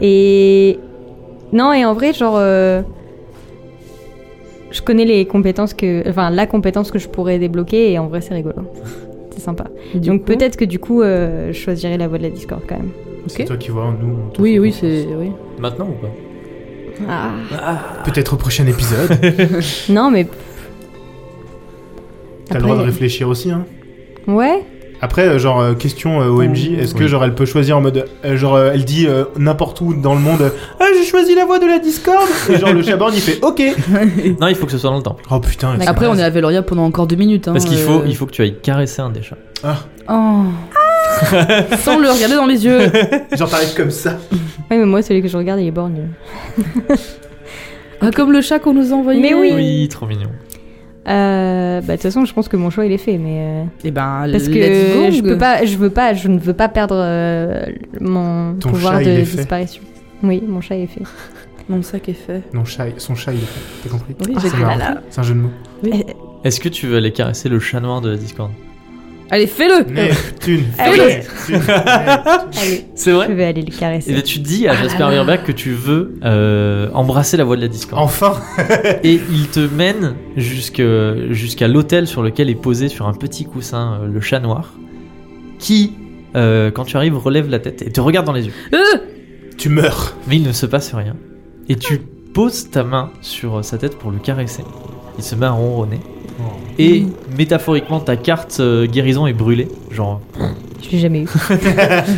S4: Et. Non, et en vrai, genre. euh, Je connais les compétences que. Enfin, la compétence que je pourrais débloquer, et en vrai, c'est rigolo. c'est sympa.
S2: Du
S4: Donc
S2: coup-
S4: peut-être que du coup, euh, je choisirais la voie de la Discord quand même.
S3: C'est toi qui vois, nous. on te
S2: Oui,
S3: fait
S2: oui,
S3: confiance.
S2: c'est. Oui.
S1: Maintenant ou pas
S2: Ah.
S3: Peut-être au prochain épisode.
S4: Non, mais.
S3: T'as le droit de réfléchir aussi, hein.
S4: Ouais,
S3: Après, euh, genre, euh, question euh, OMJ, est-ce que
S1: Oui.
S3: genre elle peut choisir en mode. euh, genre, euh, elle dit euh, n'importe où dans le monde euh, Ah, j'ai choisi la voie de la Discord Et genre, le chaborn il fait OK
S1: Non, il faut que ce soit dans le temps.
S3: Oh putain,
S4: D'accord.
S2: Après, on est à Veloria pendant encore deux minutes. hein,
S1: Parce qu'il
S2: euh.
S1: faut, il faut que tu ailles caresser un des chats.
S3: Ah.
S2: Oh. Sans le regarder dans les yeux.
S3: c'est- Genre, t'arrives comme ça.
S4: ouais, mais moi, celui que je regarde, il est borgne.
S2: Ah, comme le chat qu'on nous a envoyé.
S4: Mais oui.
S1: Oui, trop mignon.
S4: Euh, bah, de toute façon, je pense que mon choix, il est fait, mais. euh,
S2: Et ben,
S4: Parce que
S2: let's go.
S4: je peux pas, je veux pas, je ne veux pas perdre euh, mon
S3: Ton
S4: pouvoir
S3: chat, il
S4: de
S3: est fait.
S4: disparition. Oui, mon chat est fait.
S2: Mon sac est fait.
S3: Non, chat, son chat, il est fait. T'as compris
S2: Oui,
S4: Ah,
S3: C'est
S2: j'ai
S3: marrant.
S2: compris.
S3: C'est un jeu de mots.
S1: Est-ce que tu veux aller caresser le chat noir de la Discord
S2: Allez, fais-le.
S3: Neptune
S4: Ah oui.
S3: Neptune.
S4: Allez,
S1: C'est
S4: je
S1: vrai
S4: vais aller le
S1: et
S4: caresser.
S1: bien, Eh ben, tu dis à Jasper Birback que tu veux euh, embrasser la voie de la Discord.
S3: Enfin
S1: Et il te mène jusque- jusqu'à l'hôtel sur lequel est posé sur un petit coussin euh, le chat noir, qui, euh, quand tu arrives, relève la tête et te regarde dans les yeux.
S2: Euh,
S3: Tu meurs
S1: Mais il ne se passe rien. Et tu poses ta main sur euh, sa tête pour le caresser. Il se met à ronronner. Et métaphoriquement, ta carte euh, guérison est brûlée. Genre.
S4: Je l'ai jamais eu.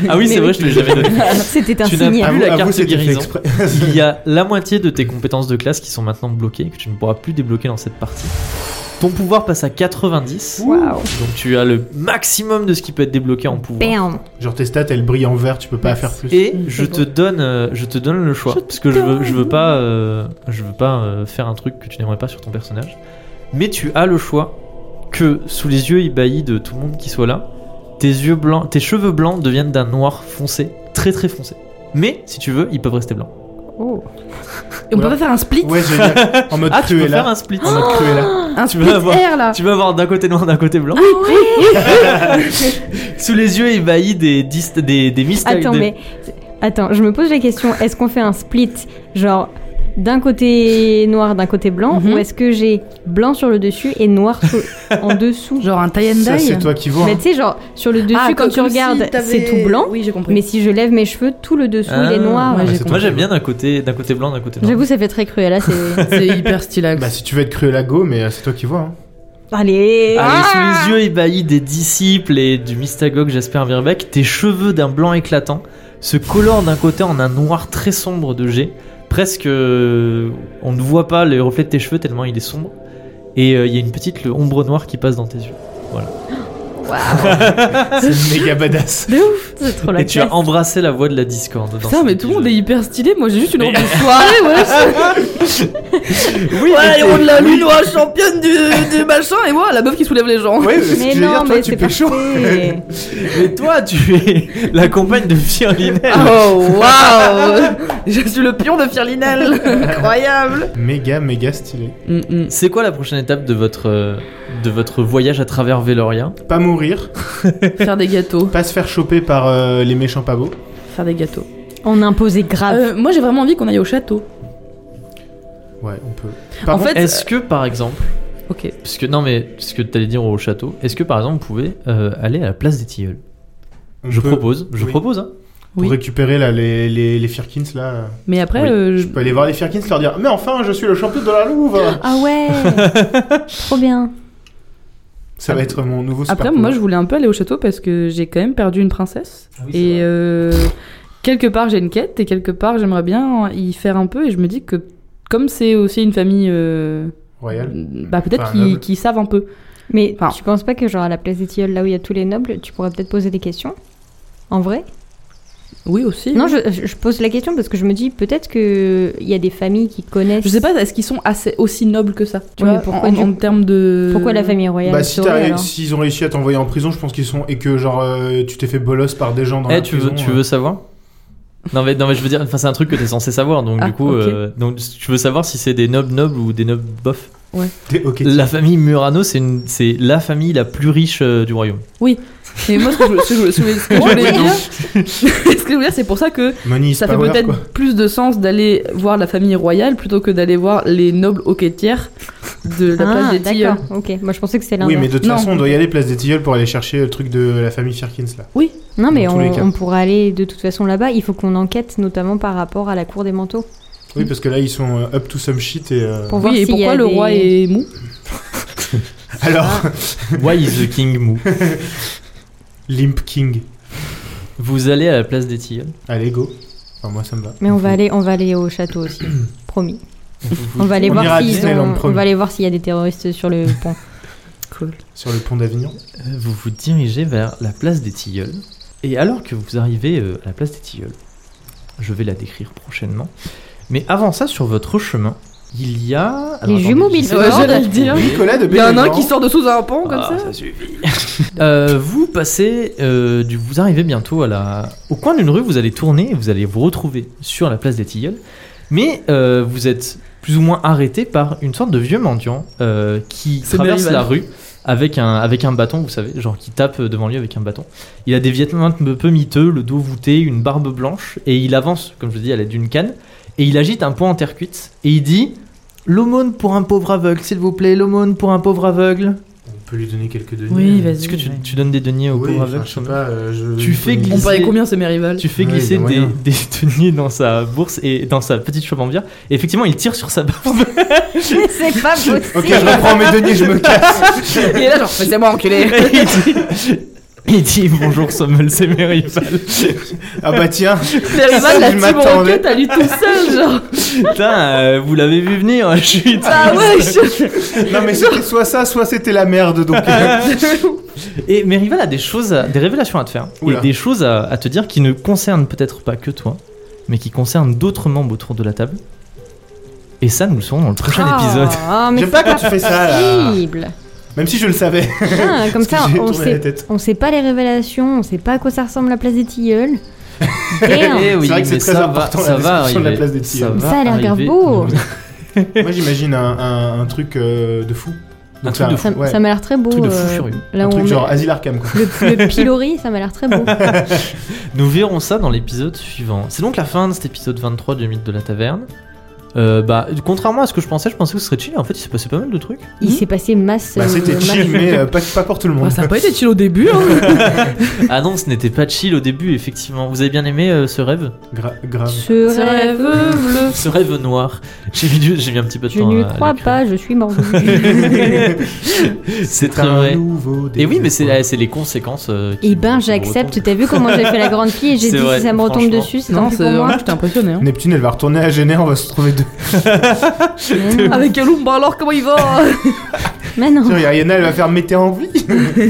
S1: Ah oui, c'est vrai, je te l'ai jamais donné.
S4: C'était un
S1: Tu n'as
S4: signe.
S1: pas-
S3: Avoue-
S1: la
S3: avoue,
S1: carte
S3: c'était fait
S1: guérison.
S3: exprès.
S1: Il y a la moitié de tes compétences de classe qui sont maintenant bloquées, que tu ne pourras plus débloquer dans cette partie. Ton pouvoir passe à 90.
S4: Waouh.
S1: Donc tu as le maximum de ce qui peut être débloqué en pouvoir.
S4: Bam.
S3: Genre, tes stats, elles brillent en vert, tu peux pas faire plus.
S1: Et
S2: Mm,
S1: je
S2: c'est
S1: te donne, euh, je te donne le choix parce que je veux, je veux pas, euh, je veux pas euh, faire un truc que tu n'aimerais pas sur ton personnage. Mais tu as le choix que sous les yeux ébahis de tout le monde qui soit là, tes yeux blancs, tes cheveux blancs deviennent d'un noir foncé, très très foncé. Mais si tu veux, ils peuvent rester blancs.
S4: Oh.
S2: On peut
S3: Ouais.
S2: pas faire un split
S3: Ouais, je veux dire, en mode
S1: Ah, tu peux faire
S3: Cruella.
S1: un Oh, split.
S3: En mode Cruella.
S2: Un
S1: tu
S2: split
S1: veux avoir-
S2: air là.
S1: Tu vas avoir d'un côté noir, d'un côté blanc. Sous les yeux ébahis des dis- des des mystères.
S4: Attends,
S1: des-
S4: mais attends, je me pose la question est-ce qu'on fait un split, genre d'un côté noir, d'un côté blanc,
S2: Mhm.
S4: ou est-ce que j'ai blanc sur le dessus et noir sur- en dessous
S2: Genre un tie and
S3: Ça,
S2: dye.
S3: c'est toi qui vois.
S4: Mais
S3: hein.
S4: tu sais, genre sur
S2: Ah,
S4: le dessus, quand tu regardes, c'est tout blanc,
S2: Oui, j'ai compris.
S4: mais si je lève mes cheveux, tout le dessous il est
S1: Ah,
S4: noir.
S2: ouais, j'ai
S1: Moi
S2: compris.
S1: j'aime bien d'un côté d'un côté blanc, d'un côté noir.
S4: J'avoue, ça fait très cruel là. C'est
S2: c'est hyper stylax.
S3: Bah, si tu veux être Cruella Go, mais euh, c'est toi qui vois. hein.
S4: allez.
S1: Ah, et sous les yeux ébahis des disciples et du mystagogue Jasper Virbeck, tes cheveux d'un blanc éclatant se colorent d'un côté en un noir très sombre de jet. Presque, euh, on ne voit pas le reflet de tes cheveux tellement il est sombre. Et euh, il y a une petite le- ombre noire qui passe dans tes yeux.
S3: C'est méga badass.
S4: C'est trop la
S1: et tu
S4: classe.
S1: as embrassé la voix de la discorde. dans
S2: Putain,
S1: ce
S2: mais
S1: petit
S2: tout le monde
S1: jeu.
S2: est hyper stylé. Moi, j'ai juste une robe de soirée, ouais.
S1: Oui, mais
S2: héros
S1: t'es-
S2: de la lune, ouais, championne du, du machin, et moi, la meuf qui soulève les gens.
S3: Ouais, mais ce que
S4: Mais
S3: je veux
S4: non,
S3: dire, toi,
S4: mais
S3: tu
S4: c'est
S3: peux chaud.
S4: parfait.
S1: mais toi, tu es la compagne de Firlinel.
S2: Oh waouh Je suis le pion de Firlinel Incroyable
S3: Méga, méga stylé.
S4: Mm,
S1: C'est quoi la prochaine étape de votre, euh, de votre voyage à travers Veloria
S3: Pas mourir,
S2: Faire des gâteaux,
S3: pas se faire choper par euh, les méchants pas beaux.
S2: faire des gâteaux.
S4: On imposait grave.
S2: Euh, moi j'ai vraiment envie qu'on aille au château.
S3: Ouais, on peut. Par
S2: en
S3: contre,
S2: fait, euh,
S1: Est-ce que par exemple,
S2: ok.
S1: Parce que non, mais ce que tu allais dire au château, est-ce que par exemple vous pouvez euh, aller à la place des tilleuls
S3: on
S1: Je
S3: peut-
S1: propose, je
S3: oui.
S1: propose. Hein.
S3: Pour
S2: Oui.
S3: récupérer là, les, les, les Firkins, là. euh,
S2: Mais après,
S1: Oui.
S2: euh, je-
S3: Je peux aller voir les Firkins, leur dire Mais enfin, je suis le champion de la Louvre
S4: Ah ouais. trop bien.
S3: Ça va être mon nouveau super
S2: après moi je voulais un peu aller au château parce que j'ai quand même perdu une princesse. et euh, quelque part j'ai une quête et quelque part j'aimerais bien y faire un peu et je me dis que comme c'est aussi une famille euh,
S3: Royal.
S2: bah peut-être
S3: Enfin,
S2: qu'ils
S3: noble.
S2: qu'ils savent un peu.
S4: Mais
S2: Enfin-
S4: tu penses pas que, genre, à la place des tilleuls, là où il y a tous les nobles, tu pourrais peut-être poser des questions En vrai
S2: Oui aussi.
S4: Non, je, je- je pose la question parce que je me dis peut-être qu'il y a des familles qui connaissent.
S2: Je sais pas, est-ce qu'ils sont assez aussi nobles que ça tu
S4: Ouais,
S2: vois,
S4: mais pourquoi
S2: en,
S4: du-
S2: en termes de
S4: Pourquoi la famille royale
S3: Bah, si
S4: serait,
S3: t'as-
S4: alors
S2: hein.
S3: s'ils ont réussi à t'envoyer en prison, je pense qu'ils sont. Et que, genre, euh, tu t'es fait bolos par des gens dans
S1: Eh,
S3: la
S1: tu
S3: prison.
S1: veux, tu
S3: euh.
S1: veux savoir non mais, non mais je veux dire, enfin c'est un truc que t'es censé savoir donc
S2: Ah,
S1: du coup,
S2: ok.
S1: euh, donc tu veux savoir si c'est des nobles nobles ou des nobles bof.
S3: T'es ok.
S1: La famille Murano c'est une- c'est la famille la plus riche euh, du royaume.
S2: Mais moi ce que je, ce que je- ce que je- ce que je voulais dire, ce que je voulais dire, c'est pour ça que
S3: Money is
S2: ça fait
S3: power, quoi.
S2: peut-être plus de sens d'aller voir la famille royale plutôt que d'aller voir les nobles hoquetières de la place
S4: Ah,
S2: des tilleuls.
S4: d'accord, ok. Moi, je pensais que c'était
S3: Oui,
S4: l'inverse.
S3: mais de toute
S2: Non.
S3: façon, on doit y aller place des Tilleuls pour aller chercher le truc de la famille Firkins là.
S4: Non, mais
S3: Dans tous
S4: on,
S3: les cas.
S4: on pourrait aller de toute façon là-bas. Il faut qu'on enquête, notamment par rapport à la cour des manteaux.
S3: Oui, parce que là, ils sont euh, up to some shit et. euh,
S4: Pour voir
S2: Oui, et
S4: s'il y
S2: pourquoi
S4: a
S2: le
S4: des-
S2: roi est mou
S3: Alors,
S1: Why is the king moo
S3: Limp King.
S1: Vous allez à la place des tilleuls.
S3: Allez, go. Enfin, moi, ça me va.
S4: Mais on va aller, on va aller au château aussi, promis.
S1: Vous-
S4: On va aller
S3: On ira à
S4: voir s'ils
S3: Disneyland
S4: ont- on
S3: promis.
S4: va aller voir s'il y a des terroristes sur le pont.
S3: Sur le pont d'Avignon.
S1: Vous vous dirigez vers la place des Tilleuls. Et alors que vous arrivez euh, à la place des Tilleuls, je vais la décrire prochainement. Mais avant ça, sur votre chemin, il y a.
S4: Les jumeaux Bilford. Ouais, j'allais
S2: le dire.
S3: Nicolas de
S2: Ah Il y en a un
S3: Bénévent.
S2: qui sort de sous un pont comme
S1: Ah,
S2: Ah, ça.
S1: Euh, vous passez, euh, du, vous arrivez bientôt à la, au coin d'une rue, vous allez tourner et vous allez vous retrouver sur la place des Tilleuls. Mais euh, vous êtes plus ou moins arrêté par une sorte de vieux mendiant euh, qui
S2: C'est
S1: traverse
S2: Merriman.
S1: la rue avec un, avec un bâton, vous savez, genre qui tape devant lui avec un bâton. Il a des vêtements un peu miteux, le dos voûté, une barbe blanche et il avance, comme je dis, à l'aide d'une canne et il agite un poing en terre cuite et il dit L'aumône pour un pauvre aveugle, s'il vous plaît, l'aumône pour un pauvre aveugle.
S3: On peut lui donner quelques deniers.
S2: Oui, vas-y.
S1: Est-ce que tu, tu donnes des deniers au
S3: Oui,
S1: pauvre
S3: enfin,
S1: aveugle
S3: je sais pas, euh, je-
S1: Tu fais
S2: On
S1: glisser-
S2: parlait combien c'est mes rivales
S1: Tu fais
S3: Ouais,
S1: glisser
S3: y
S1: des,
S3: a moyen.
S1: des deniers dans sa bourse et dans sa petite chauve en bière. Et effectivement, il tire sur sa barbe.
S4: C'est pas possible.
S3: Ok, je reprends mes deniers, je me casse.
S2: Il est là genre c'est moi enculé.
S1: et il dit, il dit bonjour Sommel, c'est Merival.
S3: Ah bah tiens,
S2: Mes rivales la
S3: Je
S2: team
S3: m'attendais.
S2: roquette à lui tout seul genre.
S1: Putain, euh, vous l'avez vu venir, chute.
S2: Bah ouais. je-
S3: non mais c'était soit ça, soit c'était la merde donc. euh,
S1: Et Merival a des choses, à- des révélations à te faire
S3: Oula.
S1: et des choses à, à te dire qui ne concernent peut-être pas que toi, mais qui concernent d'autres membres autour de la table. Et ça, nous le saurons dans le prochain
S3: Oh,
S1: épisode.
S4: Ah, mais
S3: J'aime
S4: c'est
S3: pas quand tu fais ça là.
S4: possible.
S3: Même si je le savais.
S4: Putain, Ah, comme
S3: Parce que
S4: ça,
S3: j'ai
S4: on
S3: tourné la
S4: sait,
S3: tête.
S4: on sait pas les révélations, on sait pas à quoi ça ressemble la place des tilleuls. Damn.
S1: Eh oui,
S3: C'est vrai que c'est
S1: mais
S3: très
S1: ça
S3: important,
S1: va,
S3: la
S1: ça va
S3: description de la
S1: arriver.
S3: place des petits.
S1: ça, va
S4: Ça a l'air grave
S1: arriver.
S4: beau.
S3: Moi j'imagine un, un- un truc euh, de fou.
S1: Un
S3: Donc
S1: truc de
S4: Ça,
S3: ouais.
S4: ça m'a l'air très beau.
S1: Truc de fou
S4: euh,
S1: furieux.
S4: là
S3: un
S4: où on
S3: truc
S4: met-
S3: genre Asile Arkham quoi.
S4: le, le pilori, ça m'a l'air très beau.
S1: Nous verrons ça dans l'épisode suivant. C'est donc la fin de cet épisode 23 du mythe de la taverne. Euh, bah, contrairement à ce que je pensais, je pensais que ce serait chill. En fait, il s'est passé pas mal de trucs.
S4: Il s'est passé masse.
S3: Bah
S4: euh,
S3: c'était
S4: masse-
S3: chill mais euh, pas, pas pour tout le
S2: Bah,
S3: monde.
S2: ça a pas été chill au début hein.
S1: ah non, ce n'était pas chill au début, effectivement. Vous avez bien aimé euh, ce rêve
S3: Gra- grave.
S4: Ce
S2: Ce
S4: rêve,
S2: rêve bleu.
S1: Ce rêve noir. J'ai mis, du- j'ai mis un petit peu de
S4: je
S1: temps.
S3: Oh
S4: n'y
S1: à- à
S4: crois
S1: l'écrire.
S4: pas, je suis mordu.
S1: C'est très
S3: un
S1: vrai.
S3: nouveau
S1: Et oui, mais c'est
S3: désespoir.
S1: euh, c'est les conséquences. euh, qui
S4: Et
S1: vous-
S4: ben,
S1: qui vous retombent.
S4: j'accepte. T'as vu comment j'ai fait la grande fille et j'ai
S1: C'est
S4: dit
S1: vrai,
S4: si ça me retombe
S1: franchement.
S4: dessus, c'est tant
S2: Non
S4: pis pour
S2: c'est en
S4: moi.
S2: plus, j'étais impressionné. hein.
S3: Neptune elle va retourner à Génère, on va se trouver deux.
S4: Mais non.
S2: Avec Alumba alors comment il va
S4: Ah Mais non.
S3: Tiens, Yana elle va faire Mété en vie.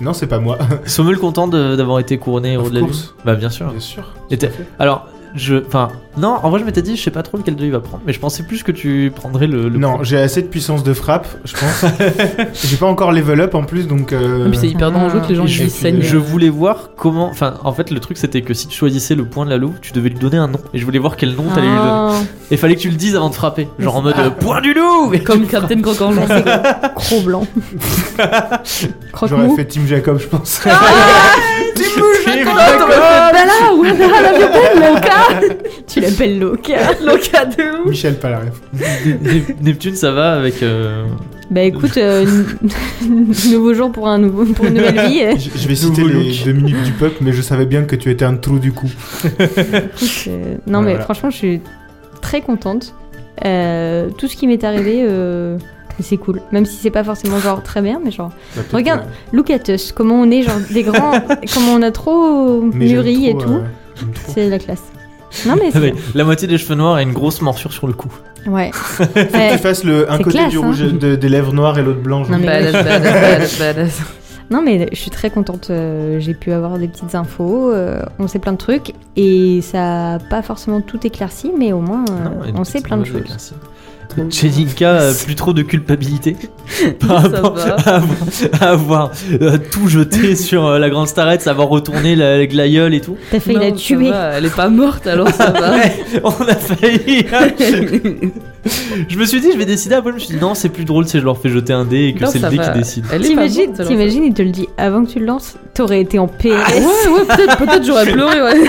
S3: non c'est pas moi.
S1: Sommel content de- d'avoir été couronné au
S3: Of
S1: de la lune
S3: course.
S1: Bah, bien sûr.
S3: Bien sûr.
S1: Et t'es- Alors, je. Enfin, non, en vrai, je m'étais dit, je sais pas trop lequel de il va prendre, mais je pensais plus que tu prendrais le. le
S3: Non, j'ai assez de puissance de frappe, je pense. j'ai pas encore level up en plus, donc. euh,
S4: Ah,
S2: Et puis c'est hyper dangereux que les gens
S1: Je-
S2: ils saignent.
S1: Je voulais voir comment. Enfin, en fait, le truc c'était que si tu choisissais le point de la louve, tu devais lui donner un nom. Et je voulais voir quel nom t'allais lui donner.
S4: Ah.
S1: Et fallait que tu le dises avant de frapper. Genre en mode euh, point du loup Et
S2: Comme Captain Crocangeon.
S4: Bah, Gros blanc.
S3: J'aurais
S4: Croque-mou.
S3: fait Team Jacob, je pense.
S1: Team
S2: Bah là, où est la violette, Loca
S4: Tu l'appelles Loka.
S2: Loca de ouf
S3: Michel Palaref.
S1: Nep- Neptune, ça va avec. euh,
S4: Bah écoute, euh, nouveau jour pour un nouveau pour une nouvelle vie. euh,
S3: Je je vais citer
S1: Nouveau
S3: les
S1: look.
S3: deux minutes du peuple, mais je savais bien que tu étais un trou du cul.
S4: écoute, euh, non mais
S3: Voilà.
S4: franchement, je suis très contente. Euh, tout ce qui m'est arrivé, euh, c'est cool. Même si c'est pas forcément genre très bien, mais genre.
S3: Bah, peut-être,
S4: Regarde,
S3: euh,
S4: Look at us, comment on est genre des grands, comment on a trop
S3: mais j'aime
S4: mûri et
S3: trop,
S4: tout.
S3: euh, j'aime trop.
S4: C'est la classe. Non, mais c'est.
S1: Avec la moitié des cheveux noirs et une grosse morsure sur le cou.
S4: Ouais.
S3: Faut que
S4: Ouais.
S3: tu fasses le, un
S4: C'est
S3: côté
S4: classe,
S3: du
S4: hein.
S3: rouge, de- des lèvres noires et l'autre blanche.
S4: Non, mais-
S2: Badass, badass, badass, badass.
S4: Non, mais je suis très contente. euh, J'ai pu avoir des petites infos. euh, on sait plein de trucs. Et ça n'a pas forcément tout éclairci, mais au moins, euh,
S1: Non, et
S4: on
S1: des
S4: sait
S1: petites
S4: plein de
S1: notes,
S4: choses.
S1: merci. Jelinka a plus trop de culpabilité par
S2: Ça
S1: rapport
S2: va.
S1: à avoir, à avoir, euh, tout jeté sur euh, la grande starette, avoir retourné la, la glaïeule et tout.
S4: T'as failli
S2: Non,
S4: la
S2: ça
S4: tuer.
S2: va, elle est pas morte alors ça va.
S1: On a failli. hein. je me suis dit, je vais décider. Après, je me suis dit, non, c'est plus drôle si je leur fais jeter un dé et que
S2: Non,
S1: c'est
S2: ça
S1: le dé
S2: va.
S1: qui décide.
S2: Elle est pas
S4: T'imagines,
S2: morte, alors.
S4: t'imagines, il te le dit avant que tu le lances, t'aurais été en PLS.
S2: Ouais, ouais, peut-être peut j'aurais pleuré, ouais.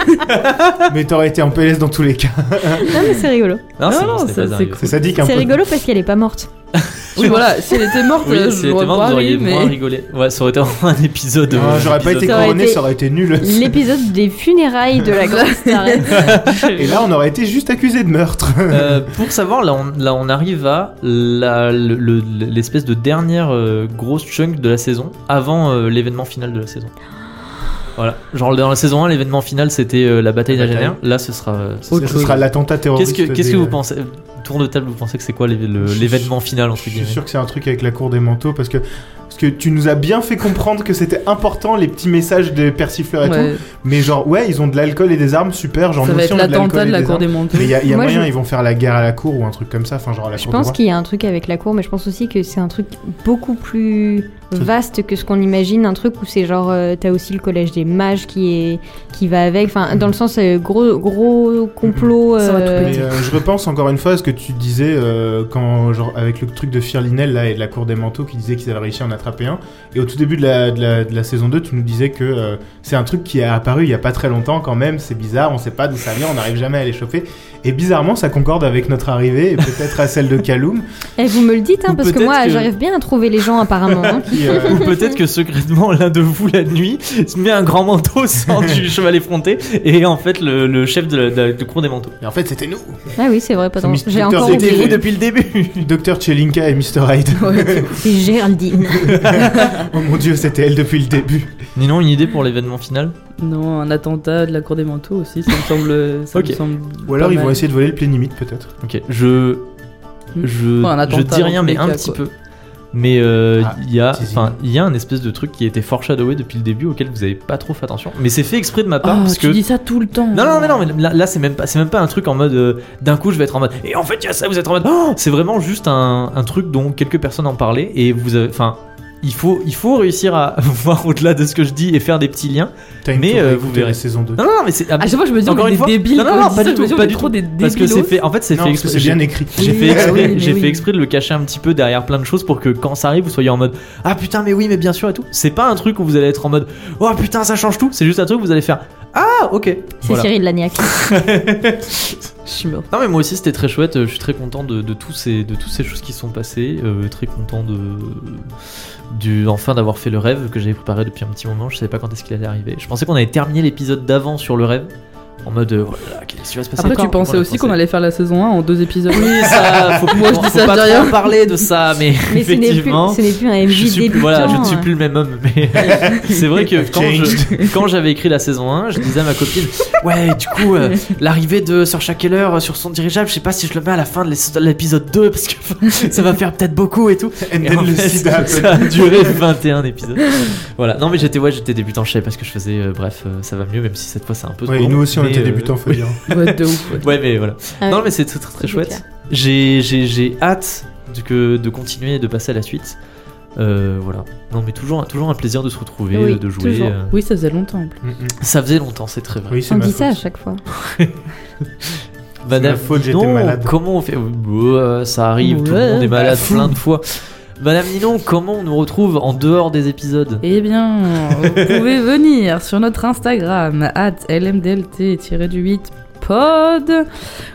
S3: Mais t'aurais été en PLS dans tous les cas.
S4: non, mais c'est rigolo.
S1: Non, c'est
S2: Non,
S1: bon,
S2: non,
S1: c'était
S2: ça,
S1: pas
S2: c'est
S1: dingue.
S2: cool.
S3: C'est ça dit qu'un
S4: C'est
S3: peu.
S4: rigolo parce qu'elle est pas morte.
S2: Oui, voilà, si elle était morte,
S1: Oui,
S2: euh,
S1: si elle
S2: j'aurais
S1: était morte, vous
S2: pas
S1: auriez
S2: ri,
S1: moins
S2: mais.
S1: rigolé. Ouais, ça aurait été vraiment un épisode.
S3: Non,
S1: euh,
S3: Ah, J'aurais pas été
S1: épisode.
S4: Ça aurait
S3: couronné,
S4: été-
S3: ça aurait été nul.
S4: L'épisode des funérailles de la grande
S3: Et
S4: starette.
S3: là, on aurait été juste accusé de meurtre.
S1: Euh, pour savoir, là on, là, on arrive à la- le- le- l'espèce de dernière euh, grosse chunk de la saison avant euh, l'événement final de la saison. Voilà. Genre, dans la saison 1, l'événement final c'était euh, la bataille
S3: La bataille.
S1: d'Agener. Là, ce sera. euh, ce
S3: Ce
S1: sera-
S3: sera l'attentat terroriste.
S1: Qu'est-ce que, qu'est-ce
S3: des-
S1: que vous pensez Tour de table, vous pensez que c'est quoi l'é- le-
S3: Je suis
S1: l'événement final entre
S3: Je suis
S1: guillemets
S3: sûr que c'est un truc avec la cour des manteaux parce que. Parce que tu nous as bien fait comprendre que c'était important les petits messages des persifleurs et tout.
S2: Ouais,
S3: Mais genre, ouais, ils ont de l'alcool et des armes, super. Genre,
S2: ça
S3: nous
S2: va
S3: aussi,
S2: être
S3: on a de l'alcool
S2: l'attentat
S3: et
S2: de la
S3: des
S2: cour
S3: armes.
S2: des manteaux.
S3: Mais il y a, y a
S4: Moi,
S3: moyen,
S4: je-
S3: ils vont faire la guerre à la cour ou un truc comme ça. Enfin, genre à la
S4: Je
S3: cour de
S4: pense
S3: droit.
S4: qu'il y a un truc avec la cour, mais je pense aussi que c'est un truc beaucoup plus
S1: Hmm.
S4: vaste que ce qu'on imagine. Un truc où c'est genre, euh, t'as aussi le collège des mages qui, est, qui va avec. Enfin,
S1: Hmm.
S4: dans le sens, euh, gros, gros complot.
S2: Ça va tout
S4: euh,
S3: Mais euh, je repense encore une fois à ce que tu disais euh, quand, genre, avec le truc de Firlinel là et de la cour des manteaux qui disait qu'ils avaient réussi à en attraper un. Et au tout début de la, de la, de la saison 2, tu nous disais que euh, c'est un truc qui est apparu il y a pas très longtemps quand même. C'est bizarre, on sait pas d'où ça vient, on n'arrive jamais à l'échauffer. Et bizarrement, ça concorde avec notre arrivée et peut-être à celle de Kaloum.
S4: Eh, vous me le dites, hein,
S1: Ou
S4: parce que
S1: peut-être
S4: moi,
S1: que-
S4: j'arrive bien à trouver les gens apparemment. hein.
S3: qui, euh,
S1: Ou peut-être que secrètement l'un de vous la nuit se met un grand manteau sans du cheval effronté et en fait le, le chef de la, de la- de cour des manteaux.
S3: Mais en fait, c'était nous
S4: Ah oui, c'est vrai, pas
S3: C'est
S4: dans-
S3: Mr.
S4: J'ai encore
S3: C'était
S1: C'était
S3: vous
S1: vous
S4: oublié.
S1: depuis le début.
S3: Docteur Chelinka et Mr. Hyde.
S4: C'est Géraldine.
S3: oh mon dieu, c'était elle depuis le début.
S1: Ninon, une idée pour l'événement final
S2: Non, un attentat de la cour des manteaux aussi, ça me semble. Ça
S1: Ok.
S2: me semble
S3: Ou alors,
S2: pas
S3: ils vont
S2: mal.
S3: essayer de voler le plénimite peut-être.
S1: Ok, je.
S2: Hmm.
S1: Je,
S2: Ouais, un attentat
S1: je dis
S2: dans
S1: rien,
S2: tous
S1: mais
S2: les
S1: un
S2: cas,
S1: petit
S2: quoi.
S1: peu. Mais euh,
S3: Ah,
S1: il y a,
S3: teasing.
S1: enfin, il y a un espèce de truc qui a été foreshadowé depuis le début auquel vous avez pas trop fait attention. Mais c'est fait exprès de ma part
S2: Ah,
S1: parce
S2: tu
S1: que
S2: dis ça tout le temps.
S1: Non, non, mais non, mais là, là, c'est même pas, c'est même pas un truc en mode euh, d'un coup je vais être en mode et en fait il y a ça, vous êtes en mode. Oh c'est vraiment juste un, un truc dont quelques personnes en parlaient et vous avez, enfin, il faut, il faut réussir à voir au-delà de ce que je dis et faire des petits liens.
S3: T'as une
S1: Mais,
S3: tour à
S1: euh,
S3: écouter
S1: vous verrez.
S3: la saison 2.
S1: Non, non, non, mais c'est
S2: À chaque fois, Ah, je me dis,
S1: Encore
S2: on est
S1: une
S2: des
S1: fois
S2: débiles.
S1: non, non,
S2: quand
S1: non,
S2: on dit
S1: pas
S2: ça,
S1: du
S2: je me
S1: tout,
S2: dis, on
S1: pas
S2: est
S1: du
S2: trop
S1: tout,
S2: des
S1: parce que
S2: débilos.
S1: c'est fait, en fait c'est
S3: Non,
S1: fait
S3: parce que
S1: exprès.
S3: c'est bien écrit. Ah
S1: J'ai
S2: Oui,
S1: fait,
S2: bah
S1: exprès,
S2: oui, mais
S1: j'ai
S2: oui.
S1: fait exprès de le cacher un petit peu derrière plein de choses pour que quand ça arrive, vous soyez en mode Ah putain, mais oui, mais bien sûr et tout. C'est pas un truc où vous allez être en mode Oh putain, ça change tout. C'est juste un truc où vous allez faire Ah, ok.
S4: C'est
S1: Voilà.
S4: Cyril Lagnac.
S2: Je suis mort.
S1: Non mais moi aussi c'était très chouette, euh, je suis très content de, de, tous ces, de toutes ces choses qui sont passées, euh, très content de, du, enfin d'avoir fait le rêve que j'avais préparé depuis un petit moment, je savais pas quand est-ce qu'il allait arriver. Je pensais qu'on avait terminé l'épisode d'avant sur le rêve, en mode euh, oh là là, qu'est-ce qui va se passer
S2: Après, tu
S1: encore
S2: pensais
S1: Voilà,
S2: aussi
S1: je
S2: qu'on
S1: pensais-
S2: allait faire la saison 1 en deux épisodes.
S1: Oui ça, faut,
S2: Moi, je
S1: faut-
S2: dis
S1: faut
S2: ça, je
S1: pas
S2: dis
S1: trop
S2: rien.
S1: en parler de ça, mais,
S4: Mais ce n'est plus,
S1: effectivement...
S4: ce n'est plus un MJ
S1: Je suis, plus,
S4: débutant.
S1: voilà, je ne suis
S4: hein.
S1: plus le même homme, mais c'est vrai que quand, je- quand j'avais écrit la saison 1, je disais à ma copine Ouais, du coup, euh, l'arrivée de Sir Shackler euh, sur son dirigeable, je sais pas si je le mets à la fin de l'é- de l'épisode 2 parce que ça va faire peut-être beaucoup et tout.
S3: And
S1: Et
S3: then
S1: en
S3: le
S1: fait,
S3: sida
S1: ça a duré 21 épisodes. Voilà, non, mais j'étais ouais, j'étais débutant, je savais pas ce que je faisais. euh, bref, euh, ça va mieux, même si cette fois c'est un peu
S3: Ouais,
S1: trop
S3: et nous aussi on
S1: mais,
S3: était
S1: euh,
S3: débutants, faut
S1: oui.
S3: dire.
S2: Ouais, de ouf. ouais.
S1: Ouais, mais voilà.
S4: Ah
S1: Non,
S4: oui.
S1: mais c'est très, très, très
S4: C'est
S1: chouette.
S4: clair.
S1: J'ai, j'ai, j'ai hâte de, que, de continuer et de passer à la suite. Euh, voilà. Non, mais toujours, toujours un plaisir de se retrouver,
S4: Oui,
S1: de jouer.
S4: toujours.
S1: euh.
S2: Oui, ça faisait longtemps en plus.
S3: Mm, mm.
S1: Ça faisait longtemps, c'est très vrai.
S3: Oui, c'est
S4: On
S3: ma
S4: dit
S3: faute.
S4: ça à chaque fois.
S1: Madame,
S3: ma faute, j'étais
S1: Ninon,
S3: malade.
S1: comment on fait Ouah, Ça arrive, tout
S2: Ouais.
S1: le monde
S4: bah,
S1: est malade plein de fois. Madame Ninon, comment on nous retrouve en dehors des épisodes
S2: Eh bien, vous pouvez venir sur notre Instagram, at lmdlt-8 pod,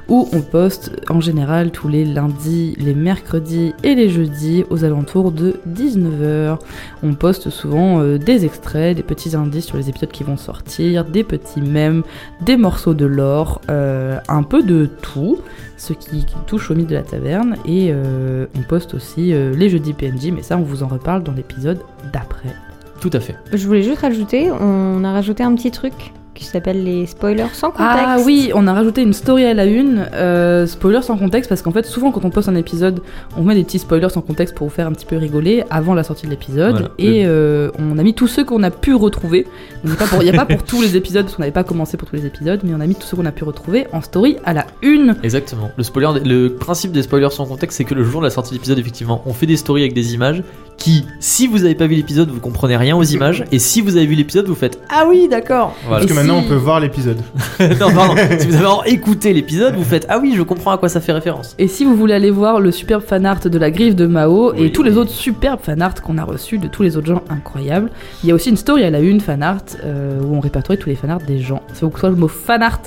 S2: où on poste en général tous les lundis, les mercredis et les jeudis aux alentours de 19h. On poste souvent euh, des extraits, des petits indices sur les épisodes qui vont sortir, des petits mèmes, des morceaux de lore, euh, un peu de tout, ce qui, qui touche au mythe de la taverne. Et euh, on poste aussi euh, les jeudis PNJ, mais ça on vous en reparle dans l'épisode d'après.
S1: Tout à fait.
S4: Je voulais juste rajouter, on a rajouté un petit truc qui s'appelle les spoilers sans contexte.
S2: Ah oui, on a rajouté une story à la une, euh, spoiler sans contexte, parce qu'en fait, souvent quand on poste un épisode, on met des petits spoilers sans contexte pour vous faire un petit peu rigoler avant la sortie de l'épisode.
S1: Voilà.
S2: Et euh, on a mis tous ceux qu'on a pu retrouver. Il n'y a pas pour tous les épisodes, parce qu'on n'avait pas commencé pour tous les épisodes, mais on a mis tous ceux qu'on a pu retrouver en story à la une.
S1: Exactement. Le, spoiler, le principe des spoilers sans contexte, c'est que le jour de la sortie de l'épisode, effectivement, on fait des stories avec des images qui, si vous n'avez pas vu l'épisode, vous comprenez rien aux images, et si vous avez vu l'épisode, vous faites Ah oui, d'accord
S3: Parce
S1: Voilà.
S3: que
S2: Et
S3: maintenant
S2: si-
S3: on peut voir l'épisode.
S1: non, pardon. Si vous avez en- écouté l'épisode, vous faites Ah oui, je comprends à quoi ça fait référence.
S2: Et si vous voulez aller voir le superbe fanart de la griffe de Mao
S1: Oui.
S2: et tous les autres superbes fanarts qu'on a reçus de tous les autres gens incroyables, il y a aussi une story à la une fanart euh, où on répertorie tous les fanarts des gens. C'est beaucoup soit le mot fanart.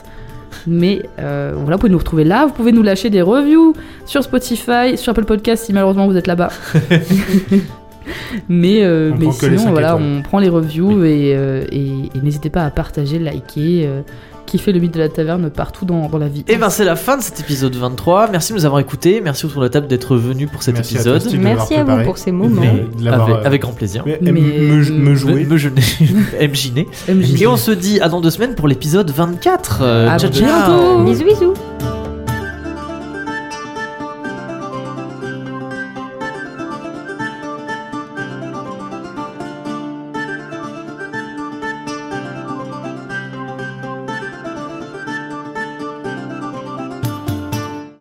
S2: Mais euh, voilà, vous pouvez nous retrouver là, vous pouvez nous lâcher des reviews sur Spotify, sur Apple Podcast si malheureusement vous êtes là-bas. mais euh,
S3: On
S2: mais
S3: prend que les
S2: sinon,
S3: cinq
S2: voilà,
S3: étoiles.
S2: on prend les reviews et, euh, et- et n'hésitez pas à partager, liker, euh, kiffer le mythe de la taverne partout dans, dans la vie.
S1: Et ben c'est la fin de cet épisode 23. Merci de nous avoir écoutés. Merci autour de la table d'être venu pour cet
S3: Merci à toi,
S1: épisode.
S3: Steve, de m'avoir
S4: Merci à vous
S3: préparé.
S4: pour ces
S2: Oh,
S4: moments.
S1: Mais
S3: de- de l'avoir,
S1: avec,
S3: euh,
S1: avec grand plaisir.
S3: Mais,
S2: Mais-
S3: me, me- me jouer.
S1: Me, me jeûner. MJN.
S2: MJ.
S3: E.
S1: Et on se dit à dans deux semaines pour l'épisode 24. Euh,
S2: À
S1: ciao, ciao.
S2: bientôt.
S4: Bisous bisous.